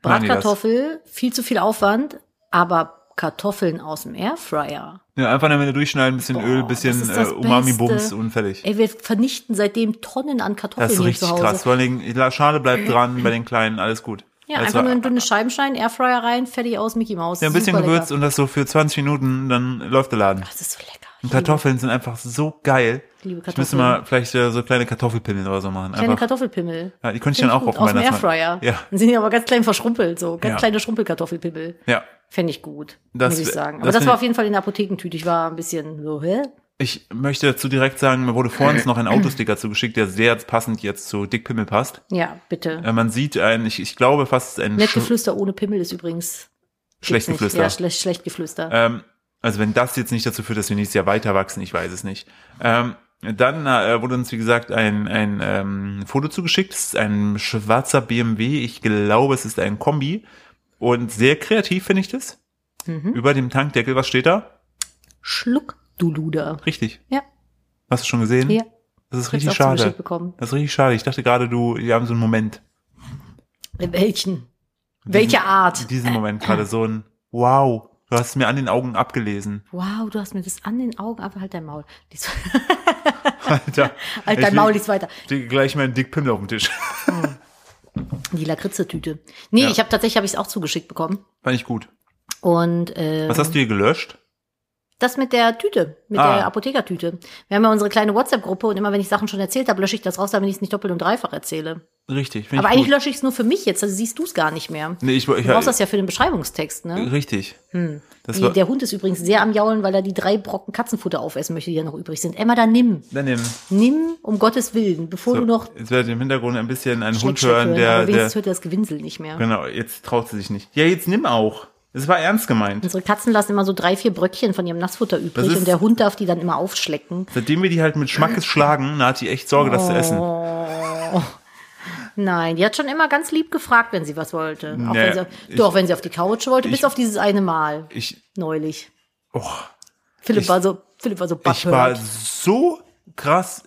[SPEAKER 1] Machen die das.
[SPEAKER 2] Bratkartoffel, viel zu viel Aufwand, aber Kartoffeln aus dem Airfryer.
[SPEAKER 1] ja, einfach dann wieder durchschneiden, ein bisschen
[SPEAKER 2] Boah,
[SPEAKER 1] Öl, ein bisschen
[SPEAKER 2] das ist das
[SPEAKER 1] äh, Umami-Bums
[SPEAKER 2] Beste.
[SPEAKER 1] und fertig.
[SPEAKER 2] Ey, wir vernichten seitdem Tonnen an Kartoffeln
[SPEAKER 1] Das ist
[SPEAKER 2] hier
[SPEAKER 1] richtig
[SPEAKER 2] zu Hause. Äh.
[SPEAKER 1] krass. Vor allen Dingen, la- Schale bleibt dran bei den Kleinen, alles gut.
[SPEAKER 2] Ja,
[SPEAKER 1] das
[SPEAKER 2] einfach nur
[SPEAKER 1] war,
[SPEAKER 2] in dünne Scheiben schneiden, Airfryer rein, fertig aus, Mickey Mouse.
[SPEAKER 1] äh, ja, ein bisschen
[SPEAKER 2] Super lecker.
[SPEAKER 1] Gewürz und das so für 20 Minuten, dann läuft der Laden.
[SPEAKER 2] Das ist so lecker. Ich
[SPEAKER 1] Und Kartoffeln sind einfach so geil.
[SPEAKER 2] liebe
[SPEAKER 1] Ich müsste
[SPEAKER 2] Kartoffeln.
[SPEAKER 1] mal vielleicht äh, so kleine Kartoffelpinnen oder so machen.
[SPEAKER 2] liebe Kleine
[SPEAKER 1] Einfach.
[SPEAKER 2] Kartoffelpimmel.
[SPEAKER 1] Ja, die könnte ich
[SPEAKER 2] Find
[SPEAKER 1] dann auch
[SPEAKER 2] gut.
[SPEAKER 1] auf
[SPEAKER 2] Aus dem
[SPEAKER 1] meiner
[SPEAKER 2] Airfryer.
[SPEAKER 1] Ja,
[SPEAKER 2] Dann sind die aber ganz klein verschrumpelt, so. Ganz
[SPEAKER 1] Ja.
[SPEAKER 2] kleine Schrumpelkartoffelpimmel.
[SPEAKER 1] ja.
[SPEAKER 2] Fände ich gut,
[SPEAKER 1] Das
[SPEAKER 2] muss ich
[SPEAKER 1] wär-
[SPEAKER 2] sagen. Aber
[SPEAKER 1] das
[SPEAKER 2] das,
[SPEAKER 1] find
[SPEAKER 2] war
[SPEAKER 1] ich-
[SPEAKER 2] auf jeden Fall in der Apothekentüte. Ich war ein bisschen so, hä?
[SPEAKER 1] Ich möchte dazu direkt sagen, mir wurde vorhin noch ein Autosticker zugeschickt, der sehr passend jetzt zu Dick Pimmel passt.
[SPEAKER 2] Ja, bitte.
[SPEAKER 1] Äh, man sieht ein, ich, ich glaube fast ein
[SPEAKER 2] Nett
[SPEAKER 1] sch
[SPEAKER 2] Geflüster ohne Pimmel ist übrigens. gibt's
[SPEAKER 1] schlecht
[SPEAKER 2] nicht.
[SPEAKER 1] Geflüster.
[SPEAKER 2] Ja, schlecht, schlecht Geflüster.
[SPEAKER 1] ähm, also wenn das jetzt nicht dazu führt, dass wir nächstes Jahr weiter wachsen, ich weiß es nicht. Ähm, Dann äh, wurde uns, wie gesagt, ein, ein ähm, Foto zugeschickt. Es ist ein schwarzer BMW. Ich glaube, es ist ein Kombi. Und sehr kreativ finde ich das. Über dem Tankdeckel, was steht da?
[SPEAKER 2] Mhm. Schluck, du Luder.
[SPEAKER 1] Richtig.
[SPEAKER 2] Ja.
[SPEAKER 1] Hast du schon gesehen?
[SPEAKER 2] Ja.
[SPEAKER 1] Das ist
[SPEAKER 2] hab's
[SPEAKER 1] richtig
[SPEAKER 2] auch zugeschickt
[SPEAKER 1] schade.
[SPEAKER 2] bekommen.
[SPEAKER 1] Das ist richtig schade. Ich dachte gerade, du, wir haben so einen Moment.
[SPEAKER 2] Welchen? Welche Art?
[SPEAKER 1] Diesen Moment gerade so ein Wow. Du hast es mir an den Augen abgelesen.
[SPEAKER 2] Wow, du hast mir das an den Augen, aber halt dein Maul. Lies-
[SPEAKER 1] Alter.
[SPEAKER 2] Halt
[SPEAKER 1] Ich
[SPEAKER 2] dein Maul,
[SPEAKER 1] leg-
[SPEAKER 2] lies weiter.
[SPEAKER 1] leg Gleich meinen Dick Pimmel auf den Tisch.
[SPEAKER 2] Die Lakritze-Tüte. Nee,
[SPEAKER 1] Ja.
[SPEAKER 2] ich habe tatsächlich, habe ich es auch zugeschickt bekommen.
[SPEAKER 1] Fand ich gut.
[SPEAKER 2] Und äh,
[SPEAKER 1] Was hast du hier gelöscht?
[SPEAKER 2] das mit der Tüte, mit
[SPEAKER 1] Ah.
[SPEAKER 2] der Apothekertüte. Wir haben ja unsere kleine WhatsApp-Gruppe und immer wenn ich Sachen schon erzählt habe, lösche ich das raus, damit ich es nicht doppelt und dreifach erzähle.
[SPEAKER 1] Richtig. find
[SPEAKER 2] Aber
[SPEAKER 1] ich
[SPEAKER 2] eigentlich
[SPEAKER 1] gut.
[SPEAKER 2] lösche ich es nur für mich jetzt, also siehst du es gar nicht mehr.
[SPEAKER 1] Nee, ich, ich,
[SPEAKER 2] Du brauchst das ja für den Beschreibungstext, ne?
[SPEAKER 1] Richtig. Das
[SPEAKER 2] Die,
[SPEAKER 1] war,
[SPEAKER 2] der Hund ist übrigens sehr am Jaulen, weil er die drei Brocken Katzenfutter aufessen möchte, die ja noch übrig sind. Emma, dann nimm.
[SPEAKER 1] dann nimm.
[SPEAKER 2] Nimm, um Gottes Willen, bevor
[SPEAKER 1] So,
[SPEAKER 2] du noch
[SPEAKER 1] jetzt werdet ihr im Hintergrund ein bisschen einen Hund
[SPEAKER 2] Schleck, Schleck
[SPEAKER 1] hören,
[SPEAKER 2] aber
[SPEAKER 1] der, der,
[SPEAKER 2] wenigstens hört er das Gewinsel nicht mehr.
[SPEAKER 1] genau, jetzt traut sie sich nicht. Ja, jetzt nimm auch. Es war ernst gemeint.
[SPEAKER 2] Unsere Katzen lassen immer so drei, vier Bröckchen von ihrem Nassfutter übrig
[SPEAKER 1] ist-
[SPEAKER 2] und der Hund darf die dann immer aufschlecken.
[SPEAKER 1] Seitdem wir die halt mit Schmackes schlagen, na, hat die echt Sorge, das zu essen.
[SPEAKER 2] Oh. Nein, die hat schon immer ganz lieb gefragt, wenn sie was wollte. Auch
[SPEAKER 1] Naja,
[SPEAKER 2] wenn sie,
[SPEAKER 1] ich-
[SPEAKER 2] doch, wenn sie auf die Couch wollte, bis auf dieses eine Mal
[SPEAKER 1] Ich,
[SPEAKER 2] neulich.
[SPEAKER 1] oh,
[SPEAKER 2] Philipp
[SPEAKER 1] Ich-
[SPEAKER 2] war so, Philipp war so
[SPEAKER 1] ich war
[SPEAKER 2] butthurt.
[SPEAKER 1] so krass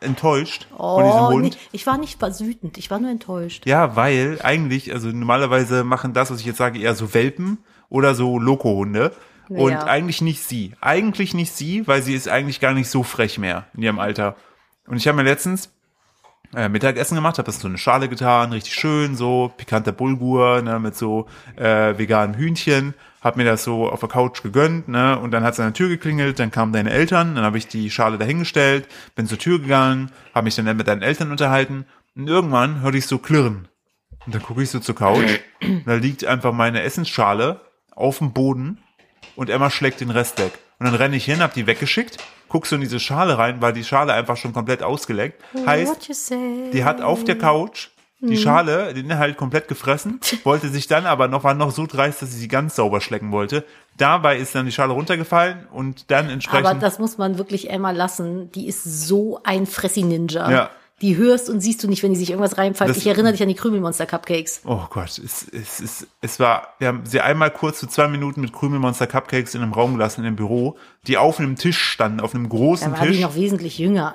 [SPEAKER 1] enttäuscht von diesem
[SPEAKER 2] Oh,
[SPEAKER 1] Hund.
[SPEAKER 2] nee, ich war nicht war wütend, ich war nur enttäuscht.
[SPEAKER 1] Ja, weil eigentlich, also normalerweise machen das, was ich jetzt sage, eher so Welpen oder so Lokohunde. Und
[SPEAKER 2] Ja.
[SPEAKER 1] eigentlich nicht sie. Eigentlich nicht sie, weil sie ist eigentlich gar nicht so frech mehr in ihrem Alter. Und ich habe mir letztens äh, Mittagessen gemacht, habe das in so eine Schale getan, richtig schön, so pikanter Bulgur, ne, mit so äh, veganem Hühnchen. Hab mir das so auf der Couch gegönnt, ne, und dann hat's an der Tür geklingelt, dann kamen deine Eltern, dann habe ich die Schale dahingestellt, bin zur Tür gegangen, habe mich dann mit deinen Eltern unterhalten und irgendwann hörte ich so klirren. Und dann gucke ich so zur Couch, und da liegt einfach meine Essensschale auf dem Boden und Emma schlägt den Rest weg. Und dann renne ich hin, hab die weggeschickt, guck so in diese Schale rein, weil die Schale einfach schon komplett ausgeleckt. Heißt,
[SPEAKER 2] What you say? Mhm.
[SPEAKER 1] die hat auf der Couch die Schale, den Inhalt komplett gefressen, wollte sich dann aber noch, war noch so dreist, dass sie sie ganz sauber schlecken wollte. Dabei ist dann die Schale runtergefallen und dann
[SPEAKER 2] Aber
[SPEAKER 1] entsprechend.
[SPEAKER 2] das muss man wirklich Emma lassen. Die ist so ein Fressi-Ninja.
[SPEAKER 1] Ja.
[SPEAKER 2] Die hörst und siehst du nicht, wenn die sich irgendwas reinpfeift.
[SPEAKER 1] Das-
[SPEAKER 2] Ich erinnere dich an die Krümelmonster-Cupcakes.
[SPEAKER 1] oh Gott, es, es, es, es war, wir haben sie einmal kurz für zwei Minuten mit Krümelmonster Cupcakes in einem Raum gelassen, in einem Büro, die auf einem Tisch standen, auf einem
[SPEAKER 2] Da
[SPEAKER 1] großen
[SPEAKER 2] war die
[SPEAKER 1] Tisch
[SPEAKER 2] noch wesentlich jünger.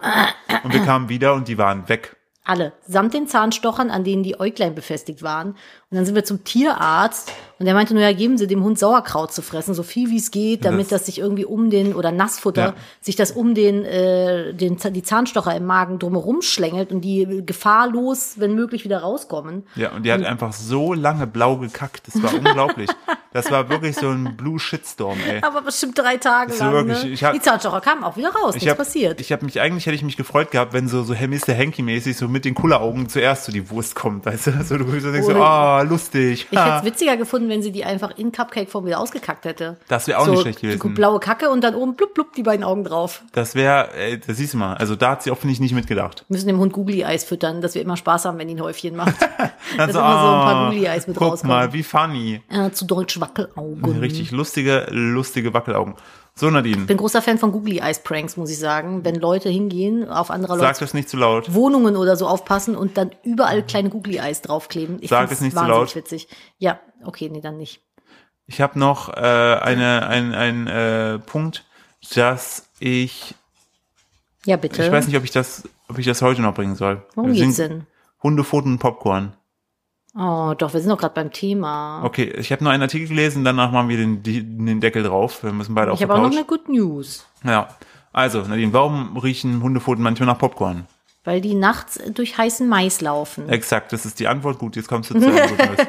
[SPEAKER 1] und wir kamen wieder und die waren weg.
[SPEAKER 2] Alle. Samt den Zahnstochern, an denen die Äuglein befestigt waren. Und dann sind wir zum Tierarzt und der meinte nur, ja, geben Sie dem Hund Sauerkraut zu fressen, so viel wie es geht, damit
[SPEAKER 1] Das-
[SPEAKER 2] das, sich irgendwie um den, oder Nassfutter,
[SPEAKER 1] Ja.
[SPEAKER 2] sich das um den, äh, den, Z- die Zahnstocher im Magen drumherum schlängelt und die gefahrlos, wenn möglich, wieder rauskommen.
[SPEAKER 1] Ja, und die hat einfach so lange blau gekackt. Das war unglaublich. Das war wirklich so ein Blue Shitstorm, ey.
[SPEAKER 2] Aber bestimmt drei Tage
[SPEAKER 1] Ist
[SPEAKER 2] lang.
[SPEAKER 1] wirklich-
[SPEAKER 2] ne?
[SPEAKER 1] ich hab-
[SPEAKER 2] die Zahnstocher kamen auch wieder raus.
[SPEAKER 1] Ich
[SPEAKER 2] Nichts
[SPEAKER 1] hab,
[SPEAKER 2] passiert.
[SPEAKER 1] Ich habe mich eigentlich hätte ich mich gefreut gehabt, wenn so so Herr Mr. Hanky mäßig so mit den Kulleraugen zuerst so die Wurst kommt, weißt du? So du so denkst so,
[SPEAKER 2] Oder-
[SPEAKER 1] ah, lustig.
[SPEAKER 2] ich hätte
[SPEAKER 1] ha.
[SPEAKER 2] es witziger gefunden, wenn sie die einfach in Cupcake-Form wieder ausgekackt hätte.
[SPEAKER 1] Das wäre auch
[SPEAKER 2] so,
[SPEAKER 1] nicht schlecht gewesen.
[SPEAKER 2] Blaue Kacke und dann oben blub blub die beiden Augen drauf.
[SPEAKER 1] Das wäre, das siehst du mal. Also da hat sie offensichtlich nicht mitgedacht.
[SPEAKER 2] Wir müssen dem Hund Googly-Eis füttern, dass wir immer Spaß haben, wenn die ein Häufchen macht.
[SPEAKER 1] Dann
[SPEAKER 2] Dass immer so ein paar Gulli-Eis
[SPEAKER 1] Also,
[SPEAKER 2] mit
[SPEAKER 1] oh, Ah, guck
[SPEAKER 2] rauskommen.
[SPEAKER 1] mal, wie funny.
[SPEAKER 2] äh, zu deutsch Wackelaugen.
[SPEAKER 1] Richtig lustige, lustige Wackelaugen. So Nadine,
[SPEAKER 2] Ich bin großer Fan von Googly-Eis-Pranks, muss ich sagen. Wenn Leute hingehen, auf andere
[SPEAKER 1] sag
[SPEAKER 2] Leute
[SPEAKER 1] das nicht zu laut.
[SPEAKER 2] Wohnungen oder so aufpassen und dann überall kleine Googly-Eis draufkleben. Ich
[SPEAKER 1] Sag
[SPEAKER 2] find's
[SPEAKER 1] es nicht zu
[SPEAKER 2] wahnsinnig
[SPEAKER 1] laut.
[SPEAKER 2] witzig. Ja, okay, nee, dann nicht.
[SPEAKER 1] Ich habe noch äh, eine, ein, ein äh, Punkt, dass ich,
[SPEAKER 2] Ja, bitte.
[SPEAKER 1] ich weiß nicht, ob ich das, ob ich das heute noch bringen soll.
[SPEAKER 2] Worum
[SPEAKER 1] Wir
[SPEAKER 2] geht's
[SPEAKER 1] sind
[SPEAKER 2] denn?
[SPEAKER 1] Hundefoten und Popcorn.
[SPEAKER 2] Oh, doch, wir sind doch gerade beim Thema.
[SPEAKER 1] Okay, ich habe nur einen Artikel gelesen, danach machen wir den, die- den Deckel drauf. Wir müssen beide auf
[SPEAKER 2] ich
[SPEAKER 1] der
[SPEAKER 2] habe auch noch
[SPEAKER 1] Couch.
[SPEAKER 2] eine Good News.
[SPEAKER 1] ja. Also, Nadine, warum riechen Hundefoten manchmal nach Popcorn?
[SPEAKER 2] Weil die nachts durch heißen Mais laufen.
[SPEAKER 1] Exakt, das ist die Antwort. Gut, jetzt kommst du zur Antwort.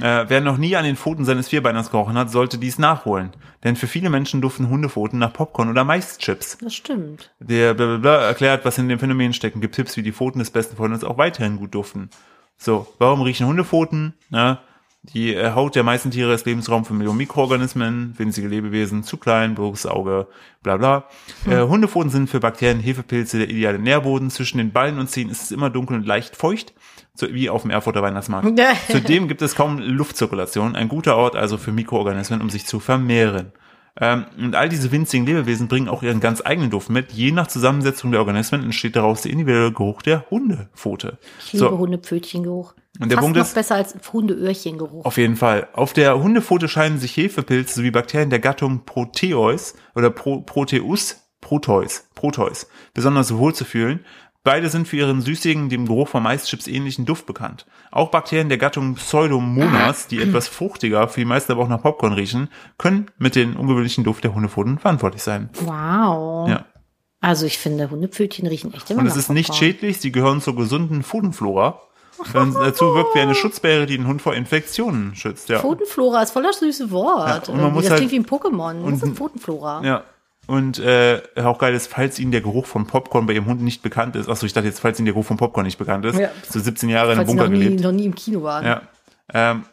[SPEAKER 1] Äh, wer noch nie an den Pfoten seines Vierbeiners gerochen hat, sollte dies nachholen. Denn für viele Menschen duften Hundefoten nach Popcorn oder Maischips.
[SPEAKER 2] Das stimmt.
[SPEAKER 1] Der blablabla erklärt, was in dem Phänomen steckt und gibt Tipps, wie die Pfoten des besten Freundes auch weiterhin gut duften. So, warum riechen Hundefoten? Na, die äh, Haut der meisten Tiere ist Lebensraum für Millionen Mikroorganismen, winzige Lebewesen, zu klein, bloßes Auge, bla bla. Äh, Hundefoten sind für Bakterien, Hefepilze der ideale Nährboden. Zwischen den Ballen und Zehen ist es immer dunkel und leicht feucht, so wie auf dem Erfurter Weihnachtsmarkt. Zudem gibt es kaum Luftzirkulation, ein guter Ort also für Mikroorganismen, um sich zu vermehren. Ähm, und all diese winzigen Lebewesen bringen auch ihren ganz eigenen Duft mit. Je nach Zusammensetzung der Organismen entsteht daraus der individuelle Geruch der Hundepfote.
[SPEAKER 2] Ich liebe Hundepfötchengeruch.
[SPEAKER 1] Und der
[SPEAKER 2] Fast
[SPEAKER 1] Punkt
[SPEAKER 2] noch
[SPEAKER 1] ist-
[SPEAKER 2] besser als Hundeöhrchengeruch.
[SPEAKER 1] Auf jeden Fall. Auf der Hundepfote scheinen sich Hefepilze sowie Bakterien der Gattung Proteus oder Pro Proteus, Proteus, Proteus besonders wohlzufühlen. Beide sind für ihren süßigen, dem Geruch von Maischips ähnlichen Duft bekannt. Auch Bakterien der Gattung Pseudomonas, die etwas fruchtiger, für die meisten aber auch nach Popcorn riechen, können mit dem ungewöhnlichen Duft der Hundepfoten verantwortlich sein.
[SPEAKER 2] Wow.
[SPEAKER 1] Ja.
[SPEAKER 2] Also ich finde, Hundepfötchen riechen echt immer
[SPEAKER 1] Und es
[SPEAKER 2] nach
[SPEAKER 1] ist nicht
[SPEAKER 2] Popcorn.
[SPEAKER 1] schädlich, sie gehören zur gesunden Pfotenflora. Und dazu wirkt wie eine Schutzbarriere, die den Hund vor Infektionen schützt. Ja.
[SPEAKER 2] Pfotenflora ist voll das süße Wort.
[SPEAKER 1] Ja, und man muss
[SPEAKER 2] das
[SPEAKER 1] halt-
[SPEAKER 2] klingt wie ein Pokémon.
[SPEAKER 1] und-
[SPEAKER 2] Das ist Pfotenflora.
[SPEAKER 1] Ja. Und äh, auch geil ist, falls Ihnen der Geruch von Popcorn bei Ihrem Hund nicht bekannt ist. Achso, ich dachte jetzt, falls Ihnen der Geruch von Popcorn nicht bekannt ist.
[SPEAKER 2] Ja.
[SPEAKER 1] So 17 Jahre in einem
[SPEAKER 2] Falls sie noch
[SPEAKER 1] Bunker
[SPEAKER 2] nie,
[SPEAKER 1] gelebt.
[SPEAKER 2] noch nie im Kino waren.
[SPEAKER 1] Ja. Ähm,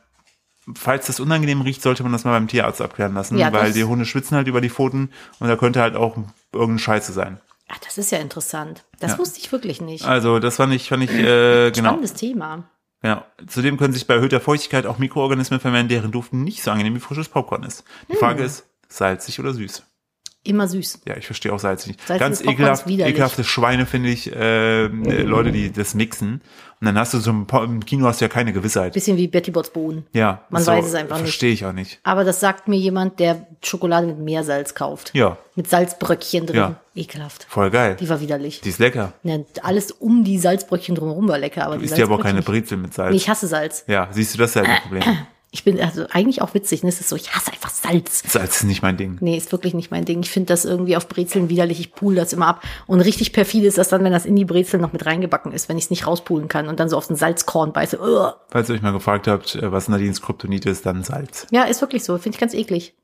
[SPEAKER 1] falls das unangenehm riecht, sollte man das mal beim Tierarzt abklären lassen,
[SPEAKER 2] Ja,
[SPEAKER 1] weil
[SPEAKER 2] das-
[SPEAKER 1] die Hunde schwitzen halt über die Pfoten und da könnte halt auch irgendein Scheiße sein.
[SPEAKER 2] Ach, das ist ja interessant. Das
[SPEAKER 1] Ja.
[SPEAKER 2] wusste ich wirklich nicht.
[SPEAKER 1] Also das fand ich, fand ich, äh, genau.
[SPEAKER 2] Spannendes Thema.
[SPEAKER 1] Genau. Zudem können sich bei erhöhter Feuchtigkeit auch Mikroorganismen vermehren, deren Duft nicht so angenehm wie frisches Popcorn ist.
[SPEAKER 2] Hm.
[SPEAKER 1] Die Frage ist, salzig oder süß?
[SPEAKER 2] Immer süß.
[SPEAKER 1] Ja, ich verstehe auch salzig nicht.
[SPEAKER 2] Salzig
[SPEAKER 1] Ganz
[SPEAKER 2] ist Popcorn
[SPEAKER 1] ekelhaft,
[SPEAKER 2] ist widerlich. Mhm.
[SPEAKER 1] ekelhafte Schweine finde ich, äh, äh, Leute, die das mixen. Und dann hast du so ein Po- im Kino hast du ja keine Gewissheit.
[SPEAKER 2] Bisschen wie Betty Bots Bohnen.
[SPEAKER 1] Ja,
[SPEAKER 2] Man
[SPEAKER 1] ist so,
[SPEAKER 2] weiß es einfach nicht.
[SPEAKER 1] Verstehe ich auch nicht.
[SPEAKER 2] Aber das sagt mir jemand, der Schokolade mit Meersalz kauft.
[SPEAKER 1] Ja,
[SPEAKER 2] Mit Salzbröckchen drin.
[SPEAKER 1] Ja.
[SPEAKER 2] Ekelhaft.
[SPEAKER 1] voll geil.
[SPEAKER 2] Die war widerlich.
[SPEAKER 1] Die ist lecker.
[SPEAKER 2] Ne, alles um die Salzbröckchen drumherum war lecker. Aber die
[SPEAKER 1] Ist ja aber auch keine
[SPEAKER 2] Salzbröckchen-
[SPEAKER 1] Brezel mit
[SPEAKER 2] Nee,
[SPEAKER 1] Salz.
[SPEAKER 2] ich hasse Salz.
[SPEAKER 1] Ja, siehst du, das ist ja ein Problem.
[SPEAKER 2] Ich bin also eigentlich auch witzig. Ne? Es ist so, ich hasse einfach Salz.
[SPEAKER 1] Salz ist nicht mein Ding.
[SPEAKER 2] Nee, ist wirklich nicht mein Ding. Ich finde das irgendwie auf Brezeln widerlich. Ich pule das immer ab. Und richtig perfide ist das dann, wenn das in die Brezel noch mit reingebacken ist, wenn ich es nicht rauspulen kann und dann so auf den Salzkorn beiße. Ugh.
[SPEAKER 1] Falls ihr euch mal gefragt habt, äh, was Nadines Kryptonit ist, dann Salz.
[SPEAKER 2] Ja, ist wirklich so. Finde ich ganz eklig.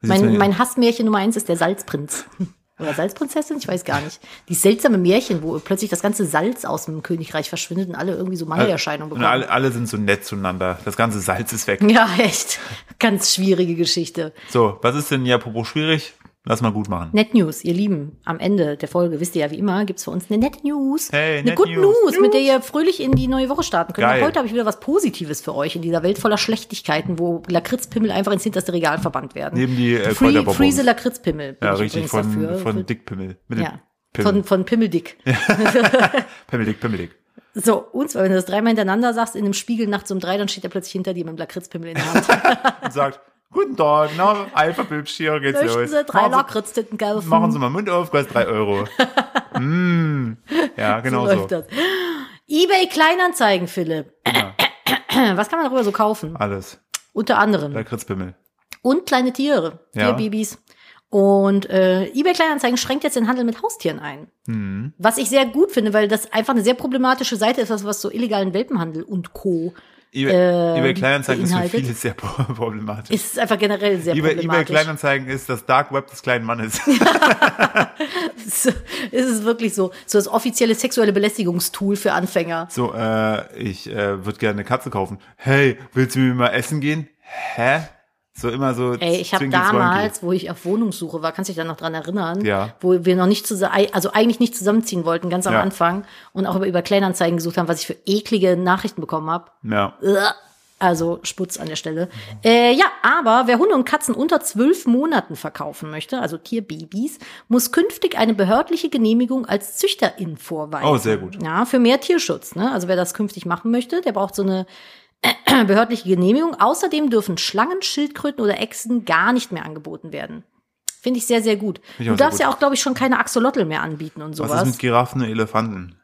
[SPEAKER 1] Siehst du,
[SPEAKER 2] Mein,
[SPEAKER 1] ja.
[SPEAKER 2] mein Hassmärchen Nummer eins ist der Salzprinz. Oder Salzprinzessin, ich weiß gar nicht. Dieses seltsame Märchen, wo plötzlich das ganze Salz aus dem Königreich verschwindet und alle irgendwie so
[SPEAKER 1] Äh,
[SPEAKER 2] Mangelerscheinungen
[SPEAKER 1] Und
[SPEAKER 2] bekommen. Hm.
[SPEAKER 1] alle, alle sind so nett zueinander. Das ganze Salz ist weg.
[SPEAKER 2] Ja, echt. Ganz schwierige Geschichte.
[SPEAKER 1] So, was ist denn ja apropos schwierig? Lass mal gut machen.
[SPEAKER 2] Net News, ihr Lieben, am Ende der Folge, wisst ihr ja wie immer, gibt's für uns eine Net News.
[SPEAKER 1] Hey,
[SPEAKER 2] eine
[SPEAKER 1] Net
[SPEAKER 2] Good
[SPEAKER 1] News.
[SPEAKER 2] News, mit der ihr fröhlich in die neue Woche starten könnt.
[SPEAKER 1] Geil.
[SPEAKER 2] Auch heute habe ich wieder was Positives für euch in dieser Welt voller Schlechtigkeiten, wo Lakritzpimmel einfach ins hinterste Regal verbannt werden.
[SPEAKER 1] Neben die, äh,
[SPEAKER 2] Free,
[SPEAKER 1] Kräuterbombons.
[SPEAKER 2] Freeze Lakritzpimmel. bin
[SPEAKER 1] Ja,
[SPEAKER 2] ich
[SPEAKER 1] richtig,
[SPEAKER 2] übrigens
[SPEAKER 1] von,
[SPEAKER 2] dafür.
[SPEAKER 1] von Dickpimmel. Mit dem
[SPEAKER 2] ja.
[SPEAKER 1] Pimmel.
[SPEAKER 2] Von, von Pimmeldick.
[SPEAKER 1] Pimmel Dick, Pimmel Dick.
[SPEAKER 2] So, uns, weil wenn du das dreimal hintereinander sagst, in einem Spiegel nachts um drei, dann steht er plötzlich hinter dir mit dem Lakritzpimmel in der Hand.
[SPEAKER 1] Und sagt, guten Tag, na, alpha bübsch hier geht's
[SPEAKER 2] Möchten
[SPEAKER 1] los.
[SPEAKER 2] sie drei
[SPEAKER 1] machen,
[SPEAKER 2] Lakritztitten kaufen?
[SPEAKER 1] Sie, machen Sie mal Mund auf, kostet drei Euro. mm. Ja, genau so.
[SPEAKER 2] läuft das. eBay Kleinanzeigen, Philipp.
[SPEAKER 1] Ja.
[SPEAKER 2] Was kann man darüber so kaufen?
[SPEAKER 1] Alles.
[SPEAKER 2] Unter anderem.
[SPEAKER 1] Lakritzpimmel.
[SPEAKER 2] Und kleine Tiere,
[SPEAKER 1] Ja.
[SPEAKER 2] Tierbabys. Und äh, eBay Kleinanzeigen schränkt jetzt den Handel mit Haustieren ein.
[SPEAKER 1] Mhm.
[SPEAKER 2] Was ich sehr gut finde, weil das einfach eine sehr problematische Seite ist, was, was so illegalen Welpenhandel und Co.
[SPEAKER 1] eBay,
[SPEAKER 2] Ähm,
[SPEAKER 1] eBay Kleinanzeigen ist für
[SPEAKER 2] beinhaltet.
[SPEAKER 1] viele sehr pro- problematisch.
[SPEAKER 2] Es ist einfach generell sehr
[SPEAKER 1] eBay, eBay
[SPEAKER 2] problematisch.
[SPEAKER 1] Kleinanzeigen ist das Dark Web des kleinen Mannes.
[SPEAKER 2] Es ist wirklich so, so das offizielle sexuelle Belästigungstool für Anfänger.
[SPEAKER 1] So, äh, ich äh, würde gerne eine Katze kaufen. Hey, willst du mit mir mal essen gehen? Hä? So immer so.
[SPEAKER 2] Ey, ich habe
[SPEAKER 1] Zwinki, Zwanki.
[SPEAKER 2] damals, wo ich auf Wohnungssuche war, kannst du dich dann noch dran erinnern,
[SPEAKER 1] Ja.
[SPEAKER 2] wo wir noch nicht zusammen, also eigentlich nicht zusammenziehen wollten, ganz am
[SPEAKER 1] Ja.
[SPEAKER 2] Anfang und auch über, über Kleinanzeigen gesucht haben, was ich für eklige Nachrichten bekommen habe.
[SPEAKER 1] Ja.
[SPEAKER 2] Also Sputz an der Stelle. Äh, ja, aber wer Hunde und Katzen unter zwölf Monaten verkaufen möchte, also Tierbabys, muss künftig eine behördliche Genehmigung als Züchterin vorweisen.
[SPEAKER 1] Oh, sehr gut.
[SPEAKER 2] Ja, für mehr Tierschutz. Ne? Also wer das künftig machen möchte, der braucht so eine behördliche Genehmigung. Außerdem dürfen Schlangen, Schildkröten oder Echsen gar nicht mehr angeboten werden. Finde ich sehr, sehr gut.
[SPEAKER 1] ich
[SPEAKER 2] Du
[SPEAKER 1] auch sehr
[SPEAKER 2] darfst
[SPEAKER 1] gut.
[SPEAKER 2] ja auch, glaube ich, schon keine Axolotl mehr anbieten und
[SPEAKER 1] Was
[SPEAKER 2] sowas.
[SPEAKER 1] ist mit Giraffen und Elefanten?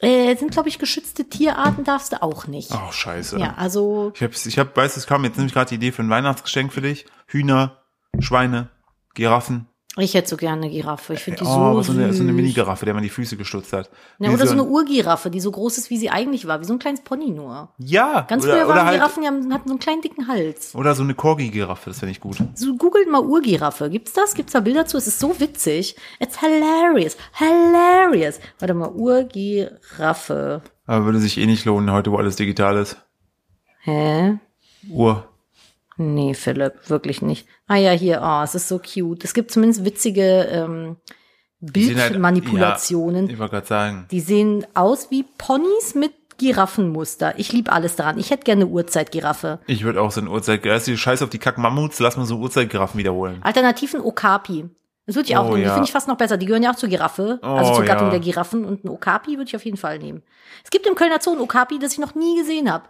[SPEAKER 2] äh, sind, glaube ich, geschützte Tierarten darfst du auch nicht.
[SPEAKER 1] Ach, scheiße.
[SPEAKER 2] Ja, also
[SPEAKER 1] Ich hab's, ich hab, weiß, es kam jetzt nämlich gerade die Idee für ein Weihnachtsgeschenk für dich. Hühner, Schweine, Giraffen.
[SPEAKER 2] Ich hätte so gerne eine Giraffe. Ich finde die
[SPEAKER 1] oh,
[SPEAKER 2] so
[SPEAKER 1] was so eine,
[SPEAKER 2] süß.
[SPEAKER 1] so eine Mini-Giraffe, der man die Füße gestutzt hat.
[SPEAKER 2] Na,
[SPEAKER 1] Wie
[SPEAKER 2] oder so eine
[SPEAKER 1] ein-
[SPEAKER 2] Urgiraffe, die so groß ist, wie sie eigentlich war, wie so ein kleines Pony nur.
[SPEAKER 1] Ja,
[SPEAKER 2] Ganz
[SPEAKER 1] oder,
[SPEAKER 2] früher
[SPEAKER 1] oder
[SPEAKER 2] waren
[SPEAKER 1] halt,
[SPEAKER 2] Giraffen, die haben, hatten so einen kleinen dicken Hals.
[SPEAKER 1] Oder so eine Corgi-Giraffe, das finde ich gut.
[SPEAKER 2] So googelt mal Urgiraffe. Gibt's das? Gibt's da Bilder zu? Es ist so witzig. It's hilarious. Hilarious. Warte mal, Urgiraffe.
[SPEAKER 1] Aber würde sich eh nicht lohnen, heute, wo alles digital ist.
[SPEAKER 2] Hä?
[SPEAKER 1] Uhr.
[SPEAKER 2] Nee, Philipp, wirklich nicht. Ah ja, hier, oh, es ist so cute. Es gibt zumindest witzige ähm,
[SPEAKER 1] Die sind halt-
[SPEAKER 2] Bildmanipulationen.
[SPEAKER 1] Ja, ich wollte gerade sagen.
[SPEAKER 2] Die sehen aus wie Ponys mit Giraffenmuster. Ich liebe alles daran. Ich hätte gerne eine Urzeitgiraffe.
[SPEAKER 1] Ich würde auch so ein Uhrzeit, lass die Scheiße auf die Kack-Mammuts, lass mal so Uhrzeitgiraffen wiederholen.
[SPEAKER 2] Alternativ ein Okapi. Das würde ich auch
[SPEAKER 1] Oh,
[SPEAKER 2] nehmen. Die
[SPEAKER 1] ja.
[SPEAKER 2] finde ich fast noch besser. Die gehören ja auch zur Giraffe, also
[SPEAKER 1] Oh,
[SPEAKER 2] zur Gattung
[SPEAKER 1] ja.
[SPEAKER 2] der Giraffen. Und ein Okapi würde ich auf jeden Fall nehmen. Es gibt im Kölner Zoo ein Okapi, das ich noch nie gesehen habe.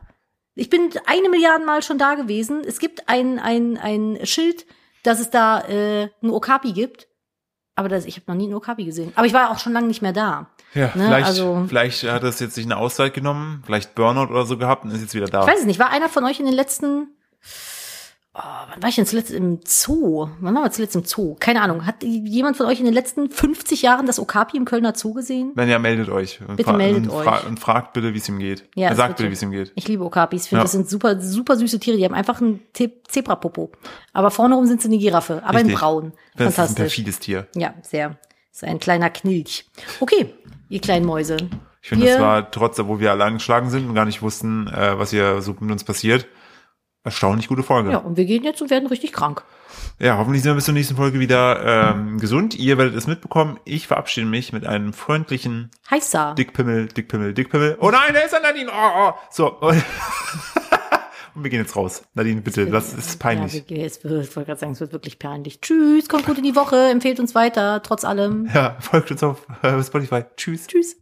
[SPEAKER 2] Ich bin eine Milliarde Mal schon da gewesen. Es gibt ein, ein, ein Schild, dass es da äh, ein Okapi gibt. Aber das, ich habe noch nie ein Okapi gesehen. Aber ich war auch schon lange nicht mehr da.
[SPEAKER 1] Ja,
[SPEAKER 2] Ne,
[SPEAKER 1] vielleicht,
[SPEAKER 2] also-
[SPEAKER 1] vielleicht hat es jetzt sich eine Auszeit genommen, vielleicht Burnout oder so gehabt und ist jetzt wieder da.
[SPEAKER 2] Ich weiß es nicht. War einer von euch in den letzten. Oh, wann war ich denn zuletzt im Zoo? Wann waren wir zuletzt im Zoo? Keine Ahnung. Hat jemand von euch in den letzten 50 Jahren das Okapi im Kölner Zoo gesehen?
[SPEAKER 1] Wenn ja, meldet euch. Und
[SPEAKER 2] Bitte meldet
[SPEAKER 1] und fra-
[SPEAKER 2] euch.
[SPEAKER 1] Und fragt bitte, wie es ihm geht.
[SPEAKER 2] Ja,
[SPEAKER 1] Ja,
[SPEAKER 2] das
[SPEAKER 1] sagt
[SPEAKER 2] wird
[SPEAKER 1] bitte,
[SPEAKER 2] so.
[SPEAKER 1] wie es ihm geht.
[SPEAKER 2] Ich liebe Okapis. Ich finde,
[SPEAKER 1] Ja.
[SPEAKER 2] das sind super, super süße Tiere. Die haben einfach einen Te- Zebrapopo. Aber vorne rum sind sie eine Giraffe. Aber in
[SPEAKER 1] Richtig.
[SPEAKER 2] braun.
[SPEAKER 1] Das ist ein
[SPEAKER 2] Fantastisch.
[SPEAKER 1] perfides Tier.
[SPEAKER 2] ja, sehr. Das ist ein kleiner Knilch. Okay, ihr kleinen Mäuse.
[SPEAKER 1] Ich finde, das
[SPEAKER 2] Wir-
[SPEAKER 1] war trotz, obwohl wir alle angeschlagen sind und gar nicht wussten, äh, was hier so mit uns passiert, erstaunlich gute Folge.
[SPEAKER 2] Ja,
[SPEAKER 1] Ja,
[SPEAKER 2] und wir gehen jetzt und werden richtig krank.
[SPEAKER 1] hoffentlich sind wir bis zur nächsten Folge wieder ähm, gesund. Ihr werdet es mitbekommen. Ich verabschiede mich mit einem freundlichen
[SPEAKER 2] Heißer.
[SPEAKER 1] Dickpimmel, Dickpimmel, Dickpimmel. Oh nein, da ist er, Nadine. Oh, oh. So. Und und wir gehen jetzt raus. Nadine, bitte, das ist
[SPEAKER 2] Ja,
[SPEAKER 1] peinlich.
[SPEAKER 2] wir- es wird, ich wollte gerade sagen, es wird wirklich peinlich. Tschüss, kommt gut in die Woche, empfehlt uns weiter, trotz allem.
[SPEAKER 1] Ja, folgt uns auf äh, Spotify. Tschüss.
[SPEAKER 2] Tschüss.